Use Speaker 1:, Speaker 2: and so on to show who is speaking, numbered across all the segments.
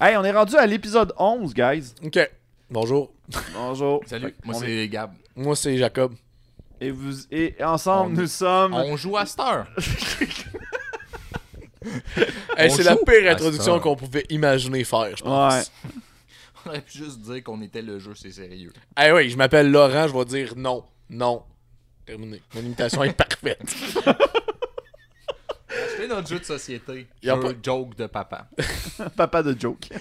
Speaker 1: Hey, on est rendu à l'épisode 11, guys.
Speaker 2: Ok. Bonjour.
Speaker 1: Bonjour.
Speaker 3: Salut, moi
Speaker 1: On
Speaker 3: c'est Gab.
Speaker 2: Moi, c'est Jacob.
Speaker 1: Et, vous, et ensemble,
Speaker 3: On-
Speaker 1: nous sommes.
Speaker 3: On joue à cette heure.
Speaker 2: Hey,
Speaker 3: Bonjour.
Speaker 2: c'est la pire
Speaker 3: Ah,
Speaker 2: introduction
Speaker 3: c'est ça.
Speaker 2: qu'on pouvait imaginer faire, je pense.
Speaker 1: Ouais.
Speaker 3: On aurait pu juste dire qu'on était le jeu, c'est sérieux.
Speaker 2: Hey, oui, je m'appelle Laurent, je vais dire non, non. Terminé. Mon imitation est parfaite.
Speaker 3: C'était notre jeu de société.
Speaker 2: Y a
Speaker 3: Jeu
Speaker 2: pas-
Speaker 3: joke de papa.
Speaker 1: Papa de joke. oh,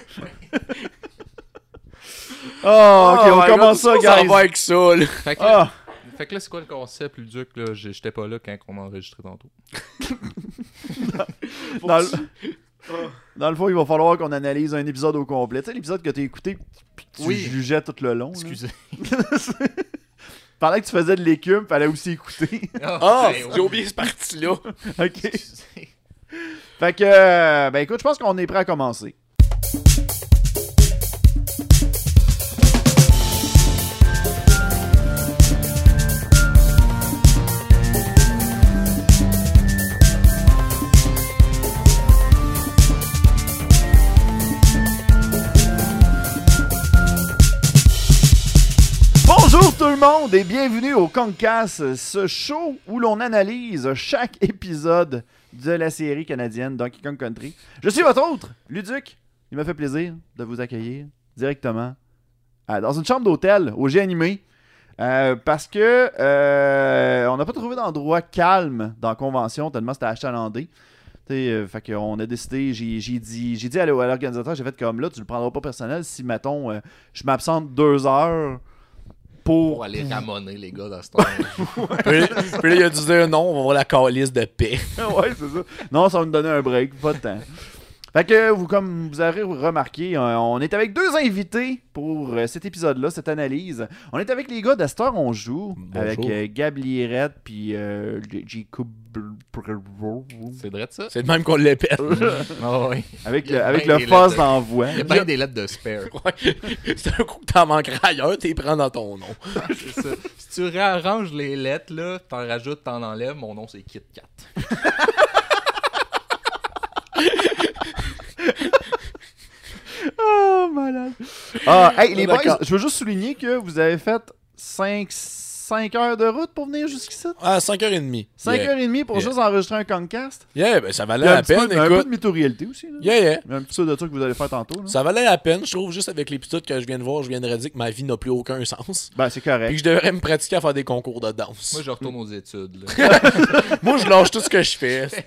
Speaker 1: ok, on
Speaker 2: my
Speaker 1: commence ça,
Speaker 2: God,
Speaker 1: guys.
Speaker 2: On va avec ça, là.
Speaker 3: Fait que,
Speaker 1: Ah,
Speaker 3: fait que là, c'est quoi le concept, le duc là J- J'étais pas là quand on a enregistré tantôt.
Speaker 1: dans, le... dans le fond, il va falloir qu'on analyse un épisode au complet. Tu sais, l'épisode que t'as écouté, puis que tu
Speaker 3: Oui.
Speaker 1: jugeais tout le long. là.
Speaker 3: Excusez.
Speaker 1: Pendant que tu faisais de l'écume, fallait aussi écouter.
Speaker 2: Ah,
Speaker 3: ben,
Speaker 2: j'ai oublié cette partie-là.
Speaker 1: ok.
Speaker 3: excusez.
Speaker 1: Fait que, euh, ben écoute, je pense qu'on est prêt à commencer. Bonjour tout le monde et bienvenue au Concast, ce show où l'on analyse chaque épisode de la série canadienne Donkey Kong Country. Je suis votre autre, Luduc. Il m'a fait plaisir de vous accueillir directement euh, dans une chambre d'hôtel au G animé. euh, parce que euh, on n'a pas trouvé d'endroit calme dans la convention, tellement c'était achalandé. Tu sais, euh, fait qu'on a décidé, j'ai j'ai dit, j'ai dit à l'o- à l'organisateur, j'ai fait comme là, tu le prendras pas personnel si, mettons, euh, je m'absente deux heures
Speaker 3: Pour
Speaker 1: pour.
Speaker 3: aller ramonner les gars dans ce temps
Speaker 2: puis, puis là, il a dû dire non, on va voir la calice de paix.
Speaker 1: ouais, c'est ça. Non, ça va nous donner un break, pas de temps. Fait que, vous, comme vous avez remarqué, euh, on est avec deux invités pour euh, cet épisode-là, cette analyse. On est avec les gars d'Astor On Joue,
Speaker 2: Bonjour.
Speaker 1: avec euh, Gab Lirette, puis euh, Jacob...
Speaker 3: C'est vrai de ça
Speaker 2: C'est de même qu'on l'épelle.
Speaker 3: Ah oui.
Speaker 1: Avec,
Speaker 3: Il y a
Speaker 1: le- avec
Speaker 3: bien
Speaker 1: le
Speaker 3: des
Speaker 1: fuzz
Speaker 3: lettres.
Speaker 1: dans la voix.
Speaker 3: Il y a bien des lettres de spare.
Speaker 2: Ouais. C'est un coup que t'en manqueras ailleurs, t'es prends dans ton nom.
Speaker 3: C'est ça. Si tu réarranges les lettres, là, t'en rajoutes, t'en enlèves, mon nom c'est Kit Kat.
Speaker 1: Oh, malade. Ah, hey, les boys,
Speaker 2: D'accord.
Speaker 1: je veux juste souligner que vous avez fait 5, 5 heures de route pour venir jusqu'ici.
Speaker 2: À 5h30.
Speaker 1: 5
Speaker 2: yeah.
Speaker 1: heures et demie pour
Speaker 2: Yeah.
Speaker 1: juste enregistrer un concast.
Speaker 2: Yeah, ben ça valait
Speaker 1: Il y a un
Speaker 2: la
Speaker 1: petit
Speaker 2: peine,
Speaker 1: peu- un peu
Speaker 2: écoute.
Speaker 1: de mytho-réalité aussi. Là.
Speaker 2: Yeah, yeah.
Speaker 1: Il y a un petit peu de truc que vous allez faire tantôt. Là.
Speaker 2: Ça valait la peine, je trouve, juste avec l'épisode que je viens de voir, je viens de dire que ma vie n'a plus aucun sens.
Speaker 1: Ben, c'est
Speaker 2: Puis
Speaker 1: correct.
Speaker 2: que je devrais me pratiquer à faire des concours de danse.
Speaker 3: Moi, je retourne aux études. là.
Speaker 2: Moi, je lâche tout ce que je fais.
Speaker 3: c'est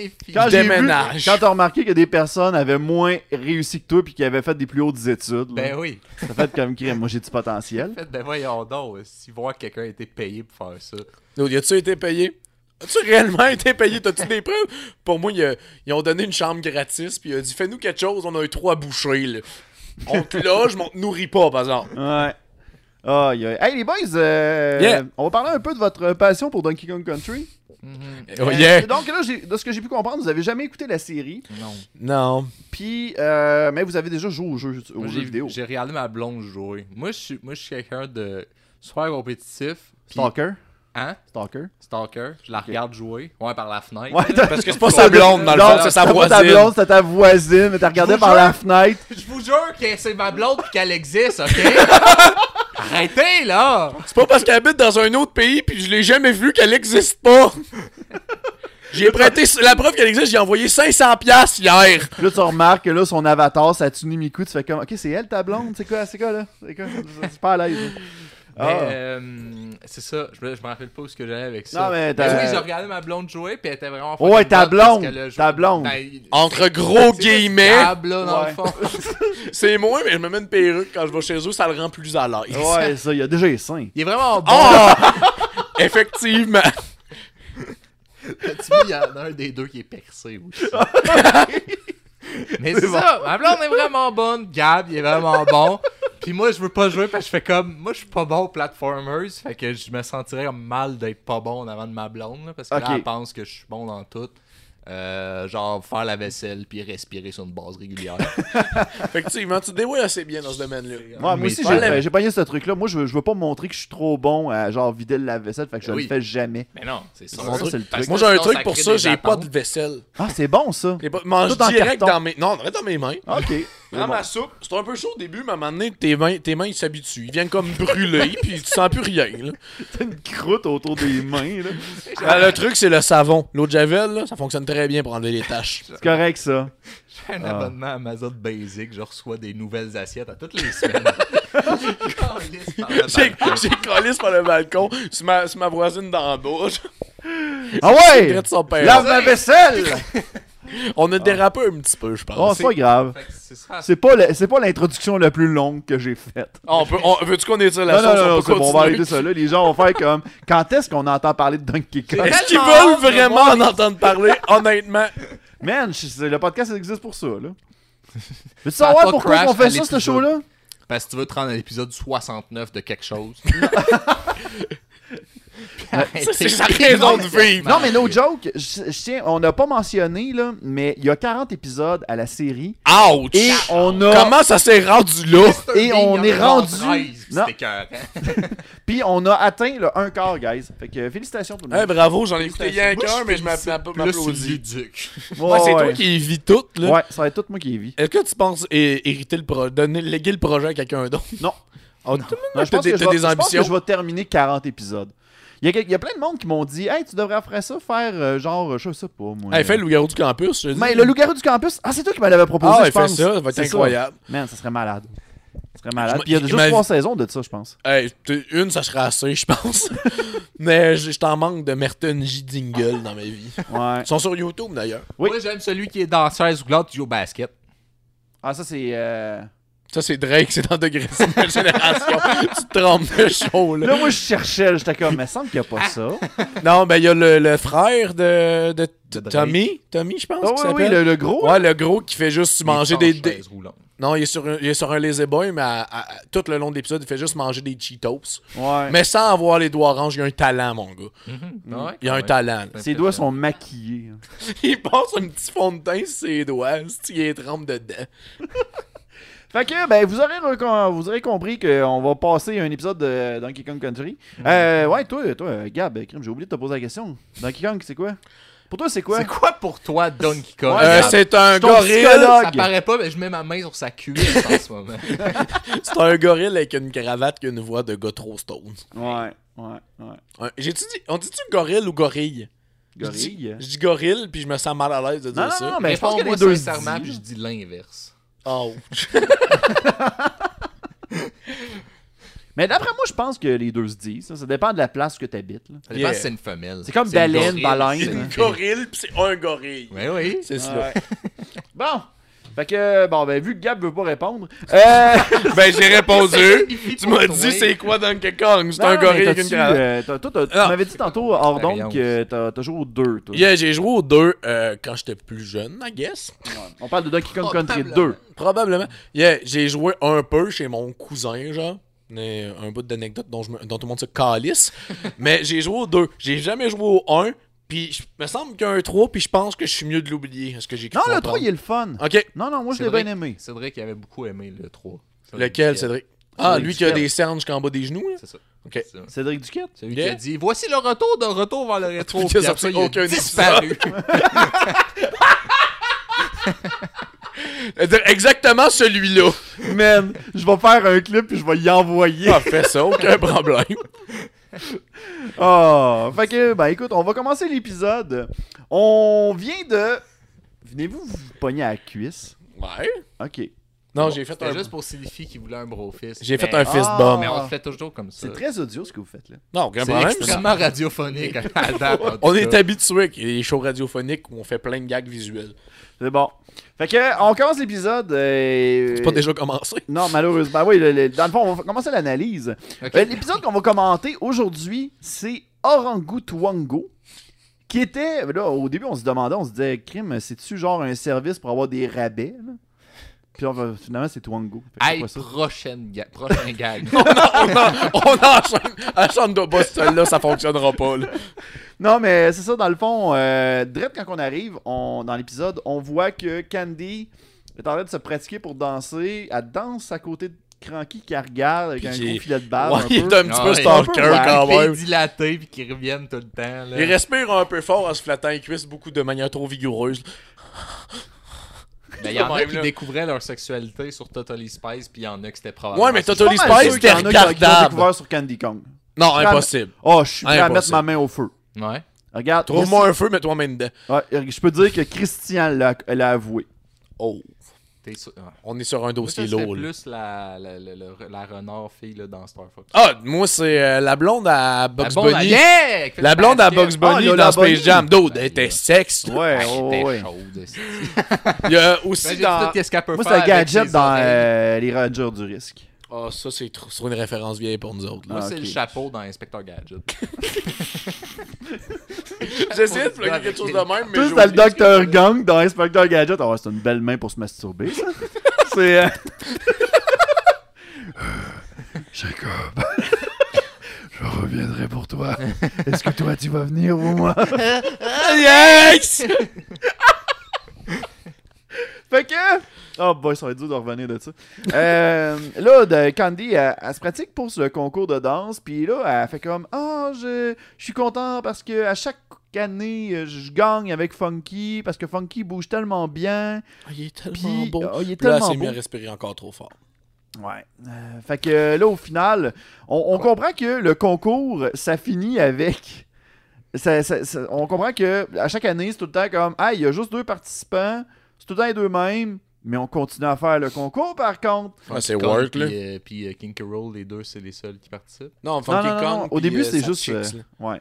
Speaker 3: fini.
Speaker 1: Quand j'ai vu-
Speaker 2: déménage.
Speaker 1: quand t'as remarqué que des personnes avaient moins réussi que toi puis qui avaient fait des plus hautes études, là,
Speaker 3: Ben oui.
Speaker 1: ça fait comme crime. Moi, j'ai du potentiel.
Speaker 3: fait, ben voyons donc, si voir que quelqu'un a été payé pour faire ça.
Speaker 2: Donc, as-tu été payé? As-tu réellement été payé? T'as-tu des preuves? Pour moi, il a- ils ont donné une chambre gratis, puis il a dit Fais-nous quelque chose, on a eu trois bouchées, là. On te loge, mais on te nourrit pas, par exemple.
Speaker 1: Ouais. Aïe, aïe. Hey, les boys, euh,
Speaker 2: Yeah.
Speaker 1: on va parler un peu de votre euh, passion pour Donkey Kong Country.
Speaker 2: Oh,
Speaker 1: Euh,
Speaker 2: yeah.
Speaker 1: Donc, là, j'ai- de ce que j'ai pu comprendre, vous avez jamais écouté la série,
Speaker 3: Non.
Speaker 2: Non.
Speaker 1: puis, euh, mais vous avez déjà joué aux jeux, aux
Speaker 3: Moi,
Speaker 1: jeux
Speaker 3: j'ai-
Speaker 1: vidéo.
Speaker 3: J'ai regardé ma blonde jouer. Moi, je suis, moi, je suis quelqu'un de super compétitif. Pis,
Speaker 1: Stalker.
Speaker 3: hein?
Speaker 1: Stalker.
Speaker 3: Stalker. Je la regarde jouer. Ouais, par la fenêtre.
Speaker 1: Ouais, t'as-
Speaker 2: Parce que c'est pas sa blonde, dans le
Speaker 1: Non,
Speaker 2: fond, c'est sa
Speaker 1: t'as pas ta
Speaker 2: voisine.
Speaker 1: blonde, c'était ta voisine, mais t'as regardé
Speaker 3: vous
Speaker 1: par la fenêtre.
Speaker 3: Je vous jure que c'est ma blonde pis qu'elle existe, ok? Arrêtez, là!
Speaker 2: C'est pas parce qu'elle habite dans un autre pays, puis je l'ai jamais vu qu'elle existe pas. J'ai prêté la preuve qu'elle existe, j'ai envoyé 500$ piastres hier.
Speaker 1: Puis là, tu remarques que là, son avatar, ça tue Miku, tu fais comme, ok, c'est elle ta blonde, c'est quoi, c'est quoi là? C'est quoi? C'est pas à l'aise. là.
Speaker 3: Mais,
Speaker 1: Ah.
Speaker 3: euh, c'est ça, je me, je me rappelle pas où ce que j'allais avec ça.
Speaker 1: Non, mais t'as-
Speaker 3: oui, j'ai regardé ma blonde jouer, puis elle était vraiment
Speaker 1: Ouais,
Speaker 3: fucking
Speaker 1: ta
Speaker 3: bonne parce
Speaker 1: blonde,
Speaker 3: qu'elle a joué-
Speaker 1: ta blonde.
Speaker 3: Ben,
Speaker 2: Entre gros
Speaker 3: c'est juste
Speaker 2: guillemets,
Speaker 3: stable, là, dans
Speaker 1: Ouais.
Speaker 3: le fond.
Speaker 2: c'est moi, mais je me mets une perruque quand je vais chez eux, ça le rend plus à l'aise.
Speaker 1: Ouais, ça, il y a déjà les seins.
Speaker 3: Il est vraiment bon.
Speaker 2: Ah! Effectivement.
Speaker 3: Tu vois, il y en a un des deux qui est percé aussi. Mais c'est ça, ma blonde est vraiment bonne, Gab, il est vraiment bon. Puis moi, je veux pas jouer parce que je fais comme. Moi, je suis pas bon aux platformers, fait que je me sentirais comme mal d'être pas bon en avant de ma blonde, là, parce que
Speaker 1: Ok.
Speaker 3: là, elle pense que je suis bon dans tout. Euh, genre faire la vaisselle puis respirer sur une base régulière.
Speaker 2: Effectivement, tu te débrouilles assez bien dans ce domaine-là.
Speaker 1: Ouais, moi
Speaker 3: Mais
Speaker 1: aussi,
Speaker 2: ça lève.
Speaker 1: j'ai- j'ai pogné ce truc-là. Moi, je veux, je veux pas montrer que je suis trop bon à genre vider le lave-vaisselle, fait que je
Speaker 3: Oui.
Speaker 1: le fais jamais.
Speaker 3: Mais non, c'est ça.
Speaker 1: Mon truc, c'est le truc.
Speaker 2: Moi, j'ai un truc pour ça, j'ai pas de vaisselle.
Speaker 1: Ah, c'est bon ça.
Speaker 2: J'ai pas... Mange
Speaker 1: Tout en
Speaker 2: direct
Speaker 1: carton.
Speaker 2: dans mes... Non, on dans mes mains.
Speaker 1: Ok.
Speaker 2: Prends ma soupe. C'est un peu chaud au début, mais à un moment donné, tes mains, tes mains ils s'habituent. Ils viennent comme brûler, puis tu sens plus rien. Là.
Speaker 1: T'as une croûte autour des mains, là.
Speaker 2: Ah, le truc, c'est le savon. L'eau de Javel, là, ça fonctionne très bien pour enlever les taches.
Speaker 1: C'est correct, ça.
Speaker 3: J'ai un
Speaker 1: Ah.
Speaker 3: abonnement Amazon Basic, je reçois des nouvelles assiettes à toutes les semaines. Calisse par la
Speaker 2: J'ai
Speaker 3: barbe.
Speaker 2: j'ai collé par le balcon. C'est ma, c'est ma voisine dans la bouche.
Speaker 1: Ah ouais!
Speaker 2: Regrette son père.
Speaker 1: Lave ma vaisselle!
Speaker 2: On
Speaker 1: Ah.
Speaker 2: a dérapé un petit peu, je pense.
Speaker 1: Oh, c'est pas grave.
Speaker 3: Fait que c'est ça.
Speaker 1: C'est pas le- c'est pas l'introduction la plus longue que j'ai faite.
Speaker 2: Ah, on peut, on- Veux-tu qu'on étire la
Speaker 1: Non, non,
Speaker 2: sauce?
Speaker 1: non,
Speaker 2: on
Speaker 1: non,
Speaker 2: peut
Speaker 1: c'est bon, on va
Speaker 2: continuer.
Speaker 1: arrêter ça là. Les gens vont faire comme. Quand est-ce qu'on entend parler de Donkey Kong?
Speaker 2: Est-ce qu'ils
Speaker 4: Tellement
Speaker 2: veulent
Speaker 4: hâte de
Speaker 2: vraiment
Speaker 4: voir
Speaker 2: en entendre parler, honnêtement?
Speaker 1: Man, je- c'est- le podcast ça existe pour ça, là. Veux-tu
Speaker 3: Ça a
Speaker 1: savoir
Speaker 3: pas
Speaker 1: pourquoi
Speaker 3: crash
Speaker 1: on
Speaker 3: à
Speaker 1: fait ça, ce
Speaker 3: l'épisode.
Speaker 1: show-là?
Speaker 3: Parce que tu veux te rendre à l'épisode 69 de quelque chose.
Speaker 2: Ça, c'est sa raison de vivre.
Speaker 1: Non, mais no joke, je, je tiens, on n'a pas mentionné, là, mais il y a 40 épisodes à la série.
Speaker 2: Ouch!
Speaker 1: Et on a.
Speaker 2: Comment ça s'est rendu là?
Speaker 1: Et on est rendu- Non.
Speaker 3: C'était cœur.
Speaker 1: Puis on a atteint le 1 quart, guys. Fait que euh, félicitations tout le
Speaker 2: Hey,
Speaker 1: monde.
Speaker 2: bravo, j'en ai écouté rien
Speaker 3: Moi,
Speaker 2: qu'un,
Speaker 3: je
Speaker 2: mais je
Speaker 3: félicite
Speaker 2: m'appelle-
Speaker 3: Plus
Speaker 2: m'applaudis.
Speaker 3: Luduc.
Speaker 2: ben, Ouais, c'est toi qui vis tout, là.
Speaker 1: Ouais, ça va être tout moi qui ai vu.
Speaker 2: Est-ce que tu penses é- hériter le projet, donner, léguer le projet à quelqu'un d'autre?
Speaker 1: Non.
Speaker 2: Oh, tout le monde
Speaker 1: je, pense
Speaker 2: t'as
Speaker 1: que
Speaker 2: des-
Speaker 1: je
Speaker 2: t'as
Speaker 1: vais,
Speaker 2: des
Speaker 1: je pense que je
Speaker 2: ambitions.
Speaker 1: vais terminer 40 épisodes. Il y, a, quel- il y a plein de monde qui m'ont dit Hey, tu devrais faire ça, faire euh, genre, je sais pas, moi.
Speaker 2: Hey, fais le loup-garou du campus, je te dis.
Speaker 1: Mais le loup-garou du campus, ah, c'est toi qui me l'avais proposé.
Speaker 2: Ah,
Speaker 1: je
Speaker 2: ouais, fais
Speaker 1: pense.
Speaker 2: ça, ça va être
Speaker 1: C'est
Speaker 2: incroyable.
Speaker 1: Man, ça serait malade. Ça serait malade.
Speaker 2: Je
Speaker 1: Puis il y a
Speaker 2: m-
Speaker 1: juste
Speaker 2: j'imagine-
Speaker 1: trois saisons de ça, je pense.
Speaker 2: Hey, t'es- une, ça serait assez, je pense. mais je je t'en manque de Merton J. Dingle dans ma vie.
Speaker 1: Ouais.
Speaker 2: Ils sont sur YouTube, d'ailleurs.
Speaker 1: Oui.
Speaker 3: Moi, j'aime celui qui est danseuse roulante qui joue au basket.
Speaker 1: Ah, ça, c'est. euh,
Speaker 2: Ça, c'est Drake, c'est dans Degré de ma génération. tu te trompes de show, là.
Speaker 1: Là, moi, je cherchais, j'étais comme, mais semble qu'il n'y a pas ça. Ah,
Speaker 2: Non, ben, il y a le, le frère de, de,
Speaker 3: De Drake.
Speaker 2: Tommy. Tommy, je pense.
Speaker 1: Ah
Speaker 2: qu'il
Speaker 1: oui, oui,
Speaker 2: s'appelle.
Speaker 1: le, le gros.
Speaker 2: Ouais, le gros qui fait juste manger des. des-
Speaker 3: chaises roulantes.
Speaker 2: Non, il est sur un, il est sur un lazy boy, mais à- à- à- tout le long de l'épisode, il fait juste manger des Cheetos.
Speaker 1: Ouais.
Speaker 2: Mais sans avoir les doigts oranges, il a un talent, mon gars. Il a un talent. là.
Speaker 1: Ses doigts sont maquillés. hein.
Speaker 2: Il passe un petit fond de teint sur ses doigts, c'est- il les trempe dedans.
Speaker 1: Fait que, ben, vous aurez, recon- vous aurez compris qu'on va passer un épisode de Donkey Kong Country. Euh, ouais, toi, toi, euh, Gab, crime, j'ai oublié de te poser la question. Donkey Kong, c'est quoi Pour toi, c'est quoi
Speaker 3: C'est quoi pour toi, Donkey Kong?
Speaker 2: Euh,
Speaker 3: Ça-
Speaker 2: c'est un
Speaker 1: ton
Speaker 2: gorille.
Speaker 1: psychologue.
Speaker 3: ça paraît pas, mais je mets ma main sur sa cuisse en ce moment.
Speaker 2: C'est un gorille avec une cravate qui a une voix de gars trop stone.
Speaker 1: Ouais, ouais, ouais.
Speaker 2: Un- J'ai-tu dit, on dit-tu gorille ou gorille? Je dis-
Speaker 1: Gorille.
Speaker 2: Je dis gorille, puis je me sens mal à l'aise de dire
Speaker 1: Non, non,
Speaker 2: ça.
Speaker 1: non, mais je pense que
Speaker 3: Réponds-moi
Speaker 1: les deux. se
Speaker 3: sincèrement, puis
Speaker 1: disent.
Speaker 3: je dis l'inverse.
Speaker 2: Oh.
Speaker 1: Mais d'après moi, je pense que les deux se disent. Ça, ça dépend de la place que t'habites. là.
Speaker 3: Ça dépend
Speaker 2: Yeah.
Speaker 3: si c'est une femelle.
Speaker 1: C'est comme
Speaker 3: une
Speaker 1: baleine,
Speaker 3: gorille,
Speaker 1: baleine,
Speaker 3: c'est une
Speaker 1: hein.
Speaker 2: une
Speaker 3: gorille.
Speaker 2: gorille, puis c'est un gorille.
Speaker 3: Oui, oui.
Speaker 2: C'est ça.
Speaker 1: Bon. Fait que, bon, ben, vu que Gab veut pas répondre. Euh...
Speaker 2: Ben, j'ai répondu.
Speaker 3: signifie
Speaker 2: tu
Speaker 3: pour
Speaker 2: m'as
Speaker 3: toi?
Speaker 2: dit c'est quoi Donkey Kong? C'est
Speaker 1: Non,
Speaker 2: un
Speaker 1: mais
Speaker 2: gorille avec
Speaker 1: t'as-tu,
Speaker 2: une cravate.
Speaker 1: euh, t'as- toi, t'as-
Speaker 2: Ah.
Speaker 1: Tu m'avais dit tantôt hors d'onde
Speaker 3: Variance.
Speaker 1: que t'as t'as joué aux deux, toi.
Speaker 2: Yeah, j'ai joué aux deux euh, quand j'étais plus jeune, I guess.
Speaker 1: On parle de Donkey
Speaker 2: Oh,
Speaker 1: Kong Country
Speaker 3: Probablement.
Speaker 1: 2.
Speaker 2: Probablement. Yeah, j'ai joué un peu chez mon cousin, genre. Mais euh, un bout d'anecdote dont, je me- dont tout le monde se calisse. mais j'ai joué aux deux. J'ai jamais joué au 1. Puis je me semble qu'il y a un 3, puis je pense que je suis mieux de l'oublier. Est-ce que j'ai cru
Speaker 1: Non, le
Speaker 2: comprendre.
Speaker 1: 3, il est le fun.
Speaker 2: Ok.
Speaker 1: Non, non, moi, je l'ai
Speaker 3: Cédric-
Speaker 1: bien aimé.
Speaker 3: Cédric, il avait beaucoup aimé le 3.
Speaker 2: Lequel, Cédric Ah,
Speaker 1: Cédric
Speaker 2: lui qui a
Speaker 1: Duquel.
Speaker 2: des cernes jusqu'en bas des genoux, là.
Speaker 3: C'est ça.
Speaker 2: Ok.
Speaker 3: C'est ça.
Speaker 1: Cédric Duquette.
Speaker 3: Celui
Speaker 2: Yeah.
Speaker 3: qui a dit Voici le retour d'un retour vers le rétro.
Speaker 2: Depuis
Speaker 3: Puis
Speaker 2: qu'il a
Speaker 3: après,
Speaker 2: sorti
Speaker 3: il a
Speaker 2: aucun
Speaker 3: disparu.
Speaker 2: C'est-à-dire Exactement celui-là.
Speaker 1: Man, je vais faire un clip puis je vais y envoyer.
Speaker 2: Ah, fais ça, aucun problème.
Speaker 1: Oh, fait que, ben écoute, on va commencer l'épisode. On vient de. Venez-vous vous pogner à la cuisse?
Speaker 2: Ouais.
Speaker 1: Ok.
Speaker 2: Non,
Speaker 3: Bon,
Speaker 2: j'ai fait
Speaker 3: c'était
Speaker 2: un.
Speaker 3: juste pour signifier qu'il voulait un bro fist.
Speaker 2: J'ai fait
Speaker 3: Mais-
Speaker 2: un fist
Speaker 1: Ah.
Speaker 2: bump.
Speaker 3: Mais on le fait toujours comme ça.
Speaker 1: C'est très audio ce que vous faites là.
Speaker 2: Non, aucun
Speaker 3: C'est
Speaker 2: problème.
Speaker 3: extrêmement radiophonique à date. en tout
Speaker 2: On
Speaker 3: cas.
Speaker 2: est habitué avec les shows radiophoniques où on fait plein de gags visuels.
Speaker 1: C'est bon. Fait que, on commence l'épisode. euh,
Speaker 2: C'est pas déjà commencé.
Speaker 1: Non, malheureusement. Ben oui, le- le- dans le fond, on va commencer l'analyse.
Speaker 3: Ok.
Speaker 1: Euh, L'épisode qu'on va commenter aujourd'hui, c'est Orangutuango. Qui était, ben là, au début, on se demandait, on se disait, crime, c'est-tu genre un service pour avoir des rabais, là? Puis on va- finalement, c'est Twango. Fait que c'est
Speaker 3: Hey,
Speaker 1: quoi ça?
Speaker 3: prochaine ga- prochain gag.
Speaker 2: on, en- on enchaîne. Enchaîne-toi pas celle-là, ça fonctionnera pas. là.
Speaker 1: Non, mais c'est ça, dans le fond, euh, direct quand on arrive, on, dans l'épisode, on voit que Candy est en train de se pratiquer pour danser. Elle danse à côté de Cranky qui la regarde avec
Speaker 2: Puis
Speaker 1: un
Speaker 2: qui-
Speaker 1: gros filet de balle.
Speaker 2: Ouais,
Speaker 1: un
Speaker 2: il
Speaker 1: peu.
Speaker 2: est un petit
Speaker 3: Ah
Speaker 2: peu
Speaker 3: ouais.
Speaker 2: stalker
Speaker 1: Un peu
Speaker 2: quand
Speaker 3: Les
Speaker 2: même.
Speaker 3: dilatés puis qui reviennent tout le temps. Là.
Speaker 2: Il respire un peu fort en se flattant les cuisses beaucoup de manière trop vigoureuse.
Speaker 3: Mais il y en a
Speaker 2: même,
Speaker 3: qui
Speaker 2: là.
Speaker 3: découvraient leur sexualité sur Totally Spice, puis il y en a qui c'était probablement.
Speaker 2: Ouais, mais
Speaker 1: Je
Speaker 2: Totally
Speaker 1: suis pas mal
Speaker 2: Spice,
Speaker 1: sûr qu'il
Speaker 2: c'était
Speaker 1: y en a qui ont- qui ont
Speaker 2: regardable.
Speaker 1: découvert sur Candy Kong.
Speaker 2: Non,
Speaker 1: Vraiment.
Speaker 2: impossible.
Speaker 1: Oh, je suis prêt à mettre
Speaker 2: Impossible.
Speaker 1: ma main au feu.
Speaker 3: Ouais.
Speaker 1: Regarde,
Speaker 2: Trouve-moi un feu, mets-toi même dedans.
Speaker 1: Ouais, euh, je peux dire que Christian l'a l'a avoué.
Speaker 2: Oh,
Speaker 3: T'es sûr. ouais.
Speaker 2: on est sur un
Speaker 3: Moi, ça
Speaker 2: dossier
Speaker 3: serait
Speaker 2: lourd. là.
Speaker 3: plus la, la, la, la- la renard fille là, dans Star Fox.
Speaker 2: Ah, moi, c'est euh, la blonde à Box
Speaker 3: la blonde à-
Speaker 2: Bunny.
Speaker 3: Yeah! Qui fait
Speaker 2: La
Speaker 3: du
Speaker 2: blonde à
Speaker 3: basket.
Speaker 2: Box
Speaker 1: Ah,
Speaker 2: Bunny
Speaker 1: Lola
Speaker 2: dans Space
Speaker 1: Bunny.
Speaker 2: Jam. Dude, elle
Speaker 3: Ouais.
Speaker 2: était sexe. là.
Speaker 1: Ouais,
Speaker 3: Ah,
Speaker 1: ouais,
Speaker 3: c'était
Speaker 1: ouais.
Speaker 3: chaude. aussi.
Speaker 2: Il y a aussi
Speaker 3: Imagine
Speaker 2: dans...
Speaker 3: tout qu'est-ce qu'elle peut
Speaker 1: Moi,
Speaker 3: faire
Speaker 1: c'est un
Speaker 3: avec
Speaker 1: gadget
Speaker 3: ses
Speaker 1: dans
Speaker 3: oreilles.
Speaker 1: euh, les Rangers du risque.
Speaker 2: Ah, ça, c'est trop- sur une référence vieille pour nous autres.
Speaker 1: Ah,
Speaker 2: là.
Speaker 3: Moi, c'est
Speaker 1: ok.
Speaker 3: le chapeau dans Inspecteur Gadget.
Speaker 2: J'essayais de plugger quelque chose de même, mais
Speaker 1: Plus
Speaker 2: j'ai
Speaker 1: dans le Dr.
Speaker 2: oublié.
Speaker 1: Gang, dans Inspecteur Gadget, oh, c'est une belle main pour se masturber, ça. c'est. euh, Jacob, je reviendrai pour toi. Est-ce que toi, tu vas venir ou moi?
Speaker 2: Yes!
Speaker 1: Fait que. Oh boy, ça va être dur de revenir de ça. Euh, là, de- Candy, elle, elle se pratique pour le concours de danse. Puis là, elle fait comme Ah, je, je suis content parce que à chaque année, euh, je gagne avec Funky parce que Funky bouge tellement bien.
Speaker 2: Ah, Il est tellement
Speaker 1: Puis
Speaker 2: beau.
Speaker 1: ah, il est
Speaker 2: Puis Là, elle
Speaker 1: tellement
Speaker 2: s'est
Speaker 1: beau.
Speaker 2: mis à respirer encore trop fort.
Speaker 1: Ouais. Euh, fait que euh, là, au final, on, on comprend que le concours, ça finit avec. ça- ça- ça- on comprend que à chaque année, c'est tout le temps comme Ah, il y a juste deux participants, c'est tout le temps les deux mêmes, mais on continue à faire le concours par contre.
Speaker 2: Ouais, c'est work, là.
Speaker 3: Puis, euh, puis euh, King Roll, les deux, c'est les seuls qui participent.
Speaker 2: Non,
Speaker 1: Non,
Speaker 2: Funky
Speaker 1: non, non, non.
Speaker 2: Kong,
Speaker 1: Au
Speaker 2: puis,
Speaker 1: début,
Speaker 2: euh,
Speaker 1: c'est
Speaker 2: sa
Speaker 1: juste.
Speaker 2: chicks,
Speaker 1: euh,
Speaker 2: là.
Speaker 1: ouais.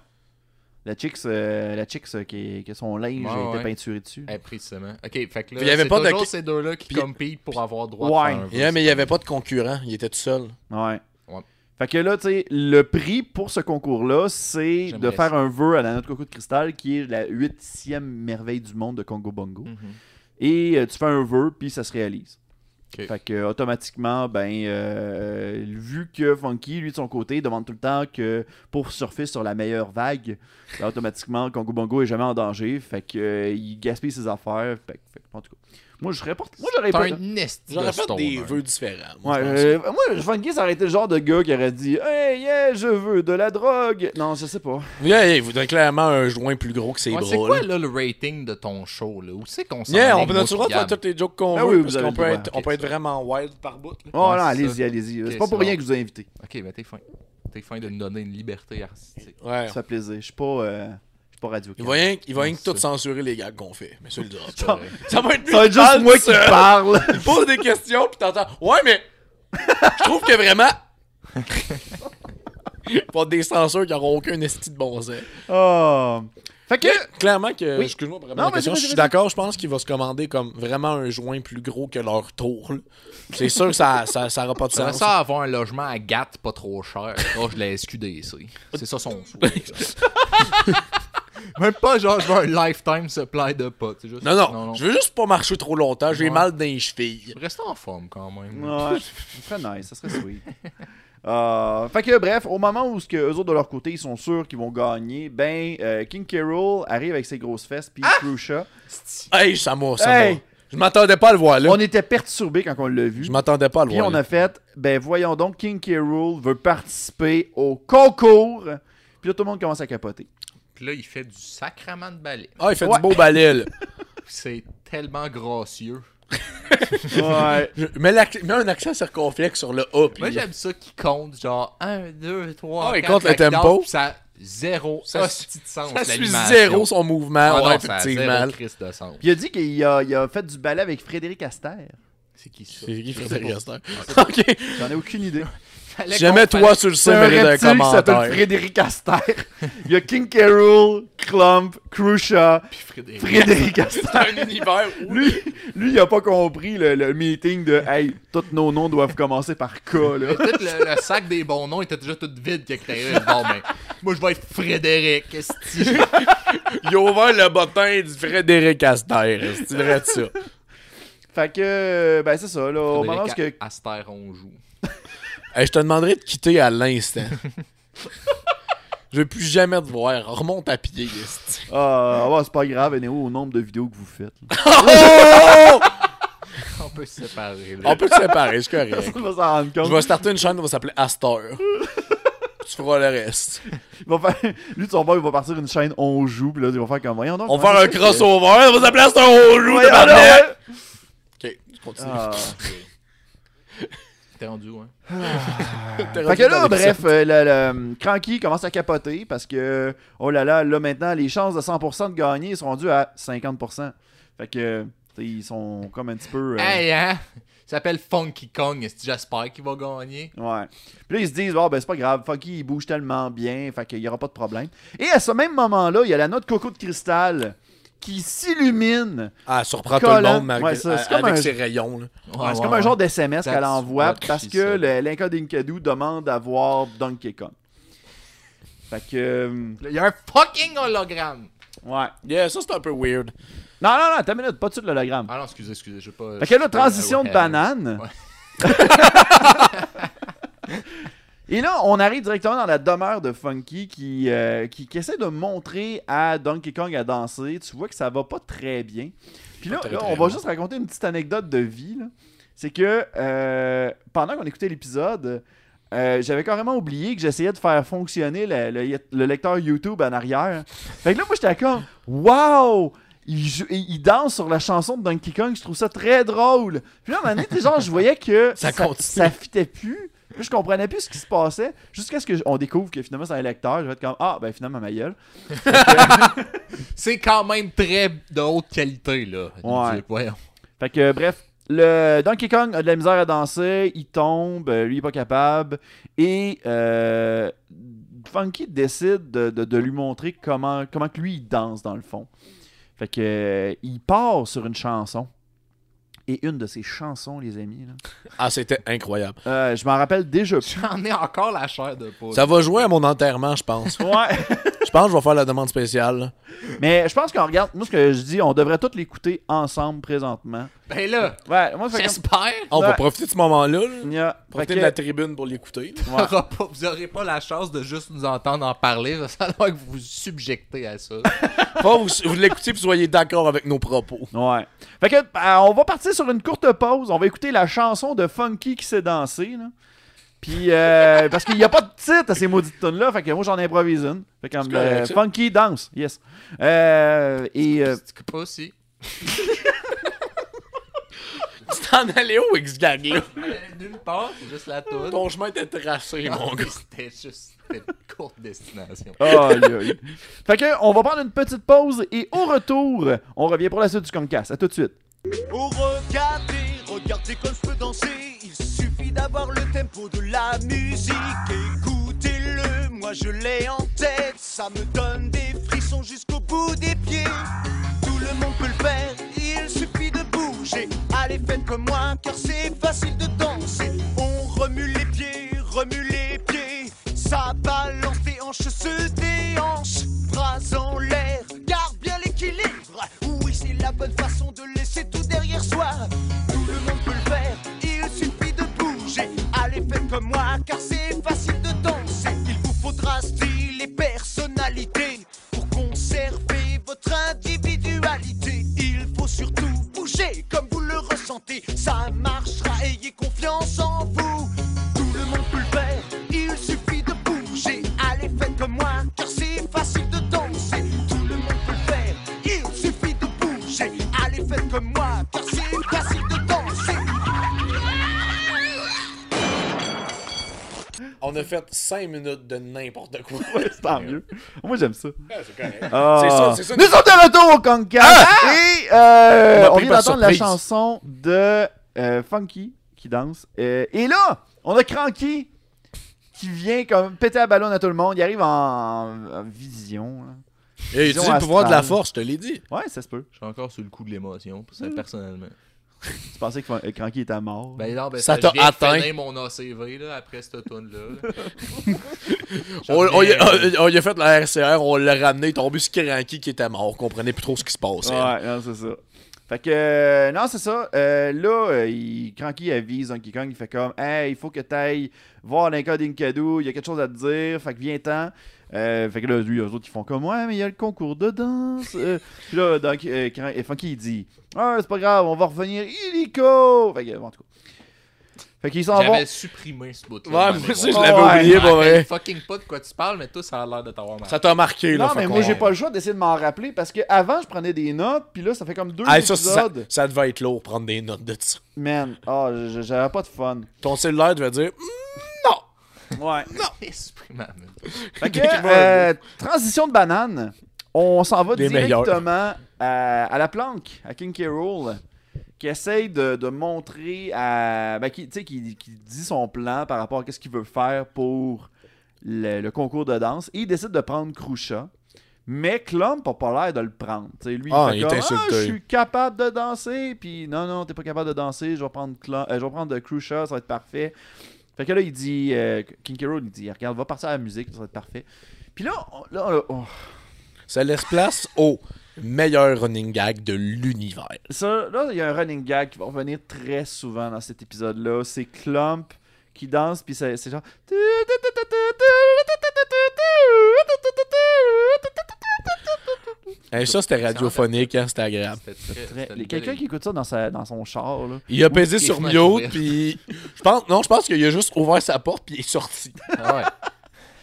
Speaker 1: La Chicks, euh, la Chicks euh, qui, qui son linge
Speaker 3: Ouais,
Speaker 1: a été
Speaker 3: ouais.
Speaker 1: peinturé dessus.
Speaker 3: Eh, précisément. Ok, fait que là,
Speaker 2: Puis il y avait
Speaker 3: c'est
Speaker 2: pas de-
Speaker 3: toujours ces deux-là qui
Speaker 2: Puis-
Speaker 3: compitent pour avoir droit
Speaker 1: Ouais.
Speaker 3: de faire un vote.
Speaker 2: Yeah, mais il n'y avait pas de concurrent. Il était tout seul.
Speaker 1: Ouais.
Speaker 3: Ouais.
Speaker 1: Fait que là, tu sais, le prix pour ce concours-là, c'est de
Speaker 3: J'aimerais
Speaker 1: faire
Speaker 3: ça.
Speaker 1: un vœu à la note coco de cristal, qui est la huitième merveille du monde de Congo Bongo.
Speaker 2: Mm-hmm.
Speaker 3: Mhm.
Speaker 1: Et euh, tu fais un vœu, puis ça se réalise.
Speaker 3: Ok.
Speaker 1: Fait que, automatiquement, ben, euh, vu que Funky, lui, de son côté, demande tout le temps que pour surfer sur la meilleure vague, ben, automatiquement, Congo Bongo est jamais en danger. Fait que, euh, il gaspille ses affaires. Fait, que- fait que, en tout cas, moi, je serais pas- Moi, j'aurais
Speaker 3: T'as
Speaker 1: pas.
Speaker 3: un nest.
Speaker 2: J'aurais
Speaker 3: de hein.
Speaker 2: fait
Speaker 3: stoner.
Speaker 2: des vœux différents. moi,
Speaker 1: Ouais,
Speaker 2: je pense.
Speaker 1: euh, moi, Funky, ça aurait été le genre de gars qui aurait dit Hey, yeah, je veux de la drogue. Non, je sais pas.
Speaker 2: Yeah, yeah, il voudrait clairement un joint plus gros que ses
Speaker 3: Ouais,
Speaker 2: bras.
Speaker 3: c'est quoi
Speaker 2: là.
Speaker 3: là le rating de ton show là Où c'est qu'on s'en
Speaker 2: Yeah, on
Speaker 3: aligne,
Speaker 2: peut
Speaker 3: moi,
Speaker 2: notre droit de
Speaker 3: puis
Speaker 2: faire
Speaker 3: Gab?
Speaker 2: toutes les jokes qu'on
Speaker 1: Ah
Speaker 2: veut,
Speaker 1: oui,
Speaker 2: parce
Speaker 1: vous avez
Speaker 2: qu'on
Speaker 1: le
Speaker 2: peut,
Speaker 1: droit.
Speaker 2: être, on
Speaker 3: Ok,
Speaker 2: peut être
Speaker 3: c'est
Speaker 2: vraiment wild par bout. là.
Speaker 1: Oh
Speaker 3: Ouais,
Speaker 1: non,
Speaker 3: c'est
Speaker 1: allez-y,
Speaker 3: ça.
Speaker 1: allez-y.
Speaker 3: Ok,
Speaker 1: c'est pas
Speaker 3: c'est
Speaker 1: pour rien
Speaker 3: bon.
Speaker 1: que je vous ai invité.
Speaker 3: Ok, ben t'es fin. T'es fin de nous donner une liberté artistique.
Speaker 2: Ouais.
Speaker 1: Ça fait plaisir. Je suis pas, euh, je suis pas radio.
Speaker 2: Il va rien, il va rien que
Speaker 3: C'est
Speaker 2: tout
Speaker 3: ça.
Speaker 2: censurer les gars qu'on fait. Mais ça, il le dira.
Speaker 1: Ça
Speaker 2: Ça va être,
Speaker 1: ça va être juste moi qui parle.
Speaker 2: Il pose des questions, puis t'entends. Ouais, mais. Je trouve que vraiment. Pas des censeurs qui n'auront aucun esti de bon sens.
Speaker 1: Oh. Fait que.
Speaker 2: Clairement que.
Speaker 1: Oui.
Speaker 2: Excuse-moi pour
Speaker 1: Non,
Speaker 2: répondre à la
Speaker 1: vas-y,
Speaker 2: question.
Speaker 1: vas-y,
Speaker 2: Je suis
Speaker 1: vas-y.
Speaker 2: d'accord, je pense qu'il va se commander comme vraiment un joint plus gros que leur tour. là. C'est sûr que ça n'aura ça, ça aura pas de
Speaker 3: J'aimerais
Speaker 2: sens.
Speaker 3: ça avoir un logement à Gatte pas trop cher, proche de la SQDC. C'est ça son souhait. Même pas genre je veux un lifetime supply de potes. c'est Juste...
Speaker 2: Non, non, je veux juste pas marcher trop longtemps, j'ai
Speaker 3: Ouais.
Speaker 2: mal dans les chevilles.
Speaker 3: Restons en forme quand même.
Speaker 1: Ouais, ça serait nice, ça serait sweet. Euh, fait que bref, au moment où ce que eux autres de leur côté ils sont sûrs qu'ils vont gagner, ben euh, King Carol arrive avec ses grosses fesses puis
Speaker 3: Ah!
Speaker 1: Crucia.
Speaker 2: Hey, ça m'a, ça
Speaker 1: Hey!
Speaker 2: m'a. Je m'attendais pas à le voir là.
Speaker 1: On était perturbés quand on l'a vu.
Speaker 2: Je m'attendais pas à le
Speaker 1: Puis
Speaker 2: voir.
Speaker 1: on
Speaker 2: là.
Speaker 1: a fait, ben voyons donc, King Carol veut participer au concours. Puis là, tout le monde commence à capoter.
Speaker 3: Puis là, il fait du sacrament de balai.
Speaker 2: Ah, il fait
Speaker 1: Ouais.
Speaker 2: du beau balai là.
Speaker 3: C'est tellement gracieux.
Speaker 1: Ouais.
Speaker 2: Je- Mets, l'ac- mets un accent circonflexe sur le A. puis-
Speaker 3: Moi, j'aime ça qui compte genre 1, 2, 3.
Speaker 2: Ah, il compte le tempo.
Speaker 3: Ça a zéro
Speaker 2: Ça-
Speaker 3: hostie de sens.
Speaker 2: Ça suit
Speaker 3: l'animation.
Speaker 2: zéro son mouvement,
Speaker 3: Ah
Speaker 2: ouais,
Speaker 3: non, ça a
Speaker 2: effectivement.
Speaker 3: zéro crise de sens.
Speaker 1: Puis il a dit qu'il a, il a fait du ballet avec Frédéric Aster.
Speaker 3: C'est qui ça?
Speaker 2: C'est qui
Speaker 3: Je sais
Speaker 2: Frédéric
Speaker 3: pas.
Speaker 2: Aster? Ok.
Speaker 1: J'en ai aucune idée.
Speaker 3: Fallait
Speaker 2: Si jamais
Speaker 3: qu'on
Speaker 2: toi sur le
Speaker 1: C'est un
Speaker 2: sein mérite un
Speaker 1: reptile qui s'appelle
Speaker 2: commentaire.
Speaker 1: Frédéric Aster. Il y a King Carol, Clump, Crucia,
Speaker 3: fasse Frédéric.
Speaker 1: Frédéric Astaire.
Speaker 2: un univers où.
Speaker 1: Lui, lui, il a pas compris le, le meeting de Hey, tous nos noms doivent commencer par K. Là.
Speaker 3: Peut-être le, le sac des bons noms était déjà tout vide qu'il a créé. Bon, ben, moi, je vais être Frédéric. esti.
Speaker 2: Il a ouvert le bottin du Frédéric Aster. C'est vrai de ça.
Speaker 1: Fait que, euh, ben c'est ça, là. Au moment où ce que.
Speaker 3: Frédéric Aster, on joue.
Speaker 2: Hey, je te demanderai de quitter à l'instant. Je veux plus jamais te voir. Remonte à pied. esti.
Speaker 1: Ah, ouais, c'est pas grave, Néo, au nombre de vidéos que vous faites. là.
Speaker 2: Oh!
Speaker 3: On peut se séparer. Là.
Speaker 2: On peut te séparer, c'est correct.
Speaker 1: Personne va s'en rendre
Speaker 2: Je
Speaker 1: compte.
Speaker 2: vais starter une chaîne qui va s'appeler Aster. Tu feras le reste.
Speaker 1: Il va faire... Lui, de son bord, il va partir une chaîne On joue, pis là, il va faire comme voyons donc.
Speaker 2: On va
Speaker 1: comment
Speaker 2: faire un
Speaker 1: ça se fait que-
Speaker 2: crossover, on va s'appeler Aster au loup de
Speaker 1: Voyons donc,
Speaker 2: Barnett.
Speaker 1: ouais.
Speaker 2: Continue.
Speaker 1: Ah.
Speaker 3: T'es rendu, hein? ouais.
Speaker 2: T'es
Speaker 1: Fait
Speaker 2: rendu
Speaker 1: que là,
Speaker 2: dans
Speaker 1: bref,
Speaker 2: l'épisode.
Speaker 1: euh, le, le- Cranky commence à capoter parce que, oh là là, là maintenant, les chances de 100% de gagner sont rendues à 50%. Fait que, tu sais, ils sont comme un petit peu. euh,
Speaker 3: Hey, hein? Il s'appelle Funky Kong. est-ce que J'espère qu'il va gagner.
Speaker 1: Ouais. Puis là, ils se disent, bon, ben c'est pas grave, Funky, il bouge tellement bien, fait qu'il y aura pas de problème. Et à ce même moment-là, il y a la note coco de cristal qui s'illumine.
Speaker 2: Ah, elle surprend tout le
Speaker 1: Colin.
Speaker 2: monde malgré-
Speaker 1: Ouais, ça, c'est
Speaker 2: a-
Speaker 1: comme
Speaker 2: avec
Speaker 1: un-
Speaker 2: ses rayons. Là.
Speaker 1: Ouais, c'est comme un genre d'SMS qu'elle
Speaker 3: That's
Speaker 1: envoie
Speaker 3: what
Speaker 1: parce
Speaker 3: she
Speaker 1: que
Speaker 3: said.
Speaker 1: le- l'incodinkadoo demande à voir Donkey Kong. Fait que. euh,
Speaker 3: Il y a un fucking hologramme.
Speaker 1: Ouais.
Speaker 2: Yeah, ça, c'est un peu weird.
Speaker 1: Non, non, non, t'as une minute, pas tout de suite l'hologramme.
Speaker 3: Ah non, excusez, excusez, je vais pas.
Speaker 2: euh,
Speaker 1: Fait que là, transition de banane. Et là, on arrive directement dans la demeure de Funky qui, euh, qui, qui essaie de montrer à Donkey Kong à danser. Tu vois que ça va pas très bien. Puis là,
Speaker 2: Pas très,
Speaker 1: là,
Speaker 2: très
Speaker 1: on va
Speaker 2: bon.
Speaker 1: juste raconter une petite anecdote de vie. là. C'est que euh, pendant qu'on écoutait l'épisode, euh, j'avais carrément oublié que j'essayais de faire fonctionner le, le- le lecteur YouTube en arrière. Fait que là, moi, j'étais comme « Wow! » Il, joue- il- il danse sur la chanson de Donkey Kong, je trouve ça très drôle. Puis là, à un moment donné, t'sais, genre, je voyais que
Speaker 2: Ça
Speaker 1: ça,
Speaker 2: continue.
Speaker 1: ça fitait plus. Là, je comprenais plus ce qui se passait. Jusqu'à ce qu'on découvre que finalement, c'est un lecteur. Je vais être comme Ah, ben finalement, ma gueule.
Speaker 3: C'est quand même très de haute qualité, là.
Speaker 1: Ouais.
Speaker 3: Dieu, voyons.
Speaker 1: Fait que, euh, bref, le Donkey Kong a de la misère à danser, il tombe, euh, lui, il est pas capable. Et euh, Funky décide de, de- de lui montrer comment, comment que lui, il danse, dans le fond. Fait que, euh, il part sur une chanson. Et une de ses chansons, les amis, là.
Speaker 2: Ah, c'était incroyable.
Speaker 1: Euh, je m'en rappelle déjà plus.
Speaker 3: J'en ai encore la chair de poule.
Speaker 2: Ça va jouer à mon enterrement, je pense.
Speaker 1: Ouais.
Speaker 2: Je pense que je vais faire la demande spéciale. là.
Speaker 1: Mais je pense qu'on regarde, moi ce que je dis, on devrait tous l'écouter ensemble présentement.
Speaker 3: Ben là,
Speaker 1: Ouais, moi ça fait comme...
Speaker 3: j'espère.
Speaker 2: Ah, On va
Speaker 1: Ouais.
Speaker 2: profiter de ce moment-là. là.
Speaker 1: Il y a-
Speaker 2: Profiter
Speaker 1: fait
Speaker 2: de
Speaker 1: que-
Speaker 2: la tribune pour l'écouter. là.
Speaker 1: Ouais.
Speaker 3: T'auras pas- vous aurez pas la chance de juste nous entendre en parler. Ça, Ça va que vous vous subjectez à ça.
Speaker 2: Pas vous, vous l'écoutez et vous soyez d'accord avec nos propos.
Speaker 1: Ouais. Fait que, euh, on va partir sur une courte pause. On va écouter la chanson de Funky qui s'est dansée. Là. Puis, euh, parce qu'il n'y a pas de titre à ces maudites tunes là Fait que moi, j'en improvise une. Fait que,
Speaker 2: correct,
Speaker 1: euh,
Speaker 2: ça.
Speaker 1: Funky danse. Yes. Euh, et. euh,
Speaker 3: C'est pas aussi.
Speaker 2: Tu t'en allais où, X-Gag, là?
Speaker 3: Nulle part, c'est juste la toune.
Speaker 2: Ton chemin était tracé,
Speaker 1: Ah.
Speaker 2: mon gars. Ah.
Speaker 3: C'était juste c'était une courte destination.
Speaker 1: aïe, aïe. Fait que, on va prendre une petite pause et au retour, on revient pour la suite du Comcast. À tout de suite.
Speaker 4: Oh regardez, regardez comme je peux danser Il suffit d'avoir le tempo de la musique Écoutez-le, moi je l'ai en tête Ça me donne des frissons jusqu'au bout des pieds Tout le monde peut le faire, il suffit de bouger Allez faites comme moi, car c'est facile de danser On remue les pieds, remue les pieds Ça balance des hanches, se déhanche Bras en l'air, garde bien l'équilibre Oui c'est la bonne façon de laisser tout derrière soi Tout le monde peut le faire, il suffit de bouger Allez faites comme moi car c'est facile de danser Il vous faudra style et personnalité Pour conserver votre individualité Il faut surtout bouger comme vous le ressentez Ça marchera, ayez confiance en vous Tout le monde peut le faire, il suffit de bouger Allez faites comme moi car c'est facile de danser Tout le monde peut le faire, il suffit de bouger Allez faites comme moi car c'est facile de danser
Speaker 2: On a fait 5 minutes de n'importe quoi.
Speaker 1: Ouais, c'est tant mieux. Moi, j'aime ça.
Speaker 2: c'est correct.
Speaker 1: Ah.
Speaker 2: C'est ça, c'est ça.
Speaker 1: Nous sommes de retour au Concast. Et euh,
Speaker 2: On m'a
Speaker 1: on
Speaker 2: pris
Speaker 1: vient
Speaker 2: par
Speaker 1: d'entendre la
Speaker 2: surprise.
Speaker 1: chanson de euh, Funky qui danse. Euh, et là, on a Cranky qui vient comme péter la ballon à tout le monde. Il arrive en, en vision. là.
Speaker 2: Et
Speaker 1: Vision
Speaker 2: utilise le pouvoir de la
Speaker 1: astrale.
Speaker 2: force, je te l'ai dit.
Speaker 1: Ouais, ça se peut.
Speaker 3: Je suis encore sous le coup de l'émotion, ça, personnellement.
Speaker 1: Tu pensais que Fun- euh, Cranky était mort.
Speaker 3: Ben non, ben
Speaker 2: Ça
Speaker 3: je
Speaker 2: t'a
Speaker 3: viens de
Speaker 2: atteint.
Speaker 3: finir mon ACV là, après cette tune là
Speaker 2: On, on y a, on y a fait la RCR, on l'a ramené, il est tombé sur Cranky qui était mort. On comprenait plus trop ce qui se passait.
Speaker 1: ouais, non, c'est ça. Fait que, euh, non, c'est ça. Euh, là, euh, il, Cranky avise Donkey Kong. Il fait comme, hey, il faut que t'ailles voir l'Inca d'Inkadoo. Il y a quelque chose à te dire. Fait que, viens-t'en. Euh, fait que là, lui, eux autres, ils font comme, ouais, mais il y a le concours de danse. Euh, puis là, donc, euh, Cran- et Funky, il dit, ah, c'est pas grave, on va revenir illico. Fait que, bon, en tout cas. Fait qu'ils s'en vont.
Speaker 3: J'avais supprimé ce
Speaker 2: Ouais,
Speaker 3: bout-là. de ma
Speaker 2: moi aussi, je
Speaker 3: mémoire.
Speaker 1: Oh, ouais.
Speaker 2: l'avais oublié,
Speaker 3: Je me
Speaker 2: pour
Speaker 3: rappelle
Speaker 2: vrai.
Speaker 3: fucking pas de quoi tu parles, mais toi, ça a l'air de t'avoir marqué.
Speaker 2: Ça t'a marqué, là.
Speaker 1: Non,
Speaker 2: fait
Speaker 1: mais
Speaker 2: qu'on-
Speaker 1: moi, j'ai pas le choix d'essayer de m'en rappeler parce que avant je prenais des notes, puis là, ça fait comme deux
Speaker 2: Ah, ça, ça,
Speaker 1: épisodes.
Speaker 2: ça devait être lourd, prendre des notes de ça.
Speaker 1: Man, oh, je- j'avais pas de fun.
Speaker 2: Ton cellulaire devait dire Hmm, non.
Speaker 1: Ouais.
Speaker 3: Supprimé.
Speaker 1: Fait que, euh, transition de banane, on s'en va
Speaker 2: Des
Speaker 1: directement à, à la planque, à King K. Rool, qui essaye de, de montrer à. Ben, qui, tu sais, qui, qui dit son plan par rapport à ce qu'il veut faire pour le, le concours de danse. Et il décide de prendre Krusha. Mais Clump n'a pas l'air de le prendre. Tu sais, lui,
Speaker 2: Ah,
Speaker 1: il
Speaker 2: il
Speaker 1: fait comme,
Speaker 2: est
Speaker 1: ah, je
Speaker 2: insulté.
Speaker 1: suis capable de danser. Puis non, non, t'es pas capable de danser. Je vais prendre, Clump- euh, je vais prendre Krusha, ça va être parfait. Fait que là, il dit, euh, King K. Rool, il dit, regarde, va partir à la musique, ça va être parfait. Puis là, on- là, on- oh.
Speaker 2: Ça laisse place au meilleur running gag de l'univers.
Speaker 1: Ça, là, il y a un running gag qui va revenir très souvent dans cet épisode-là. C'est Clump qui danse, puis c'est c'est genre.
Speaker 2: Et ça, c'était radiophonique, hein, c'était agréable.
Speaker 3: C'était très-
Speaker 1: Très-
Speaker 3: c'était une
Speaker 1: Quelqu'un
Speaker 3: belle
Speaker 1: qui écoute ça dans, sa, dans son char, là.
Speaker 2: Il a pesé sur
Speaker 3: il m'a
Speaker 2: mute, puis je pense, non, je pense qu'il a juste ouvert sa porte puis il est sorti.
Speaker 3: Ah ouais.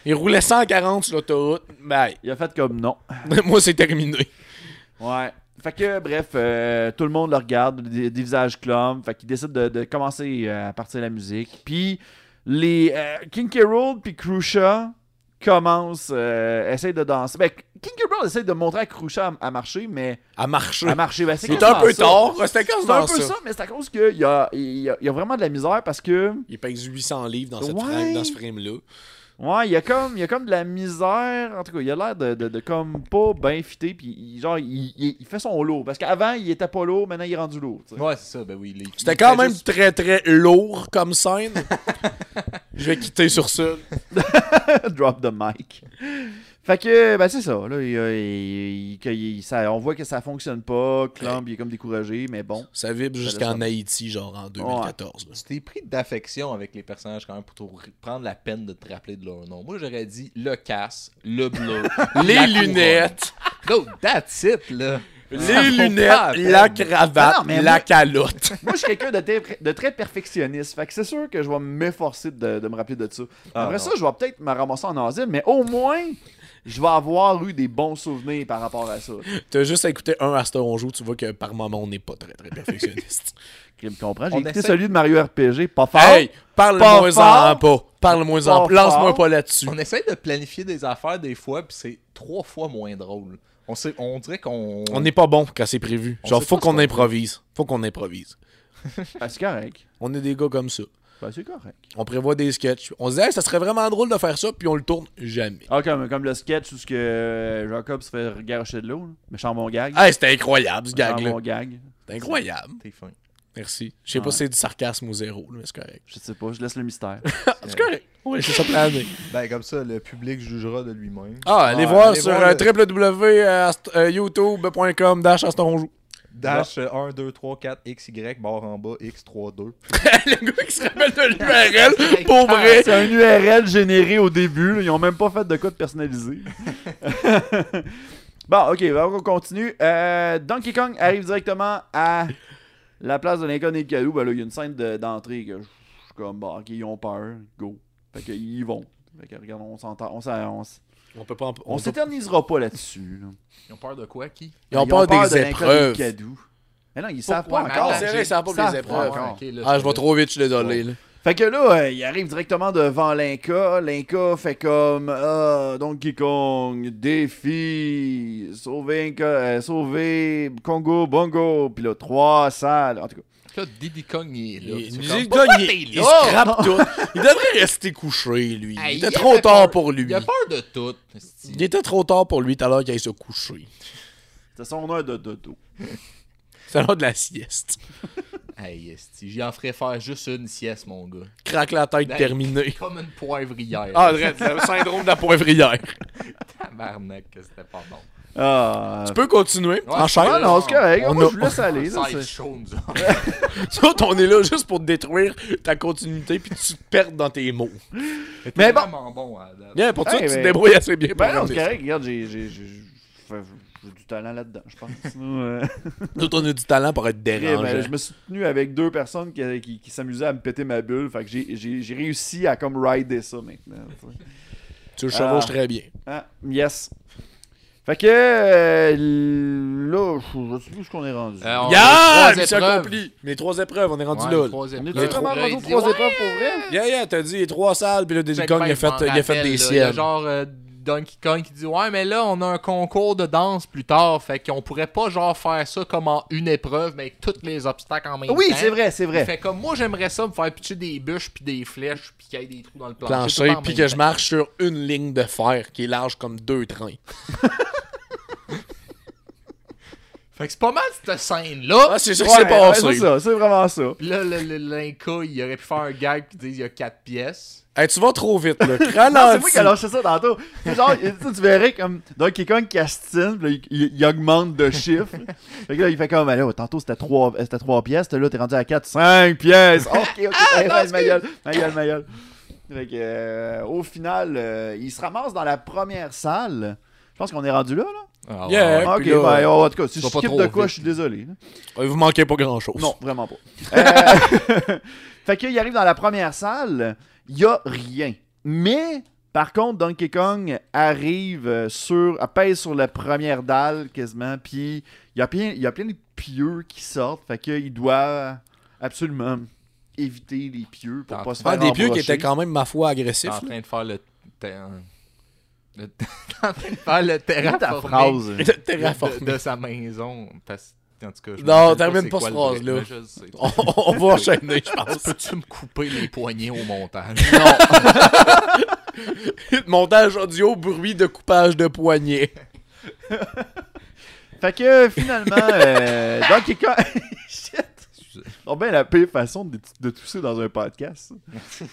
Speaker 2: Il roulait 140 sur l'autoroute. Ben, Bye.
Speaker 1: Il a fait comme non.
Speaker 2: Moi, c'est terminé.
Speaker 1: Ouais. Fait que, bref, euh, tout le monde le regarde, des, des visages clum. Fait qu'il décide de, de commencer euh, à partir de la musique. Puis, les euh, King K. Rool puis Krusha commencent, euh, essayent de danser. Ben, King K. Rool essaye de montrer à Krusha à, à marcher, mais
Speaker 2: À marcher.
Speaker 1: à marcher, ben, c'est
Speaker 2: C'est
Speaker 1: quasiment
Speaker 2: un peu
Speaker 1: ça.
Speaker 2: tard. C'était quand
Speaker 1: C'est un
Speaker 2: même
Speaker 1: peu ça.
Speaker 2: ça.
Speaker 1: mais c'est à cause qu'il y a, il y, a, il y a vraiment de la misère parce que.
Speaker 2: Il pèse 800 livres dans, cette
Speaker 1: Ouais.
Speaker 2: frame- dans ce frame-là.
Speaker 1: Ouais, il y a comme, il y a comme de la misère. En tout cas, il a l'air de, de, de comme pas bien fité. Puis, il- genre, il, il- il fait son lourd. Parce qu'avant, il était pas lourd, maintenant, il est rendu lourd. tu sais.
Speaker 3: Ouais, c'est ça, ben oui. les-
Speaker 2: C'était
Speaker 3: il
Speaker 2: quand
Speaker 3: fait
Speaker 2: même
Speaker 3: juste-
Speaker 2: très très lourd comme scène. Je vais quitter sur ça.
Speaker 1: Drop the mic. Fait que, ben c'est ça. Là, il- il- il- que- il- ça- on voit que ça fonctionne pas. Clump, il est comme découragé, mais bon.
Speaker 2: Ça vibre jusqu'en Haïti, genre en 2014. là.
Speaker 3: Tu t'es pris d'affection avec les personnages quand même pour te r- prendre la peine de te rappeler de leur nom. Moi, j'aurais dit le casse, le bleu, la
Speaker 2: Les
Speaker 3: couronne.
Speaker 2: lunettes,
Speaker 3: No, that's it, là.
Speaker 2: les
Speaker 3: Ça vaut pas
Speaker 2: lunettes,
Speaker 3: peine.
Speaker 2: la cravate,
Speaker 1: Ah non, mais
Speaker 2: la
Speaker 1: moi-
Speaker 2: calotte.
Speaker 1: Moi, je suis quelqu'un de, très- de très perfectionniste. Fait que c'est sûr que je vais m'efforcer de, de me rappeler de ça.
Speaker 3: Ah,
Speaker 1: Après
Speaker 3: non.
Speaker 1: ça, je vais peut-être me ramasser en asile, mais au moins, je vais avoir eu des bons souvenirs par rapport à ça.
Speaker 2: T'as juste à écouter un à cette heure on joue, tu vois que par moment on n'est pas très très perfectionniste.
Speaker 1: Je me comprends. J'ai
Speaker 3: On
Speaker 1: écouté
Speaker 3: essaie-
Speaker 1: celui de Mario RPG, pas fort.
Speaker 2: hey, parle-moi
Speaker 1: Pas
Speaker 2: en pas. Parle-moi
Speaker 1: Pas
Speaker 2: en pas. Lance-moi
Speaker 1: fort.
Speaker 2: pas là-dessus.
Speaker 3: On essaie de planifier des affaires des fois, puis c'est trois fois moins drôle. On, sait, on dirait qu'on.
Speaker 2: On n'est pas bon quand c'est prévu.
Speaker 3: On
Speaker 2: Genre
Speaker 3: sait
Speaker 2: faut
Speaker 3: pas ce
Speaker 2: qu'on
Speaker 3: qu'on fait.
Speaker 2: improvise. Faut qu'on improvise.
Speaker 1: Ben, c'est correct.
Speaker 2: On est des gars comme ça.
Speaker 1: Ben, c'est correct.
Speaker 2: On prévoit des sketchs. On se dit, Hey, ça serait vraiment drôle de faire ça, puis on le tourne jamais.
Speaker 1: Ah, comme, comme le sketch où ce que euh, Jacob se fait garocher de l'eau. là. Méchant bon gag.
Speaker 2: Hey, c'était incroyable ce
Speaker 1: Méchant
Speaker 2: gag-là.
Speaker 1: bon Ah, gag.
Speaker 2: C'était incroyable.
Speaker 3: T'es fin.
Speaker 2: Merci. Je sais
Speaker 1: Ouais.
Speaker 2: pas si c'est du sarcasme ou zéro, là, mais c'est correct.
Speaker 1: Je sais pas, je laisse le mystère.
Speaker 2: C'est correct. Oui, c'est ça plané.
Speaker 3: Euh, Ben, comme ça, le public jugera de lui-même.
Speaker 2: Ah, allez
Speaker 3: Ouais,
Speaker 2: voir
Speaker 3: allez
Speaker 2: sur
Speaker 3: voir
Speaker 2: euh,
Speaker 3: le-
Speaker 2: www.youtube.com dash Aston Rouge.
Speaker 3: Dash euh, 1, 2, 3, 4, XY, barre en bas, X, 3, 2.
Speaker 2: Le gars qui se rappelle de l'URL, pour vrai.
Speaker 1: Ah, C'est un URL généré au début. là. Ils ont même pas fait de code personnalisé. bon, ok, alors on continue. Euh, Donkey Kong arrive directement à la place de Lincoln et Calou. Ben là, il y a une scène de- d'entrée que je je suis comme, bah, ok, ils ont peur. Go. Fait que, ils y vont. Fait que, regarde, on s'entend. On s'en- on s-
Speaker 2: On peut pas en-
Speaker 1: on
Speaker 2: on peut-
Speaker 1: s'éternisera pas là-dessus. là.
Speaker 3: Ils ont peur de quoi, qui
Speaker 2: Ils ont peur des
Speaker 1: de Lincoln et
Speaker 2: épreuves.
Speaker 1: Calou. Mais non, ils savent
Speaker 3: Pourquoi?
Speaker 1: pas
Speaker 3: Mais
Speaker 1: encore.
Speaker 3: attends,
Speaker 2: C'est vrai, ça va pas
Speaker 1: Ils savent
Speaker 2: des
Speaker 1: pas
Speaker 2: épreuves.
Speaker 1: encore.
Speaker 2: Ah, je vais trop vite, je suis désolé. là.
Speaker 1: Fait que là, euh, il arrive directement devant l'Inca. L'Inca fait comme Ah, Donkey Kong, défi, sauver Inca, euh, sauver Congo, Bongo. Puis là, 300. là, En tout cas,
Speaker 3: Là, Diddy Kong, il est là.
Speaker 2: Il,
Speaker 3: C'est
Speaker 2: il-
Speaker 3: comme,
Speaker 2: il-
Speaker 3: pourquoi
Speaker 2: il-
Speaker 3: t'es
Speaker 2: il
Speaker 3: là?
Speaker 2: scrape tout. Il devrait rester couché, lui.
Speaker 3: Hey,
Speaker 2: Il était
Speaker 3: il
Speaker 2: trop
Speaker 3: avait
Speaker 2: tard
Speaker 3: peur.
Speaker 2: pour lui.
Speaker 3: Il a peur de tout. esti.
Speaker 2: Il était trop tard pour lui tout à l'heure qu'il aille se coucher.
Speaker 1: c'est son heure de dodo.
Speaker 2: C'est l'heure de la sieste.
Speaker 3: Hey, esti, j'y en ferais faire juste une sieste, mon gars.
Speaker 2: Craque la tête,
Speaker 3: Ben,
Speaker 2: terminé.
Speaker 3: Comme une poivrière.
Speaker 2: Ah, drette, le syndrome de la poivrière.
Speaker 3: tabarnak, que c'était pas bon.
Speaker 1: Ah,
Speaker 2: Tu peux continuer.
Speaker 3: Ouais.
Speaker 2: Enchaîne.
Speaker 1: ah non, c'est correct.
Speaker 2: On
Speaker 1: Moi,
Speaker 2: a-
Speaker 1: je vous laisse aller. là,
Speaker 3: Side
Speaker 1: c'est-
Speaker 3: show, nous
Speaker 2: Nous autres, on est là juste pour détruire ta continuité puis tu te perds dans tes mots.
Speaker 1: Mais bon.
Speaker 3: vraiment bon hein, à la date.
Speaker 2: Bien, pour ça,
Speaker 1: Hey,
Speaker 2: tu
Speaker 1: mais-
Speaker 2: te débrouilles assez bien. pour
Speaker 1: Ben non,
Speaker 2: ramener
Speaker 1: c'est
Speaker 2: ça.
Speaker 1: correct. Regarde, j'ai- j'ai. j'ai- j'ai- j'ai du talent là-dedans, je pense. Sinon, euh,
Speaker 2: Tout on a du talent pour être
Speaker 1: après, ben,
Speaker 2: dérangé.
Speaker 1: je me suis tenu avec deux personnes qui, qui- qui s'amusaient à me péter ma bulle. Fait que j'ai- j'ai j'ai réussi à comme rider ça maintenant. tu sais.
Speaker 2: Tu le chevauches
Speaker 1: Ah.
Speaker 2: très bien.
Speaker 1: Ah, yes. Fait que euh, là, je je sais plus où est-ce qu'on est rendu.
Speaker 3: Euh, on-
Speaker 2: Ya!
Speaker 3: a trois
Speaker 2: Mission
Speaker 3: épreuves.
Speaker 2: accomplie! Les trois épreuves, on est rendu
Speaker 3: Ouais,
Speaker 2: là, là.
Speaker 3: trois
Speaker 1: Euh, On est
Speaker 3: épreuves.
Speaker 2: Les
Speaker 1: vraiment
Speaker 3: Là, il
Speaker 1: rendu aux
Speaker 3: dit,
Speaker 1: trois
Speaker 3: ouais,
Speaker 1: épreuves pour vrai?
Speaker 2: Yeah, yeah, t'as dit les trois salles, puis le Diddy
Speaker 3: Jack
Speaker 2: Kong, il a
Speaker 3: Bang,
Speaker 2: fait,
Speaker 3: je m'en
Speaker 2: il a fait
Speaker 3: rappelle,
Speaker 2: des
Speaker 3: là, Il y a
Speaker 2: siennes.
Speaker 3: genre euh, Donkey Kong qui dit Ouais, mais là, on a un concours de danse plus tard. Fait qu'on pourrait pas genre faire ça comme en une épreuve, mais avec tous les obstacles en même temps.
Speaker 1: Oui, c'est vrai, c'est vrai.
Speaker 3: Fait comme moi, j'aimerais ça me faire pitcher des bûches puis des flèches puis qu'il y ait des trous dans le plancher. tout
Speaker 2: Plancher,
Speaker 3: en
Speaker 2: puis
Speaker 3: même
Speaker 2: que je
Speaker 3: temps.
Speaker 2: marche sur une ligne de fer qui est large comme deux trains.
Speaker 3: Fait que c'est pas mal cette scène-là.
Speaker 2: Ah, c'est ça qui
Speaker 1: Ouais,
Speaker 2: s'est passé.
Speaker 1: ouais, c'est ça, c'est vraiment ça.
Speaker 3: Puis là, le- le- l'Inca, il aurait pu faire un gag qui dit Il y a quatre pièces.
Speaker 2: Hey, tu vas trop vite, là.
Speaker 1: Non, c'est moi
Speaker 2: Ralentis.
Speaker 1: qui ai lâché ça tantôt. C'est genre, tu sais, tu verrais comme Donkey Kong qui astine, puis là, il, il- il augmente de chiffre. Fait que là, il fait comme, Ah là, tantôt c'était 3, c'était trois pièces, là, t'es rendu à 4, 5 pièces. Ok, ok, hey, hey, ma gueule, ma gueule, ma gueule. Fait que, euh, au final, euh, il se ramasse dans la première salle. Je pense qu'on est rendu là, là.
Speaker 2: Yeah.
Speaker 3: ouais.
Speaker 2: Et
Speaker 1: ok,
Speaker 2: puis là,
Speaker 1: ben, oh, en tout cas, si je
Speaker 3: va pas
Speaker 1: skip
Speaker 3: trop
Speaker 1: de quoi,
Speaker 3: vite.
Speaker 1: je suis désolé. là.
Speaker 3: oh.
Speaker 2: Euh, Vous manquez pas grand-chose.
Speaker 1: Non, vraiment pas. Euh, fait qu'il arrive dans la première salle, il y a rien. Mais, par contre, Donkey Kong arrive euh, sur, elle pèse sur la première dalle quasiment, puis il y a plein, il y a plein de pieux qui sortent, fait qu'il doit absolument éviter les pieux pour
Speaker 3: T'es en
Speaker 1: pas se
Speaker 2: Faire
Speaker 1: faire
Speaker 2: des pieux qui
Speaker 1: embrocher.
Speaker 2: étaient quand même, ma foi,
Speaker 3: T'es
Speaker 2: agressifs.
Speaker 3: en
Speaker 2: là.
Speaker 3: train de faire le. T'es en- le- t'es en train de faire le
Speaker 1: Finis ta
Speaker 3: terraforming.
Speaker 1: phrase.
Speaker 2: T'es
Speaker 3: de,
Speaker 2: terraformé.
Speaker 3: de sa maison. Parce... En tout cas, je me
Speaker 2: Non,
Speaker 3: rappelle
Speaker 2: termine
Speaker 3: c'est
Speaker 2: pas
Speaker 3: quoi
Speaker 2: cette
Speaker 3: le
Speaker 2: phrase-là.
Speaker 3: vrai, mais je le sais.
Speaker 2: On, on va enchaîner,
Speaker 3: Ah,
Speaker 2: je pense.
Speaker 3: Peux-tu me couper les poignets au montage?
Speaker 2: Montage audio, bruit de coupage de poignet.
Speaker 1: Fait que finalement, euh, Donkey Kong. Shit! Oh ben la pire façon de, de tousser dans un podcast. ça.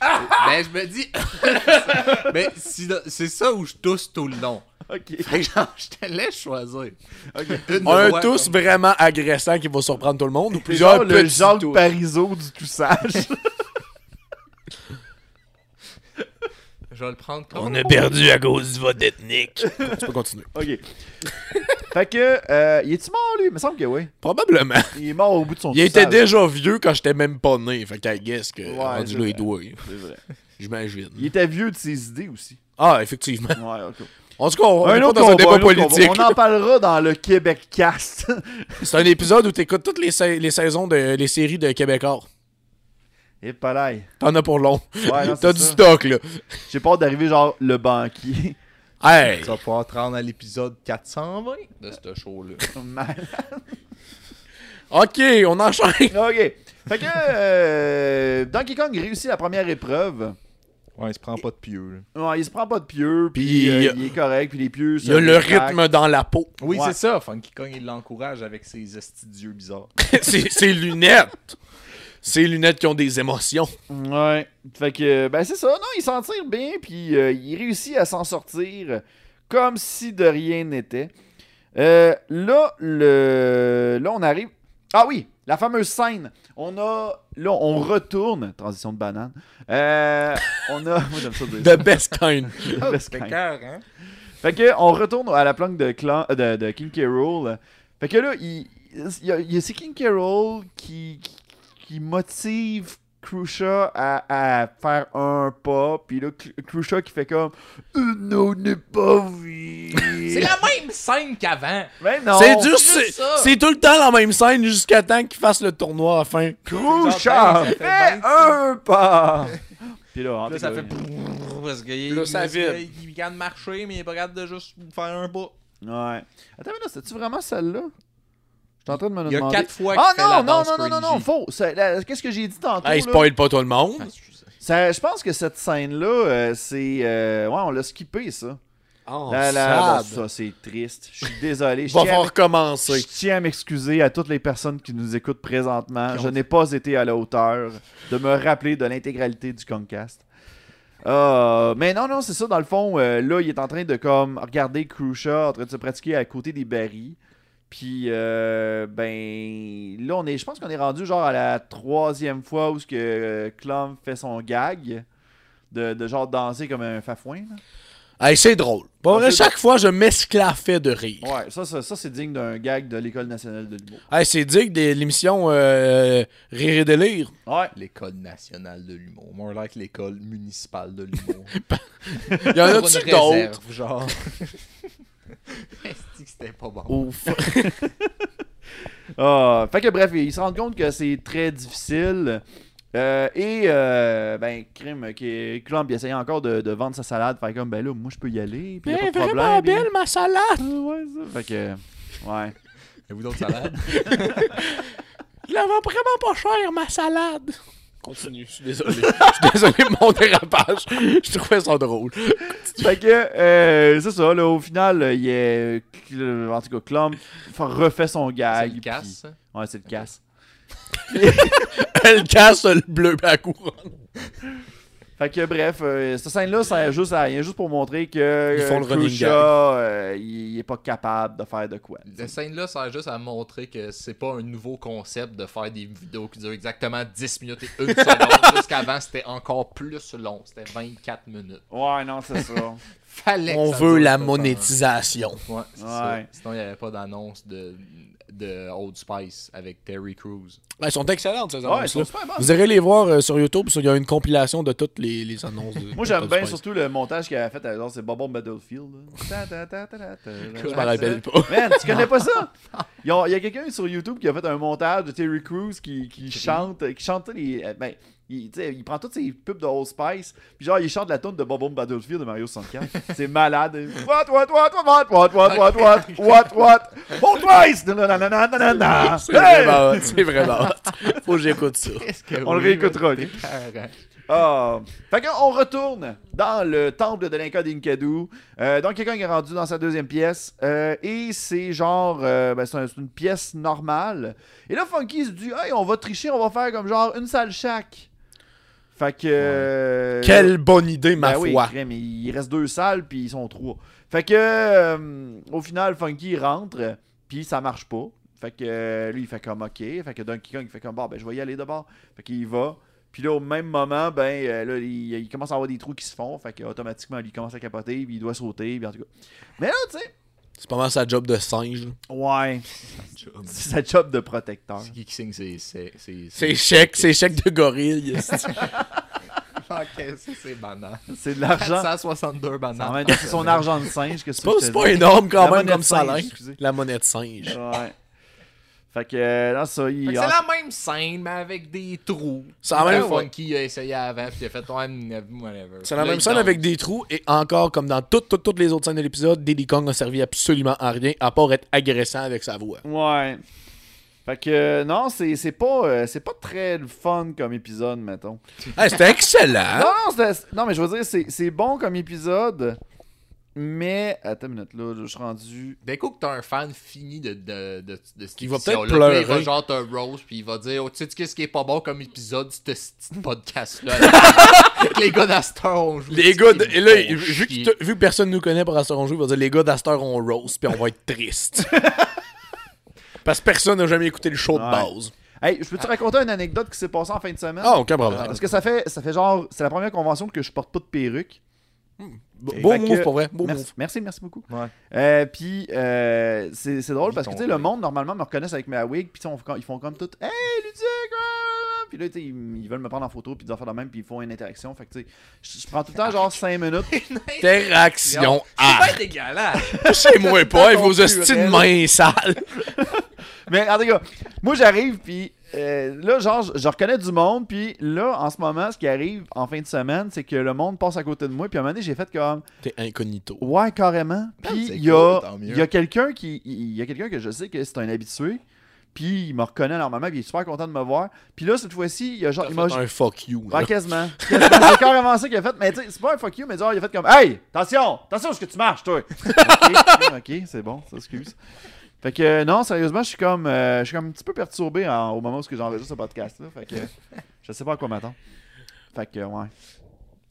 Speaker 3: ben, je me dis. ben, si- c'est ça où je tousse tout le long.
Speaker 1: Ok.
Speaker 3: Fait que genre, je te laisse choisir.
Speaker 1: Ok.
Speaker 3: Une
Speaker 2: Un
Speaker 3: voix
Speaker 2: tous
Speaker 3: comme-
Speaker 2: vraiment agressant qui va surprendre tout le monde ou
Speaker 1: C'est
Speaker 2: plusieurs
Speaker 1: genre le
Speaker 2: petits
Speaker 1: Jacques
Speaker 2: tous.
Speaker 1: Parizeau du toussage.
Speaker 3: Je vais le prendre comme.
Speaker 2: On a perdu à cause du vote ethnique. tu peux continuer.
Speaker 1: ok. fait que, euh, il est-tu mort lui Il me semble que oui.
Speaker 2: Probablement.
Speaker 1: Il est mort au bout de son
Speaker 2: Il était
Speaker 1: toussage.
Speaker 2: déjà vieux quand j'étais même pas né. Fait qu'à guess que
Speaker 1: Ouais,
Speaker 2: rendu
Speaker 1: c'est
Speaker 2: là,
Speaker 1: vrai.
Speaker 2: il doit. hein.
Speaker 1: C'est vrai. Il
Speaker 2: J'imagine.
Speaker 1: était vieux de ses idées aussi.
Speaker 2: Ah, effectivement.
Speaker 1: Ouais, ok.
Speaker 2: En tout cas, on
Speaker 1: Un
Speaker 2: est pas
Speaker 1: autre
Speaker 2: dans
Speaker 1: combat,
Speaker 2: un débat
Speaker 1: un autre combat.
Speaker 2: politique.
Speaker 1: On en parlera dans le Québec Cast.
Speaker 2: C'est un épisode où t'écoutes toutes les, sa- les saisons de les séries de Québécois.
Speaker 1: Et pas l'ail.
Speaker 2: T'en as pour long.
Speaker 1: Ouais, non,
Speaker 2: T'as
Speaker 1: c'est
Speaker 2: du
Speaker 1: ça.
Speaker 2: stock, là.
Speaker 1: J'ai peur d'arriver genre le banquier.
Speaker 2: Hey!
Speaker 3: Tu vas pouvoir te rendre à l'épisode 420 de ce show-là.
Speaker 1: Mal.
Speaker 2: Ok, on enchaîne.
Speaker 1: ok. Fait que euh, Donkey Kong réussit la première épreuve.
Speaker 3: Ouais, il se prend pas de pieux. là.
Speaker 1: Ouais, il se prend pas de pieux, puis
Speaker 2: Puis,
Speaker 1: euh,
Speaker 2: il y a-
Speaker 1: il est correct, puis les pieux.
Speaker 2: Il y a le rythme dans la peau.
Speaker 3: Oui,
Speaker 1: Ouais.
Speaker 3: c'est ça. Funky Kong, il l'encourage avec ses estidieux bizarres.
Speaker 2: C'est c'est lunettes. C'est lunettes qui ont des émotions.
Speaker 1: Ouais. Fait que, ben c'est ça. Non, il s'en tire bien, puis euh, il réussit à s'en sortir comme si de rien n'était. Euh, là, le... là, on arrive. Ah oui, la fameuse scène. On a. Là, on retourne. Transition de banane. Euh, on a. Moi, j'aime ça dire ça.
Speaker 2: The best kind.
Speaker 1: The best kind.
Speaker 3: cœur, hein?
Speaker 1: Fait que on retourne à la planque de, clan, euh, de, de King K. Rool. Fait que là, il, il y a, il y a- c'est King K. Rool qui, qui- qui motive Krusha à, à faire un pas. Puis là, Cl- Krusha qui fait comme Euh, Non, n'est pas oui.
Speaker 3: C'est la même scène qu'avant.
Speaker 1: Mais non.
Speaker 2: C'est dur,
Speaker 3: c'est
Speaker 2: c'est
Speaker 3: juste ça.
Speaker 2: c'est tout le temps la même scène jusqu'à temps qu'ils fassent le tournoi à la fin.
Speaker 1: Krusha
Speaker 3: Ça fait
Speaker 1: fait
Speaker 3: ben, vingt-
Speaker 1: un pas. Puis
Speaker 2: Ah,
Speaker 1: là, en
Speaker 3: Là,
Speaker 1: tout
Speaker 3: ça
Speaker 1: cas,
Speaker 3: fait brrrr, parce qu'il
Speaker 2: Là, ça
Speaker 3: parce
Speaker 2: vide.
Speaker 3: qu'il- Il regarde marcher, mais il est pas capable de juste faire un pas.
Speaker 1: Ouais. Attends, mais là, c'était-tu vraiment celle-là? Je suis en train de me
Speaker 3: Il y a
Speaker 1: demander.
Speaker 3: quatre fois
Speaker 1: Ah
Speaker 3: qu'il fait
Speaker 1: non,
Speaker 3: la
Speaker 1: non,
Speaker 3: danse
Speaker 1: non, non, non, non,
Speaker 3: crazy.
Speaker 1: faux. C'est- la- Qu'est-ce que j'ai dit tantôt?
Speaker 2: Hey,
Speaker 1: là?
Speaker 2: spoil pas tout le monde.
Speaker 1: Ça- je pense que cette scène-là, euh, c'est. euh, ouais, on l'a skippé, ça.
Speaker 2: Oh,
Speaker 1: La- la-
Speaker 2: sable.
Speaker 1: bon, ça, c'est triste. Je suis désolé. Je tiens,
Speaker 2: Va
Speaker 1: à-
Speaker 2: falloir recommencer.
Speaker 1: je tiens à m'excuser à toutes les personnes qui nous écoutent présentement. Je n'ai pas été à la hauteur de me rappeler de l'intégralité du Concast. Ah, mais non, non, c'est ça. Dans le fond, euh, là, il est en train de comme regarder Krusha en train de se pratiquer à côté des barils. Puis, euh, ben, là, on est, je pense qu'on est rendu genre à la troisième fois où ce que euh, Clum fait son gag de, de genre danser comme un fafouin. là.
Speaker 2: Hey, c'est drôle. Pour
Speaker 1: Ah,
Speaker 2: vrai,
Speaker 1: c'est
Speaker 2: chaque fois, je m'esclaffais de rire.
Speaker 1: Ouais, ça, ça, ça, c'est digne d'un gag de l'École nationale de l'humour.
Speaker 2: Hey, c'est digne de l'émission euh, Rire et délire.
Speaker 1: Ouais.
Speaker 3: L'école nationale de l'humour. More like l'école municipale de l'humour.
Speaker 2: Il y en a-tu d'autres?
Speaker 3: genre. Est-ce que c'était pas bon?
Speaker 2: Au fond.
Speaker 1: Ah, fait que bref, ils se rendent compte que c'est très difficile. Euh, et, euh, ben, crime, qui Clump, il essayait encore de, de vendre sa salade. Fait comme, ben là, moi, je peux y aller. Puis y a pas de problème. puis-
Speaker 2: ma salade!
Speaker 1: Ah, ouais, ça. Fait que, ouais.
Speaker 3: Avez-vous d'autres salades?
Speaker 2: Je la vends vraiment pas cher, ma salade! Continue, je suis désolé. Je suis désolé de mon dérapage. Je trouvais ça drôle.
Speaker 1: Fait que, euh, c'est ça, là, au final, euh, il est. euh, En tout cas, Clump refait son
Speaker 3: Ça
Speaker 1: gag.
Speaker 3: le casse, ça?
Speaker 1: puis- Ouais, c'est le casse.
Speaker 2: Elle casse le bleu à la couronne.
Speaker 1: Fait que bref, euh, cette scène-là, ça sert juste à rien, juste pour montrer que
Speaker 2: Ils font
Speaker 1: euh,
Speaker 2: le running
Speaker 1: Crucia,
Speaker 2: gag.
Speaker 1: euh, il il est pas capable de faire de quoi.
Speaker 3: Cette scène-là sert juste à montrer que c'est pas un nouveau concept de faire des vidéos qui durent exactement 10 minutes et 1 seconde. Jusqu'avant, c'était encore plus long. C'était 24 minutes.
Speaker 1: Ouais, non, c'est ça.
Speaker 3: Fallait que
Speaker 2: On
Speaker 3: ça
Speaker 2: veut
Speaker 3: dure
Speaker 2: la
Speaker 3: pas
Speaker 2: monétisation.
Speaker 3: tant. Ouais, c'est
Speaker 1: Ouais.
Speaker 3: ça. Sinon, il n'y avait pas d'annonce de, de Old Spice avec Terry Crews.
Speaker 2: Ben, Elles sont excellentes, ces
Speaker 1: ouais, ils
Speaker 2: annonces-là.
Speaker 1: sont super bonnes.
Speaker 2: Vous irez les voir euh, sur YouTube. sur- Il y a une compilation de toutes les, les annonces. de-
Speaker 1: Moi, j'aime
Speaker 2: de
Speaker 1: bien
Speaker 2: Spice.
Speaker 1: surtout le montage qu'il avait fait à genre, c'est Bubble Battlefield. là. Ta, ta, ta, ta, ta, ta, ta.
Speaker 2: Je m'en rappelle pas.
Speaker 1: Man, tu connais pas ça? Ils ont- Il y a quelqu'un sur YouTube qui a fait un montage de Terry Crews qui, qui chante, qui chante tous les. euh, Ben, il, tu sais, il prend toutes ses pubs de Old Spice, puis genre, il chante la tune de Bob Bomb Battlefield de Mario 64. C'est malade. What, what, what, what, what, what, what, what, what, what, Old Spice! Nananananana.
Speaker 2: C'est
Speaker 1: Hey!
Speaker 2: vraiment hot. C'est bah. vraiment hot. Faut que j'écoute ça.
Speaker 1: On le réécoutera, ok?
Speaker 3: réécoutera.
Speaker 1: Ah. Fait qu'on retourne dans le temple de l'Inca d'Inkadu. Euh, donc, quelqu'un est rendu dans sa deuxième pièce. euh, et c'est genre. euh, ben, c'est un- c'est une pièce normale. Et là, Funky se dit Hey, on va tricher, on va faire comme genre une salle chaque. Fait que. euh,
Speaker 2: Quelle bonne idée, ma
Speaker 1: ben oui,
Speaker 2: foi.
Speaker 1: crème, il il reste deux salles, puis ils sont trois. Fait que, euh, au final, Funky rentre, puis ça marche pas. Fait que, euh, lui, il fait comme OK. Fait que Donkey Kong, il fait comme, bon, ben, je vais y aller d'abord. Fait qu'il y va. Puis là, au même moment, ben, euh, là, il, il commence à avoir des trous qui se font. Fait que, automatiquement, lui, il commence à capoter, puis il doit sauter, puis en tout cas. Mais là, tu sais,
Speaker 2: C'est pas mal sa job de singe. là.
Speaker 1: ouais, c'est sa job de protecteur.
Speaker 3: C'est qui qui signe ses- ses- ses-
Speaker 2: C'est chèque, c'est chèque de gorille.
Speaker 3: Ok, ça, c'est banal.
Speaker 1: C'est de l'argent.
Speaker 3: 462
Speaker 1: En
Speaker 3: bananes.
Speaker 1: même temps, C'est son argent de singe. Qu'est-ce
Speaker 2: C'est pas,
Speaker 1: que tu
Speaker 2: c'est
Speaker 1: fais?
Speaker 2: pas énorme quand
Speaker 1: La
Speaker 2: même
Speaker 1: monnaie
Speaker 2: comme
Speaker 1: de
Speaker 2: salaire.
Speaker 1: singe, excusez.
Speaker 2: La monnaie de singe.
Speaker 1: Ouais. Fait que, euh, là, ça, il.
Speaker 3: Fait que C'est la même scène, mais avec des trous.
Speaker 2: C'est la
Speaker 3: Le
Speaker 2: même-
Speaker 3: Funky a essayé avant, puis il a fait ouais, mm, whatever.
Speaker 2: C'est la
Speaker 3: Là,
Speaker 2: même
Speaker 3: il
Speaker 2: scène
Speaker 3: danse.
Speaker 2: avec des trous et encore comme dans toutes toutes toutes les autres scènes de l'épisode, Diddy Kong a servi absolument à rien à part être agressant avec sa voix.
Speaker 1: Ouais. Fait que euh, non, c'est c'est pas euh, c'est pas très le fun comme épisode, mettons.
Speaker 2: Hey, c'était excellent.
Speaker 1: Non non, c'était- non mais je veux dire c'est c'est bon comme épisode, mais attends une minute là, je suis rendu.
Speaker 3: Dès coup Ben, que t'as un fan fini de, de, de, de cette
Speaker 2: Il va peut-être
Speaker 3: émission-là, puis là, Il va
Speaker 2: pleurer.
Speaker 3: genre te rose, puis il va dire oh, Tu sais, qu'est-ce qui est pas bon comme épisode, ce petit podcast-là. Avec les gars d'Astor, on joue.
Speaker 2: Les gars, de-
Speaker 3: Ils
Speaker 2: et là,
Speaker 3: font
Speaker 2: vu,
Speaker 3: chier.
Speaker 2: que t- vu que personne nous connaît pour Astor on joue, il va dire les gars d'Astor on roast puis on va être triste. Parce que personne n'a jamais écouté le show de
Speaker 1: Ouais.
Speaker 2: base.
Speaker 1: Hey, je peux te raconter une anecdote qui s'est passée en fin de semaine
Speaker 2: Ah, aucun problème.
Speaker 1: Parce que ça fait ça fait genre c'est la première convention que je porte pas de perruque.
Speaker 2: Beau- Beau
Speaker 1: Fait
Speaker 2: move
Speaker 1: que-
Speaker 2: pour vrai. Beau move.
Speaker 1: Merci, merci, merci beaucoup.
Speaker 3: Ouais.
Speaker 1: Euh, puis euh, c'est c'est drôle
Speaker 3: Dis
Speaker 1: parce que tu
Speaker 3: ton
Speaker 1: sais, le
Speaker 3: wig.
Speaker 1: monde normalement me reconnaissent avec ma wig, puis tu sais, on f- ils font comme tout Hey Luduc! ah! Puis là, tu sais, ils, ils veulent me prendre en photo, puis des affaires de même, puis ils font une interaction. Fait que tu sais, je je prends tout le temps genre 5 minutes.
Speaker 2: Interaction à
Speaker 3: C'est pas dégueulasse.
Speaker 2: chez moi pas et
Speaker 1: ton
Speaker 2: vos
Speaker 1: cul,
Speaker 2: hosties de
Speaker 1: Red.
Speaker 2: mains sales.
Speaker 1: Mais en tout cas, moi j'arrive, puis euh, là, genre, je, je reconnais du monde, puis là, en ce moment, ce qui arrive en fin de semaine, c'est que le monde passe à côté de moi, puis à un moment donné, j'ai fait comme
Speaker 2: T'es incognito.
Speaker 1: Ouais, carrément. Puis
Speaker 3: c'est
Speaker 1: il y a,
Speaker 3: cool, tant mieux.
Speaker 1: il y a quelqu'un qui il y a quelqu'un que je sais que c'est un habitué. Puis il me reconnaît normalement, puis il est super content de me voir. Puis là, cette fois-ci, il y a genre. Il m'a...
Speaker 2: T'as fait un fuck you. là.
Speaker 1: Ouais, quasiment. Quasiment. c'est carrément ça qu'il a fait. Mais tu sais, c'est pas un fuck you, mais genre, il a fait comme Hey, attention, attention à ce que tu marches, toi. ok, ok, c'est bon, ça excuse. Fait que euh, non, sérieusement, je suis comme euh, je suis comme un petit peu perturbé en- au moment où ce que j'enregistre ce podcast-là. Fait que euh, je sais pas à quoi m'attendre. Fait que, euh, ouais.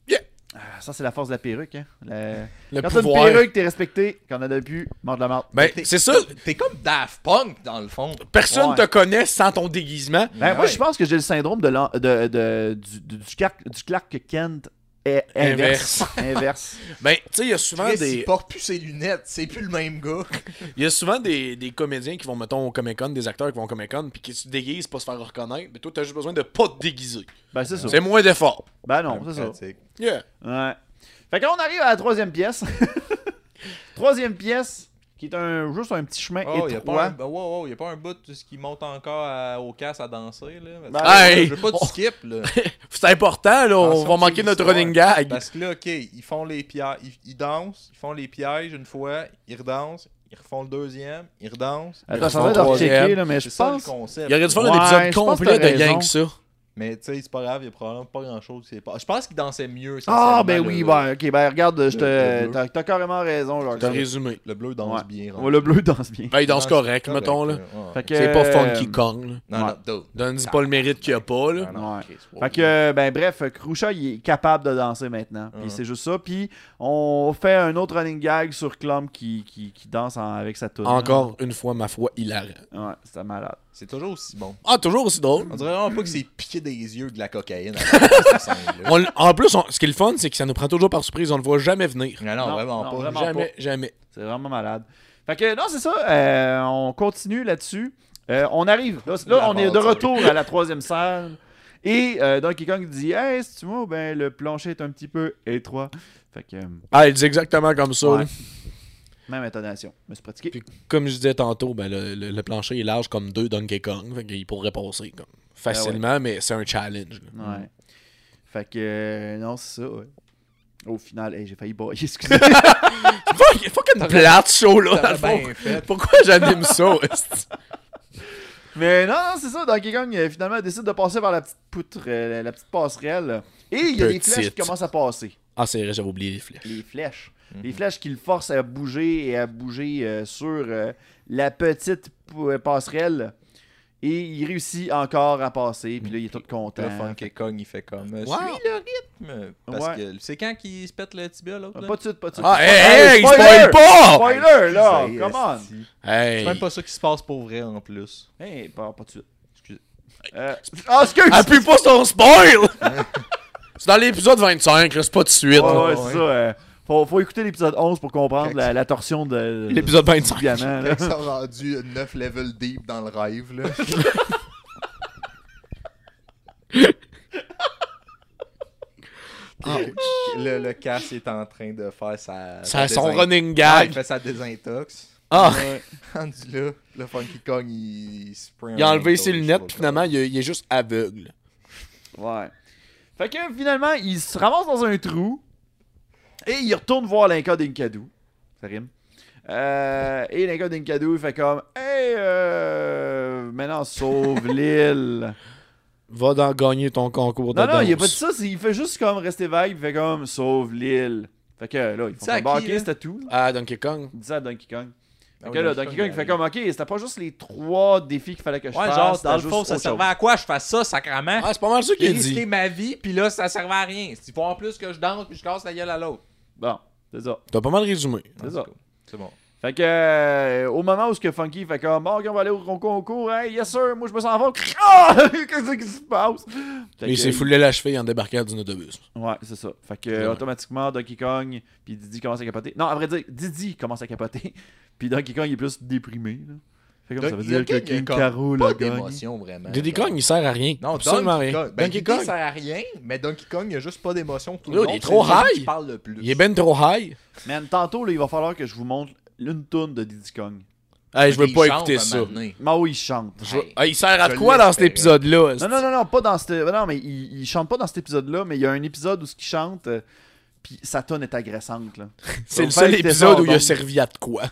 Speaker 2: Yeah.
Speaker 1: Ah, Ça, c'est la force de la perruque, hein. La-
Speaker 2: Le
Speaker 1: quand t'as une
Speaker 2: pouvoir.
Speaker 1: perruque, t'es respecté. Quand on a pu, mange de la marde.
Speaker 2: Ben, c'est ça.
Speaker 3: T'es comme Daft Punk, dans le fond.
Speaker 2: Personne
Speaker 1: Ouais.
Speaker 2: te connaît sans ton déguisement.
Speaker 1: Ben, Moi,
Speaker 3: Ouais.
Speaker 1: je pense que j'ai le syndrome de l'en- de- de- du, du- du Clark, du Clark Kent eh,
Speaker 2: Inverse.
Speaker 1: inverse. Inverse.
Speaker 2: Ben, tu sais, il y a souvent
Speaker 5: Chris,
Speaker 2: des.
Speaker 5: il porte plus ses lunettes, c'est plus le même gars.
Speaker 2: Il y a souvent des, des comédiens qui vont, mettons, au Comic Con, des acteurs qui vont au Comic Con, puis qui se déguisent pour se faire reconnaître. Mais toi, t'as juste besoin de pas te déguiser.
Speaker 1: Ben, c'est ça.
Speaker 2: C'est moins d'effort.
Speaker 1: Ben non, c'est ça.
Speaker 5: Pratique.
Speaker 2: Yeah.
Speaker 1: Ouais. Fait qu'on arrive à la troisième pièce. troisième pièce, qui est un, juste un petit chemin
Speaker 5: Oh, il n'y a, pas
Speaker 1: étroit.
Speaker 5: un- ben, wow, wow, y a pas un bout de ce qui monte encore à- au casse à danser. Là, parce que-
Speaker 1: Ben,
Speaker 2: Ah, Hey!
Speaker 5: Je veux pas
Speaker 2: On-
Speaker 5: de skip. Là,
Speaker 2: C'est important, là. On
Speaker 5: Attention,
Speaker 2: va manquer
Speaker 5: c'est
Speaker 2: notre
Speaker 5: l'histoire. Ben,
Speaker 2: running gag.
Speaker 5: Parce que là, OK, ils font les pièges. Ils, ils dansent, ils font les pièges une fois, ils redansent, ils refont le deuxième, ils redansent.
Speaker 1: Attends,
Speaker 2: Ils font
Speaker 1: ça va checker,
Speaker 2: troisième.
Speaker 1: là, mais
Speaker 5: C'est
Speaker 1: je
Speaker 5: ça le
Speaker 1: pense.
Speaker 5: concept.
Speaker 2: Il aurait dû faire
Speaker 1: Ouais,
Speaker 2: un
Speaker 1: je
Speaker 2: épisode
Speaker 1: pense que
Speaker 2: complet
Speaker 1: t'as
Speaker 2: de
Speaker 1: raison.
Speaker 2: gang que ça.
Speaker 5: Mais tu sais, c'est pas grave, il y a probablement pas grand chose qui s'est passé. Je pense qu'il dansait mieux.
Speaker 1: Ah,
Speaker 5: sincèrement,
Speaker 1: ben
Speaker 5: le-
Speaker 1: oui, ben, ok, ben, regarde, je
Speaker 5: Le-
Speaker 1: te.
Speaker 5: le bleu.
Speaker 1: T'as t'as carrément raison, genre.
Speaker 2: T'as résumé.
Speaker 5: Le bleu danse
Speaker 1: Ouais.
Speaker 5: bien.
Speaker 1: Ouais, le bleu danse bien.
Speaker 2: Ben, il danse correct, mettons, là.
Speaker 1: Fait que-
Speaker 2: C'est pas
Speaker 1: euh,
Speaker 2: Funky Kong, là.
Speaker 5: Non, non, dude.
Speaker 2: Donne-y pas le mérite qu'il y a pas, là.
Speaker 5: Non, Ah non,
Speaker 1: Ouais.
Speaker 5: Chris, wow.
Speaker 1: Fait que, ben bref, Krusha, il est capable de danser maintenant. Puis
Speaker 5: Mhm.
Speaker 1: c'est juste ça. Puis on fait un autre running gag sur Clum qui, qui, qui danse en- avec sa toune.
Speaker 2: Encore une fois, ma foi, hilarant.
Speaker 1: Ouais, c'était malade.
Speaker 5: C'est toujours aussi bon.
Speaker 2: Ah, toujours aussi drôle.
Speaker 5: On dirait vraiment pas que c'est piqué des yeux de la cocaïne. à cette scène-là.
Speaker 2: On l- en plus, on- ce qui est le fun, c'est que ça nous prend toujours par surprise. On le voit jamais venir.
Speaker 5: Mais non,
Speaker 1: Non,
Speaker 5: vraiment
Speaker 1: non,
Speaker 5: pas.
Speaker 1: vraiment.
Speaker 2: jamais, jamais.
Speaker 1: C'est vraiment malade. Fait que, non, c'est ça. euh, on continue là-dessus. Euh, on arrive. Là, c- là, on est de
Speaker 5: L'aventure.
Speaker 1: retour à la troisième salle. Et euh, Donkey Kong dit Hey, si tu vois, ben le plancher est un petit peu étroit. Fait que, euh,
Speaker 2: Ah, il dit exactement comme ça.
Speaker 1: Ouais.
Speaker 2: là.
Speaker 1: même intonation. Je me suis pratiqué.
Speaker 2: Puis comme je disais tantôt, ben, le, le- le plancher est large comme deux Donkey Kong. Fait qu'il pourrait passer comme, facilement,
Speaker 5: Ah
Speaker 2: mais c'est un challenge. là.
Speaker 1: Ouais. Mm. Fait que, euh, non, c'est ça. ouais. Au final, hey, j'ai failli boyer, excusez.
Speaker 2: Fuck, fucking plate, ce show-là, dans le
Speaker 5: T'aurais
Speaker 2: fond.
Speaker 5: bien fait.
Speaker 2: Pourquoi j'anime ça? esti?
Speaker 1: Mais non, non, c'est ça. Donkey Kong, euh, finalement, décide de passer par la petite poutre, euh, la- la petite passerelle. Et il y a des
Speaker 2: Petite.
Speaker 1: flèches qui commencent à passer.
Speaker 2: ah, c'est vrai, j'avais oublié les flèches.
Speaker 1: Les flèches.
Speaker 2: Mm-hmm.
Speaker 1: Les flèches qui le forcent à bouger et à bouger euh, sur euh, la petite pou- euh, passerelle. Et il réussit encore à passer. Puis là, il est tout content.
Speaker 5: Le Funky Kong, il fait comme. euh,
Speaker 2: Wow.
Speaker 5: Suis le rythme. Parce
Speaker 1: Ouais
Speaker 5: que c'est quand qu'il se pète le tibia, l'autre.
Speaker 1: Ah,
Speaker 5: là?
Speaker 1: Pas de suite, pas de suite.
Speaker 2: Ah, hey, hey, il spoil pas!
Speaker 1: Spoiler, là!
Speaker 5: C'est-
Speaker 1: Come on!
Speaker 5: c'est- C'est
Speaker 2: Hey!
Speaker 5: même pas ça qui se passe pour vrai en plus.
Speaker 1: Hey, pas, pas de suite. Excusez. Euh, ah, excuse!
Speaker 2: Appuie pas sur ton spoil! c'est dans l'épisode 25, là, c'est pas de suite.
Speaker 1: Ouais,
Speaker 2: là.
Speaker 1: ouais,
Speaker 5: Ouais.
Speaker 1: c'est ça. euh, faut, faut écouter l'épisode 11 pour comprendre la, la torsion de
Speaker 2: L'épisode
Speaker 1: du
Speaker 2: 25.
Speaker 1: diamant. là.
Speaker 5: sont rendus 9 levels deep dans le rêve, là. Ah, le, le casse est en train de faire sa.
Speaker 2: Ça a
Speaker 5: sa
Speaker 2: son
Speaker 5: désin-
Speaker 2: running
Speaker 5: Ah, il
Speaker 2: gag.
Speaker 5: fait sa désintox.
Speaker 2: Ah!
Speaker 1: Ouais.
Speaker 5: Rendu là, le Funky Kong, il, il spray
Speaker 2: Il a
Speaker 5: un
Speaker 2: enlevé
Speaker 5: menthol,
Speaker 2: ses
Speaker 5: je
Speaker 2: lunettes,
Speaker 5: sais
Speaker 2: puis
Speaker 5: pas
Speaker 2: finalement,
Speaker 5: quoi.
Speaker 2: il, est- il est juste aveugle.
Speaker 1: Ouais. Fait que finalement, il se ramasse dans un trou et il retourne voir l'Inca d'Inkadou. Ça rime. Euh, et l'Inca d'Inkadou, il fait comme Hey, euh, maintenant sauve l'île.
Speaker 2: Va dans gagner ton concours de
Speaker 1: non, non, il a
Speaker 2: danse.
Speaker 1: pas dit ça. c'est- Il fait juste comme rester vague. Il fait comme sauve l'île. Fait que là, ils font
Speaker 5: C'est à
Speaker 1: comme, Bah,
Speaker 5: qui,
Speaker 1: ok,
Speaker 5: là?
Speaker 1: c'était tout.
Speaker 2: Ah, Donkey Kong.
Speaker 1: Il disait à Donkey Kong. Fait
Speaker 5: Ah oui,
Speaker 1: que là, Donkey Kong, il fait comme, ok, c'était pas juste les trois défis qu'il fallait que je
Speaker 5: Ouais,
Speaker 1: fasse.
Speaker 5: genre,
Speaker 1: c'était
Speaker 5: dans le
Speaker 1: juste
Speaker 5: fond, ça
Speaker 1: autre
Speaker 5: servait
Speaker 1: chose.
Speaker 5: à quoi je fasse ça, sacrament?
Speaker 2: Ah, c'est pas mal ça
Speaker 5: J'ai
Speaker 2: qu'il a
Speaker 5: risqué
Speaker 2: dit.
Speaker 5: ma vie, puis là, ça servait à rien. Il faut en plus que je danse, puis je casse la gueule à l'autre.
Speaker 1: Bon, c'est ça,
Speaker 2: T'as pas mal résumé.
Speaker 1: c'est ça.
Speaker 5: C'est bon.
Speaker 1: Fait que, euh, au moment où ce que Funky fait comme, bon, ok, on va aller au con- concours, hey, yes sir, moi je me sens en forme. Ah! Qu'est-ce qui se passe? Fait
Speaker 2: Il
Speaker 1: que-
Speaker 2: s'est foulé la cheville en débarquant d'un autobus.
Speaker 1: Ouais, c'est ça. Fait que,
Speaker 2: Ouais.
Speaker 1: automatiquement, Donkey Kong, puis Didi commence à capoter. Non, à vrai dire, Didi commence à capoter, puis Donkey Kong il est plus déprimé. Là. Fait comme ça veut
Speaker 5: Donkey
Speaker 1: dire que
Speaker 5: Kong, il y a
Speaker 1: King
Speaker 5: comme
Speaker 1: Caro
Speaker 5: Pas
Speaker 1: l'a gagné.
Speaker 5: d'émotion, vraiment.
Speaker 2: Diddy
Speaker 5: genre.
Speaker 2: Kong, il sert à rien.
Speaker 5: Ben, Non,
Speaker 2: absolument
Speaker 5: Donkey
Speaker 2: rien.
Speaker 5: Kong. Ben,
Speaker 2: Donkey
Speaker 5: Donkey
Speaker 2: Kong,
Speaker 5: sert à rien, mais Donkey Kong, il a juste pas d'émotion tout le
Speaker 2: Yo,
Speaker 5: long.
Speaker 2: il est
Speaker 5: c'est
Speaker 2: trop
Speaker 5: lui
Speaker 2: high.
Speaker 5: qui parle le plus.
Speaker 2: il est ben trop high.
Speaker 1: Man, tantôt, là, il va falloir que je vous montre une toune de Diddy Kong.
Speaker 2: Hey, je veux
Speaker 5: Il
Speaker 2: pas
Speaker 5: chante
Speaker 2: écouter
Speaker 5: à
Speaker 2: ça.
Speaker 5: un moment donné.
Speaker 1: Mais oui, il chante.
Speaker 2: Je veux-
Speaker 5: Hey,
Speaker 2: Hey, il sert à
Speaker 5: je
Speaker 2: quoi dans cet
Speaker 5: l'espérais.
Speaker 2: épisode-là?
Speaker 1: Non, non, non, non, pas dans cet... Non, mais il, il chante pas dans cet épisode-là, mais il y a un épisode où ce qu'il chante, euh, puis sa tonne est agressante, là.
Speaker 2: C'est le
Speaker 1: Faut faire
Speaker 2: seul
Speaker 1: des
Speaker 2: épisode
Speaker 1: efforts,
Speaker 2: où il a
Speaker 1: donc.
Speaker 2: servi à de quoi.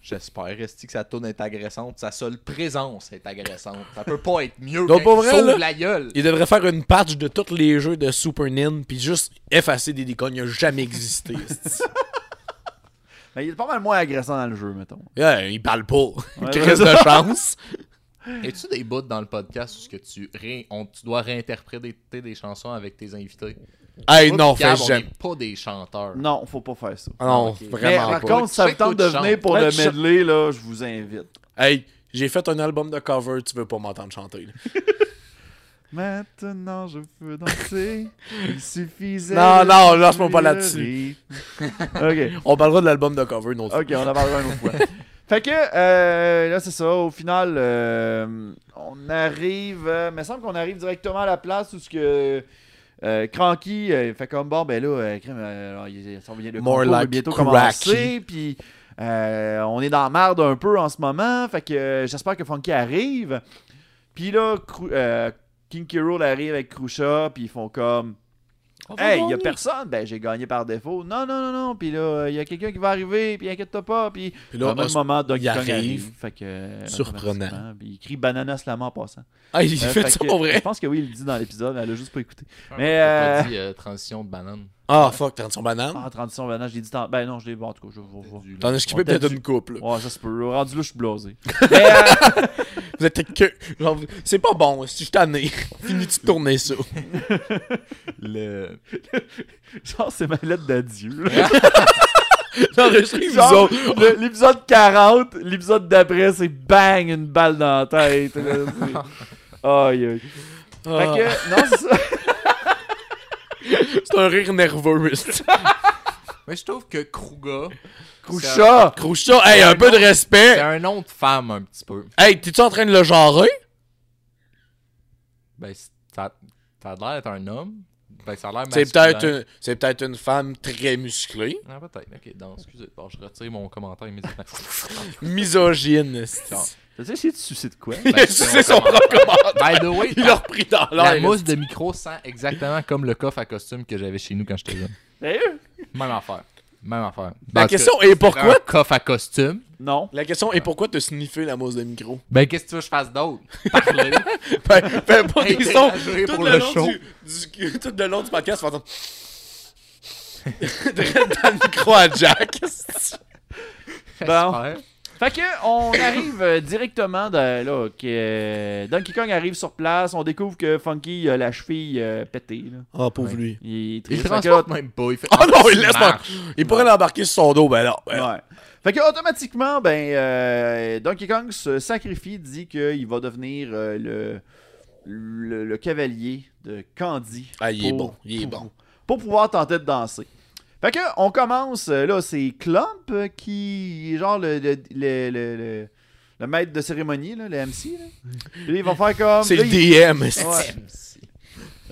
Speaker 5: J'espère, Esti, que sa tourne est agressante. Sa seule présence est agressante. Ça peut pas être mieux.
Speaker 2: Non,
Speaker 5: quand
Speaker 2: pas
Speaker 5: il
Speaker 2: vrai,
Speaker 5: sauve
Speaker 2: là.
Speaker 5: la gueule.
Speaker 2: Il devrait faire une patch de tous les jeux de Super Nin puis juste effacer Diddy Kong. Il a jamais existé. esti.
Speaker 1: Mais il est pas mal moins agressant dans le jeu, mettons.
Speaker 2: Yeah, il parle pas.
Speaker 1: Ouais,
Speaker 2: Crise
Speaker 1: ouais.
Speaker 2: de chance.
Speaker 5: Y tu des bouts dans le podcast où ce que tu, ré- on- tu dois réinterpréter des chansons avec tes invités?
Speaker 2: Hey,
Speaker 5: Moi,
Speaker 2: non,
Speaker 5: puis Gab,
Speaker 2: fais
Speaker 5: on
Speaker 2: jamais.
Speaker 5: est pas des chanteurs.
Speaker 1: Non, faut pas faire ça.
Speaker 2: Non,
Speaker 1: Mais
Speaker 2: Ah, vraiment
Speaker 1: par
Speaker 2: pas.
Speaker 1: contre, si ça vous
Speaker 5: Je sais que
Speaker 1: tente de
Speaker 5: toi, tu
Speaker 1: venir
Speaker 5: chantes.
Speaker 1: pour
Speaker 2: Ouais,
Speaker 1: le
Speaker 2: tu chantes.
Speaker 1: medley, là, je vous invite.
Speaker 2: Hey, j'ai fait un album de cover, tu veux pas m'entendre chanter. là.
Speaker 1: Maintenant, je peux danser. Il suffisait.
Speaker 2: Non,
Speaker 1: de
Speaker 2: non, lâche-moi
Speaker 1: suivre
Speaker 2: pas
Speaker 1: le
Speaker 2: là-dessus.
Speaker 1: rythme.
Speaker 2: On parlera de l'album de cover, non
Speaker 1: ok, ok, on en parlera une autre fois. Fait que euh, là, c'est ça. Au final, euh, on arrive. euh, me semble qu'on arrive directement à la place où ce que. Euh, Cranky euh, fait comme bon, ben là, euh, crème, euh, alors, il- son- le
Speaker 2: More
Speaker 1: concours va
Speaker 2: like
Speaker 1: bientôt
Speaker 2: cracky.
Speaker 1: commencer, puis euh, on est dans la merde un peu en ce moment, fait que euh, j'espère que Funky arrive. Puis là, Cru- euh, King Kiro arrive avec Krusha, puis ils font comme Hey, il a personne, ben j'ai gagné par défaut. Non, non, non, non, puis là, il y a quelqu'un qui va arriver, puis inquiète-toi pas, puis
Speaker 2: Puis
Speaker 1: au
Speaker 2: là,
Speaker 1: même
Speaker 2: Os-
Speaker 1: moment, Donkey
Speaker 2: il
Speaker 1: Kong arrive.
Speaker 2: arrive.
Speaker 1: Fait que, euh,
Speaker 2: Surprenant.
Speaker 1: automatiquement, puis il crie Banana Slam en passant.
Speaker 2: ah, il
Speaker 1: Euh,
Speaker 2: fait ça
Speaker 1: que-
Speaker 2: pour
Speaker 1: Je
Speaker 2: vrai.
Speaker 1: pense que oui, il le dit dans l'épisode, mais elle a juste pas écouté. Mais,
Speaker 3: Mais.
Speaker 1: euh,
Speaker 3: dit euh, transition de banane.
Speaker 2: Ah, fuck, t'as son banane.
Speaker 1: Ah, transition, ben non, je l'ai dit tant. Ben non, je l'ai. Bon, en tout cas, je vais voir.
Speaker 3: Du-
Speaker 2: T'en as skippé
Speaker 1: On t'a
Speaker 2: peut-être
Speaker 1: dit-
Speaker 2: une couple. là.
Speaker 1: Ouais, ça se peut. Rendu là, je suis blasé. Mais, euh,
Speaker 2: Vous êtes que. genre, vous- C'est pas bon, si je suis tanné. Finis-tu de tourner ça.
Speaker 3: Le...
Speaker 1: genre, c'est ma lettre d'adieu. là.
Speaker 2: J'enregistre vous
Speaker 1: Genre,
Speaker 2: autres.
Speaker 1: le- L'épisode 40, l'épisode d'après, c'est bang, une balle dans la tête. là, c'est- Aïe, aïe. Fait
Speaker 2: Ah,
Speaker 1: que, non, c'est ça.
Speaker 2: C'est un rire nerveux. esti.
Speaker 3: Mais je trouve que Kruga,
Speaker 1: Koucha!
Speaker 2: Croucha, hey, un peu de
Speaker 3: c'est
Speaker 2: respect.
Speaker 3: un nom de femme un petit peu.
Speaker 2: Hey, t'es-tu en train de le genrer?
Speaker 3: Ben, c'est- ça, ça a l'air d'être un homme. Ben, ça a l'air
Speaker 2: C'est
Speaker 3: masculin.
Speaker 2: peut-être une, c'est peut-être une femme très musclée,
Speaker 3: Ah, peut-être. Ok, non, excusez. Bon, je retire mon commentaire immédiatement. Ben,
Speaker 2: misogyne. esti.
Speaker 3: Genre,
Speaker 1: T'as-tu essayé de sucer de quoi?
Speaker 2: Il a
Speaker 3: si on
Speaker 2: sucé son
Speaker 3: commence-
Speaker 2: propre commande.
Speaker 3: By the way,
Speaker 2: Il l'a repris dans
Speaker 3: la
Speaker 2: l'air. esti.
Speaker 3: mousse de micro sent exactement comme le coffre à costume que j'avais chez nous quand j'étais jeune.
Speaker 1: Sérieux?
Speaker 3: Même affaire. Même affaire.
Speaker 2: La
Speaker 3: Parce que
Speaker 2: question est
Speaker 3: un
Speaker 2: pourquoi?
Speaker 3: coffre à costume.
Speaker 1: Non.
Speaker 2: La question est pourquoi te sniffer la mousse de micro?
Speaker 3: Ben, qu'est-ce que tu veux que je fasse d'autre? Parler.
Speaker 2: Fais, fais pas des sons.
Speaker 3: Interagir
Speaker 2: Tout
Speaker 3: pour
Speaker 2: le,
Speaker 3: le
Speaker 2: long
Speaker 3: show.
Speaker 2: Du, du- tout le long du podcast, tu vas entendre. Direct dans le micro à Jack. esti.
Speaker 1: Bon.
Speaker 3: J'espère.
Speaker 1: Fait que on arrive euh, directement de là que euh, Donkey Kong arrive sur place, on découvre que Funky a la cheville euh, pétée là.
Speaker 2: Ah, pauvre lui.
Speaker 1: Il est
Speaker 3: Il
Speaker 1: triste. Fait que là,
Speaker 3: transporte même pas. Il fait.
Speaker 2: Oh non, il laisse
Speaker 3: marche.
Speaker 2: Il pourrait l'embarquer sur son dos, ben non. ben non.
Speaker 1: Ouais. Fait que automatiquement, ben euh, Donkey Kong se sacrifie, dit qu'il va devenir euh, le, le le cavalier de Candy.
Speaker 2: Ah, il est
Speaker 1: pour-
Speaker 2: bon, il est
Speaker 1: pour-
Speaker 2: bon.
Speaker 1: Pour pouvoir tenter de danser. Fait que on commence euh, là, c'est Clump euh, qui est genre le le, le, le- le- le maître de cérémonie là, le MC là. Puis là, ils vont faire comme
Speaker 2: C'est
Speaker 1: là,
Speaker 2: le DM. esti.
Speaker 1: Ouais.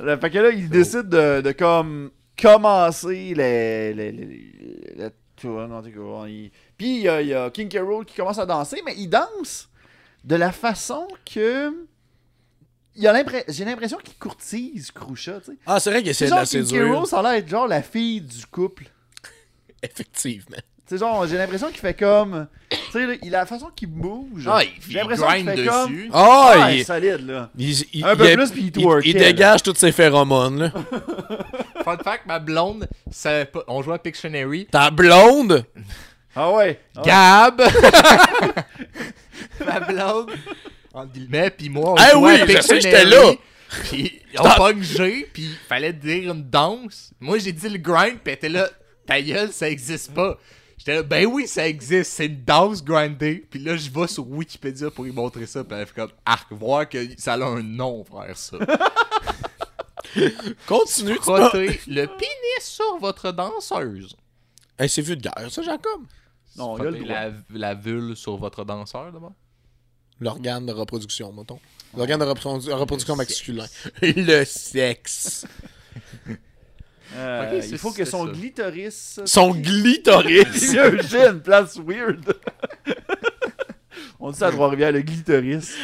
Speaker 1: Là, Fait que là, il décide de, de comme commencer les, les, les- la tourne, en tout cas, il- Puis il y, a- il y a King Carol qui commence à danser, mais il danse de la façon que. il a l'impre- J'ai l'impression qu'il courtise Krusha, tu sais.
Speaker 2: Ah, c'est vrai qu'il essaie
Speaker 1: C'est
Speaker 2: de la
Speaker 1: genre King
Speaker 2: séduire.
Speaker 1: Carol, ça a l'air d'être genre la fille du couple.
Speaker 2: Effectivement.
Speaker 1: Tu sais, genre, j'ai l'impression qu'il fait comme. Tu sais, là, il a la façon qu'il bouge.
Speaker 3: Ah, il,
Speaker 1: J'ai
Speaker 3: il
Speaker 1: l'impression qu'il
Speaker 3: grind
Speaker 1: fait
Speaker 3: dessus.
Speaker 1: comme-
Speaker 2: Ah,
Speaker 1: Ah, il est
Speaker 2: il,
Speaker 1: solide, là.
Speaker 2: il, il-
Speaker 1: Un peu
Speaker 2: il-
Speaker 1: plus, puis il
Speaker 2: il-
Speaker 1: twerkait,
Speaker 2: il
Speaker 1: là.
Speaker 2: dégage toutes ses phéromones. Là.
Speaker 3: Fun fact, ma blonde, savait pas- on jouait à Pictionary.
Speaker 2: Ta blonde,
Speaker 1: Ah ouais. Ah ouais.
Speaker 3: Gab! ma blonde, entre guillemets, pis moi, on
Speaker 2: Ah
Speaker 3: jouait
Speaker 2: oui,
Speaker 3: à
Speaker 2: je sais,
Speaker 3: Pictionary.
Speaker 2: j'étais là.
Speaker 3: Pis on pogne G, pis fallait dire une danse. Moi, j'ai dit le grind, pis elle était là, ta gueule, ça existe pas. J'étais là, ben oui, ça existe, c'est une danse grindée. Pis là, je vais sur Wikipédia pour lui montrer ça, pis elle fait comme, arc, voir que ça a un nom, frère, ça.
Speaker 2: continue. Tu peux...
Speaker 3: Frottez le pénis sur votre danseuse.
Speaker 2: hey, c'est vulgaire, ça, Jacob.
Speaker 1: Non, il a le
Speaker 3: Frottez
Speaker 1: droit.
Speaker 3: la, la vulve sur votre danseur, d'abord.
Speaker 2: L'organe de reproduction, mettons. L'organe de reprodu- reproduction masculin. Le sexe.
Speaker 1: Euh,
Speaker 3: Ok,
Speaker 1: il
Speaker 3: c'est-
Speaker 1: faut que
Speaker 3: c'est
Speaker 1: son
Speaker 3: ça.
Speaker 1: glitoris.
Speaker 2: Son
Speaker 1: Il
Speaker 2: glitoris.
Speaker 1: y a un jet, une place weird. On dit ça à Trois-Rivières, le glitoris.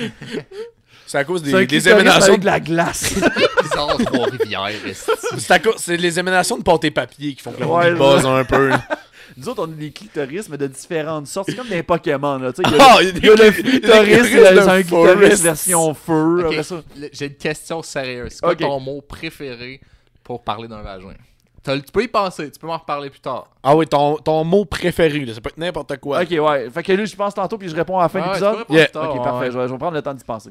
Speaker 2: C'est à cause
Speaker 1: C'est un
Speaker 2: des, des
Speaker 1: clitoris
Speaker 2: éménations.
Speaker 1: avec de la glace.
Speaker 3: Bizarre, Trois-Rivières, esti.
Speaker 2: C'est à cause c'est les éménations de pâté papier qui font que le
Speaker 1: Ouais,
Speaker 2: monde il buzz un peu. là.
Speaker 1: Nous autres, on a des clitoris, mais de différentes sortes. C'est comme des Pokémon, là. tu sais, Il y a,
Speaker 2: Ah,
Speaker 1: il y a le clitoris, il y a
Speaker 2: de
Speaker 1: un clitoris
Speaker 2: forest.
Speaker 1: version feu.
Speaker 3: Ok,
Speaker 1: après ça.
Speaker 3: le- J'ai une question sérieuse. C'est quoi
Speaker 1: Ok.
Speaker 3: ton mot préféré pour parler d'un vagin? T'as le- tu peux y penser, tu peux m'en reparler plus tard.
Speaker 2: Ah oui, ton, ton mot préféré, là, ça peut être n'importe quoi.
Speaker 1: Ok, ouais. Fait que lui, je pense tantôt, puis je réponds à la fin de
Speaker 3: Ah ouais,
Speaker 1: l'épisode.
Speaker 3: tu peux répondre
Speaker 2: Yeah.
Speaker 3: plus tard,
Speaker 1: ok,
Speaker 3: ouais.
Speaker 1: parfait. Je vais, je vais prendre le temps d'y penser.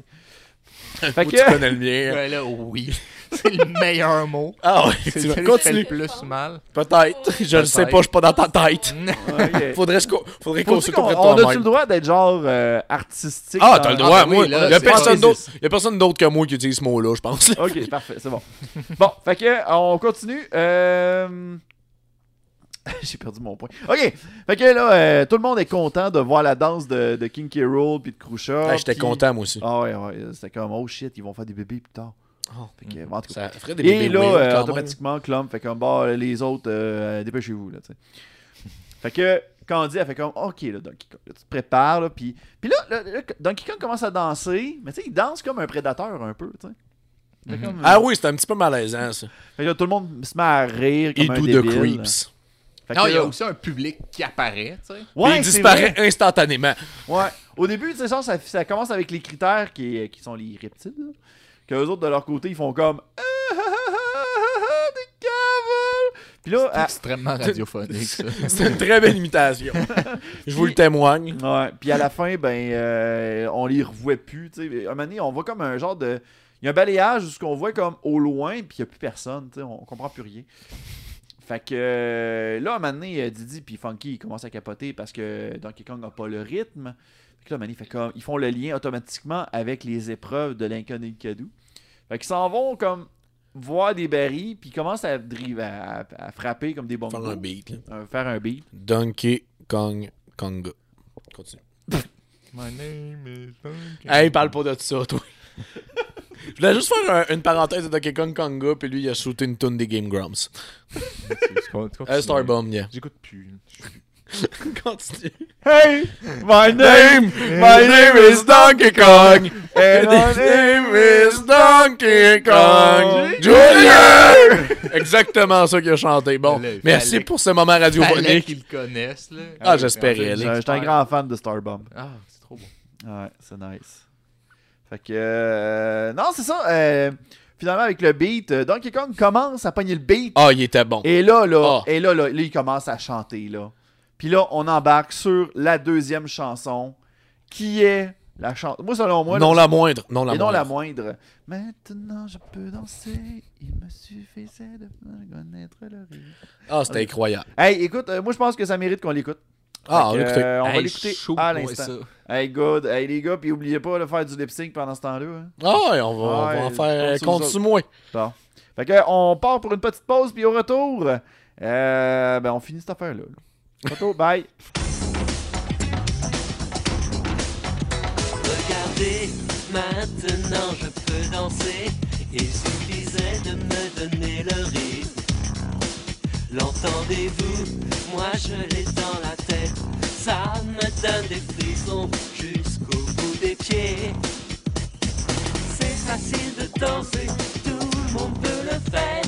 Speaker 1: Fait
Speaker 2: Ou
Speaker 1: que-
Speaker 2: tu connais le mien.
Speaker 3: Ben là, oui. C'est le meilleur mot.
Speaker 2: Ah ouais,
Speaker 3: C'est
Speaker 2: tu
Speaker 3: celui
Speaker 2: vas-
Speaker 3: qui fait le
Speaker 2: continue.
Speaker 3: plus mal.
Speaker 2: Peut-être. Je le sais pas, je suis pas dans ta tête.
Speaker 1: Ok.
Speaker 2: Faudrait qu'on faudrait
Speaker 1: Faut
Speaker 2: qu'on
Speaker 1: dire
Speaker 2: se
Speaker 1: Mm. qu'on-
Speaker 2: comprenne
Speaker 1: on a-tu le
Speaker 2: toi-même.
Speaker 1: droit d'être genre euh, artistique?
Speaker 2: Ah,
Speaker 1: dans-
Speaker 2: t'as le droit,
Speaker 3: Ah, ben
Speaker 2: moi.
Speaker 3: oui, là,
Speaker 2: y a
Speaker 3: c'est
Speaker 2: personne
Speaker 1: raciste.
Speaker 2: d'autre. Y a personne d'autre que moi qui utilise ce mot-là, je pense.
Speaker 1: Ok, parfait, c'est bon. Bon, fait que, on continue. Euh... J'ai perdu mon point. Ok, fait que là, euh, tout le monde est content de voir la danse de, de King K. Rool puis de Krusha.
Speaker 2: Ah, J'étais
Speaker 1: puis-
Speaker 2: content, moi aussi.
Speaker 1: Ah ouais, ouais, c'était comme, oh shit, ils vont faire des bébés plus tard.
Speaker 2: Oh,
Speaker 1: Fait que, en tout cas.
Speaker 2: Ça ferait des
Speaker 1: Et
Speaker 2: bébés
Speaker 1: là,
Speaker 2: weird,
Speaker 1: euh,
Speaker 2: quand même.
Speaker 1: automatiquement, Clum fait comme, bah, les autres, euh, dépêchez-vous, là, tu sais. Fait que, Candy, elle fait comme, ok, là, Donkey Kong, là, tu te prépares, là, puis puis là, là, là, Donkey Kong commence à danser, mais tu sais, il danse comme un prédateur, un peu, tu sais. Fait comme-
Speaker 2: Ah oui, c'était un petit peu malaisant, ça.
Speaker 1: Fait que là, tout le monde se met à rire
Speaker 2: Il
Speaker 1: comme un
Speaker 2: do
Speaker 1: débile.
Speaker 2: the creeps.
Speaker 1: Fait que
Speaker 3: Non, il y a
Speaker 1: là-
Speaker 3: aussi un public qui apparaît, tu sais.
Speaker 2: Puis
Speaker 1: Ouais,
Speaker 2: il
Speaker 1: c'est
Speaker 2: disparaît instantanément.
Speaker 1: vrai. Ouais. Au début, tu sais, genre, ça, ça commence avec les critères qui, qui sont les reptiles. là. Que eux autres, de leur côté, ils font comme... Ah, ah, ah, ah, ah, Des cavales! Puis là, à-
Speaker 3: extrêmement radiophonique, ça.
Speaker 2: C'est une très belle imitation. Je vous le témoigne.
Speaker 1: Ouais, puis à la fin, ben, euh, on les revoit plus. tu sais. À un moment donné, on voit comme un genre de. Il y a un balayage où ce qu'on voit comme au loin, puis il n'y a plus personne. tu sais, On comprend plus rien. Fait que euh, là, à un moment donné, euh, Didi puis Funky ils commencent à capoter parce que Donkey Kong n'a pas le rythme. Fait que là, à un moment donné, il fait comme, ils font le lien automatiquement avec les épreuves de Lincoln et Cadou. Fait qu'ils s'en vont comme voir des barils, puis ils commencent à, drive- à, à- à frapper comme des bombes.
Speaker 2: Faire un beat. là.
Speaker 1: faire un beat.
Speaker 2: Donkey Kong Konga. Continue.
Speaker 3: My name is Duncan.
Speaker 2: Hey, parle pas de ça, toi. Je voulais juste faire un- une parenthèse de Donkey Kong Konga, puis lui, il a shooté une tonne des Game Grumps. Euh, Starbomb, yeah.
Speaker 3: J'écoute plus. Je suis-
Speaker 2: Continue.
Speaker 1: Hey! My
Speaker 2: My name is Donkey Kong.
Speaker 1: And my
Speaker 2: My
Speaker 1: name
Speaker 2: name is Donkey
Speaker 1: Kong
Speaker 2: Kong. Junior! Exactement ça qu'il a chanté. Bon,
Speaker 3: Le-
Speaker 2: merci
Speaker 3: fallait-
Speaker 2: pour ce moment
Speaker 3: Fallait
Speaker 2: radiophonique.
Speaker 3: qu'ils le connaissent, là.
Speaker 2: Ah, j'espérais,
Speaker 1: Je
Speaker 2: là.
Speaker 1: je suis un grand fan de Starbomb.
Speaker 3: Ah, c'est trop bon.
Speaker 1: Ouais, c'est nice. Fait que. euh, non, c'est ça. euh, finalement, avec le beat, euh, Donkey Kong commence à pogner le beat.
Speaker 2: Ah, il était bon.
Speaker 1: Et là, là,
Speaker 2: Ah.
Speaker 1: et là, là, là, il commence à chanter, là. Puis là, on embarque sur la deuxième chanson, qui est la chanson. Moi, selon moi, là,
Speaker 2: Non la moindre. Non la
Speaker 1: et non la
Speaker 2: moindre.
Speaker 1: moindre. Maintenant, je peux danser. Il me suffisait de connaître le rythme.
Speaker 2: Ah, c'était incroyable.
Speaker 1: Hey, écoute, euh, moi, je pense que ça mérite qu'on l'écoute.
Speaker 2: Ah,
Speaker 1: Fait que,
Speaker 2: écoutez.
Speaker 1: euh, on va
Speaker 3: Hey,
Speaker 1: l'écouter
Speaker 3: chaud,
Speaker 1: à
Speaker 3: moi,
Speaker 1: l'instant.
Speaker 3: ça.
Speaker 1: Hey good, hey les gars, puis oubliez pas de faire du lip sync pendant ce temps-là. hein.
Speaker 2: Ah, ouais, on va, on va
Speaker 1: Ouais,
Speaker 2: en faire
Speaker 1: compte
Speaker 2: euh,
Speaker 1: sur vous
Speaker 2: compte sur moi.
Speaker 1: Bon. Fait que on part pour une petite pause, puis au retour, euh, ben on finit cette affaire-là. là. Retour, bye.
Speaker 6: Regardez, maintenant je peux danser. Il suffisait de me donner le rythme. L'entendez-vous Moi je l'ai dans la tête. Ça me donne des frissons jusqu'au bout des pieds. C'est facile de danser, tout le monde peut le faire.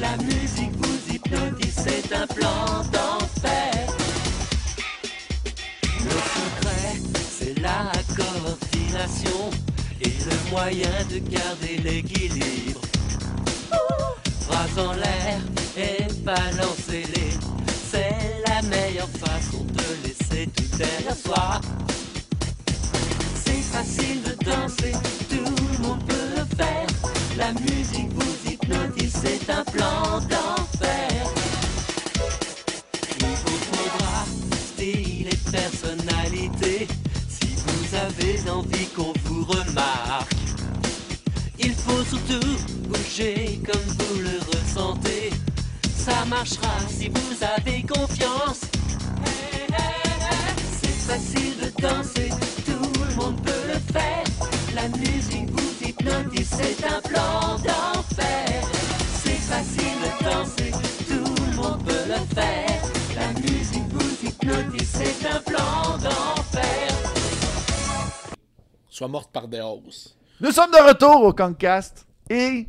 Speaker 6: La musique vous hypnotise, c'est un plan d'enfer. Le secret, c'est la coordination et le moyen de garder l'équilibre. Bras en l'air et balancez-les, c'est la meilleure façon de laisser tout derrière soi. C'est facile de danser, tout le monde peut le faire. La musique vous hypnotise, c'est un plan d'enfer. Il vous faudra style et personnalité si vous avez envie qu'on vous remarque. Il faut surtout bouger comme vous le ressentez. Ça marchera si vous avez confiance. C'est facile de danser, tout le monde peut le faire. La musique vous hypnotise, c'est un plan d'enfer. C'est facile de danser, tout le monde peut le faire. La musique vous hypnotise, c'est un plan d'enfer.
Speaker 2: Sois morte par des hausses.
Speaker 1: Nous sommes de retour au Concast et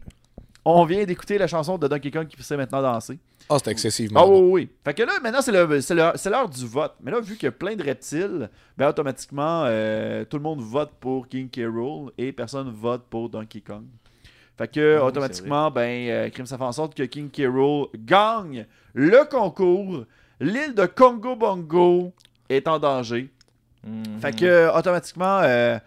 Speaker 1: on vient d'écouter la chanson de Donkey Kong qui sait maintenant danser.
Speaker 2: Ah, c'était excessivement
Speaker 1: Ah
Speaker 2: bon.
Speaker 1: oui, oui. Fait que là, maintenant, c'est le- c'est le- c'est l'heure du vote. Mais là, vu qu'il y a plein de reptiles, ben automatiquement, euh, tout le monde vote pour King K. Rool et personne vote pour Donkey Kong. Fait que, automatiquement, ben, euh, crime, ça fait en sorte que King K. Rool gagne le concours. L'île de Congo Bongo est en danger. Fait que, automatiquement, euh,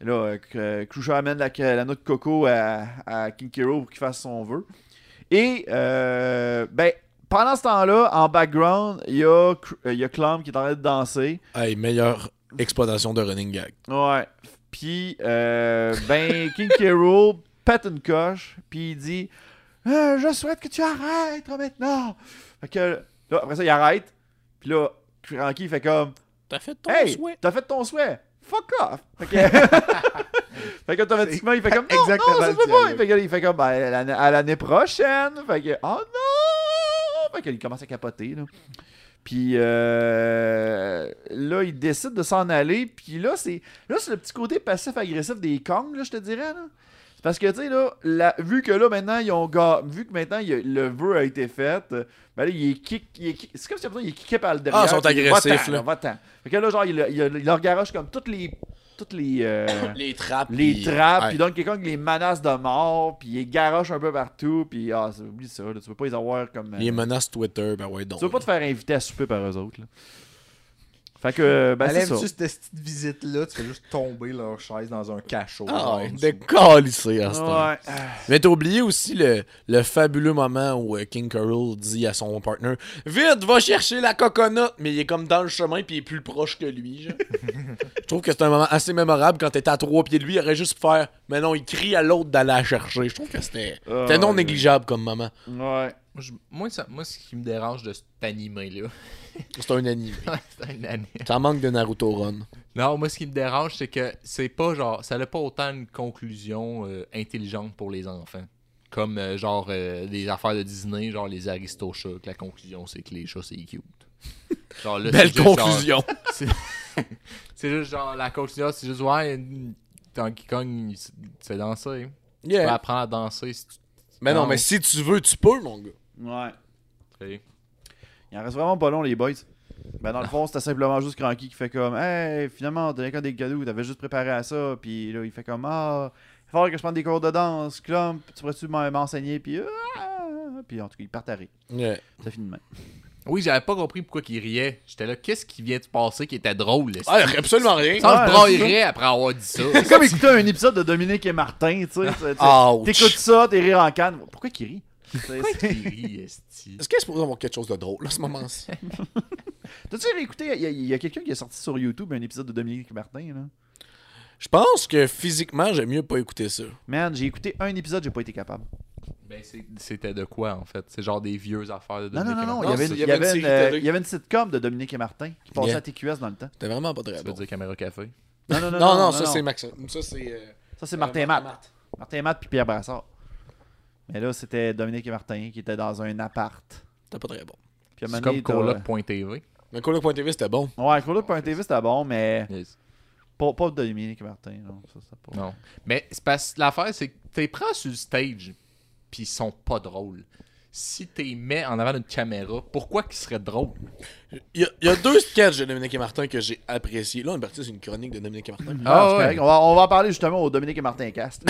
Speaker 1: Là, euh, que- euh, Crucial amène la, la note coco à, à King Kiro pour qu'il fasse son vœu. Et, euh, ben, pendant ce temps-là, en background, il y, a Cr- euh, il y a Clam qui est en train de danser.
Speaker 2: Hey, meilleure exploitation de running gag.
Speaker 1: Ouais. Puis, euh, ben, King Carol pète une coche, puis il dit Euh, Je souhaite que tu arrêtes maintenant. Fait que, là, après ça, il arrête. Puis là, Cranky fait comme
Speaker 2: T'as fait ton
Speaker 1: Hey,
Speaker 2: souhait.
Speaker 1: t'as fait ton souhait. Fuck off. Fait que, fait qu'automatiquement, il fait comme Non,
Speaker 3: Exactement
Speaker 1: non, ça se
Speaker 3: le
Speaker 1: peut pas.
Speaker 3: dialogue.
Speaker 1: Fait que là, il fait comme Ben, à l'année- à l'année prochaine. Fait que, oh non. Fait qu'il commence à capoter, là. Puis euh, là, il décide de s'en aller. Puis là, c'est là c'est le petit côté passif-agressif des Kong, là, je te dirais. Là. C'est Parce que, tu sais, là, la- vu que là, maintenant, ils ont ga- vu que maintenant, il y a- le vœu a été fait, euh, ben là, il est kick. il est kick- C'est comme si après, il est kické par le derrière.
Speaker 2: Ah, ils sont
Speaker 1: puis il est
Speaker 2: agressifs,
Speaker 1: va-t'en,
Speaker 2: là.
Speaker 1: va-t'en. Fait que là, genre, il, il, il leur garoche comme toutes les. Toutes les. euh,
Speaker 2: Les trappes.
Speaker 1: les
Speaker 2: puis-
Speaker 1: trappes,
Speaker 2: Ouais.
Speaker 1: puis Donkey Kong les menace de mort, puis il garoche un peu partout, puis ah, ça, oublie ça, là, tu peux pas les avoir comme. euh,
Speaker 2: Les menaces Twitter, ben ouais, donc.
Speaker 1: tu veux pas te faire inviter à souper par eux autres. Là. Fait que, euh, ben, c'est ça.
Speaker 3: Enlève-tu cette petite visite-là, tu fais juste tomber leur chaise dans un cachot.
Speaker 2: Ah ouais,
Speaker 3: Genre,
Speaker 2: de câlisser à ce temps.
Speaker 1: Ouais. Ah,
Speaker 2: Mais t'as oublié aussi le, le fabuleux moment où euh, King Curl dit à son partner Vite, va chercher la coconut Mais il est comme dans le chemin puis il est plus proche que lui. genre. Je trouve que c'est un moment assez mémorable quand t'es à trois pieds de lui, il aurait juste pu faire Mais non, il crie à l'autre d'aller la chercher. Je trouve que c'était
Speaker 1: Ah,
Speaker 2: c'était non
Speaker 1: ouais.
Speaker 2: négligeable comme moment.
Speaker 1: Ah, ouais.
Speaker 3: Je- moi, ça- moi, ce qui me dérange de cet animé-là,
Speaker 2: C'est un anime.
Speaker 3: c'est un anime.
Speaker 2: Ça manque de Naruto Run.
Speaker 3: Non, moi, ce qui me dérange, c'est que c'est pas genre. Ça n'a pas autant une conclusion euh, intelligente pour les enfants. Comme euh, genre euh, des affaires de Disney, genre les Aristochats, que la conclusion c'est que les chats c'est cute. Genre, là, c'est
Speaker 2: Belle
Speaker 3: juste genre-
Speaker 2: conclusion.
Speaker 3: C'est c'est juste genre la conclusion, c'est juste ouais, une- Donkey Kong, il- c'est danser. Tu peux
Speaker 2: Yeah.
Speaker 3: apprendre à danser si tu
Speaker 2: Mais
Speaker 1: Ah,
Speaker 2: non, mais si tu veux, tu peux, mon gars.
Speaker 1: Ouais.
Speaker 3: sais.
Speaker 1: Il en reste vraiment pas long, les boys. Ben, dans le fond, c'était simplement juste Cranky qui fait comme Hey, finalement, t'as encore des cadeaux, t'avais juste préparé à ça. Puis là, il fait comme Ah, il va falloir que je prenne des cours de danse. Clump, tu pourrais-tu m'en- m'enseigner? Puis, ah! puis en tout cas, il part à rire.
Speaker 2: Yeah.
Speaker 1: Ça finit de même.
Speaker 3: Oui, j'avais pas compris pourquoi qu'il riait. J'étais là, qu'est-ce qui vient de se passer qui était drôle? là?
Speaker 2: Ah, absolument rien.
Speaker 1: Ouais,
Speaker 3: Ça, je braillerais après avoir dit ça.
Speaker 1: C'est comme écouter un épisode de Dominique et Martin, tu sais. tu- tu-
Speaker 2: Ouch.
Speaker 1: T'écoutes ça, t'es rire en canne. Pourquoi qu'il rit? C'est- c'est-
Speaker 3: Il rit, esti.
Speaker 2: Est-ce qu'il est supposé avoir quelque chose de drôle à ce moment-ci
Speaker 1: T'as-tu réécouté? Il y a- il y a, quelqu'un qui a sorti sur YouTube un épisode de Dominique et Martin, là.
Speaker 2: Je pense que physiquement, j'aime mieux pas écouter ça.
Speaker 1: Man, j'ai écouté un épisode, j'ai pas été capable.
Speaker 3: Ben, c'est- c'était de quoi en fait? C'est genre des vieux affaires de
Speaker 1: Non, non,
Speaker 3: Dominique
Speaker 1: non, non,
Speaker 3: et
Speaker 1: il y
Speaker 3: Martin.
Speaker 1: avait une,
Speaker 2: c'est-
Speaker 1: il y avait
Speaker 2: série
Speaker 1: une, euh,
Speaker 2: télé.
Speaker 1: il y avait une sitcom de Dominique et Martin qui passait
Speaker 2: Yeah.
Speaker 1: à TQS dans le temps.
Speaker 2: C'était vraiment pas
Speaker 3: Ça
Speaker 2: très
Speaker 3: veut
Speaker 2: bon.
Speaker 3: dire caméra café.
Speaker 1: Non, non, non,
Speaker 2: Non,
Speaker 1: non,
Speaker 2: non, ça c'est Max. Ça c'est. euh,
Speaker 1: ça, c'est Martin
Speaker 2: euh,
Speaker 1: et Matt. Martin et Matt puis Pierre Brassard. Mais là, c'était Dominique et Martin qui étaient dans un appart.
Speaker 2: C'était pas très bon.
Speaker 1: Puis à un
Speaker 3: C'est
Speaker 1: moment
Speaker 3: comme
Speaker 1: donné, t'as-
Speaker 3: coloc.tv.
Speaker 2: Mais Coloc.tv c'était bon.
Speaker 1: Ouais, Coloc.tv c'était bon, mais
Speaker 3: Yes.
Speaker 1: pas, pas Dominique et Martin. Non, ça, c'était pas...
Speaker 3: Non. Mais c'est parce que l'affaire, c'est que t'es prends sur le stage, puis ils sont pas drôles. Si t'es mets en avant d'une caméra, pourquoi qu'ils seraient drôles?
Speaker 2: Il y, a- il y a deux sketchs de Dominique et Martin que j'ai appréciés. Là, on est parti sur une chronique de Dominique et Martin.
Speaker 1: Ah,
Speaker 3: Ah,
Speaker 1: c'est
Speaker 3: ouais.
Speaker 1: correct. On, va, on va en parler justement au Dominique et Martin Cast.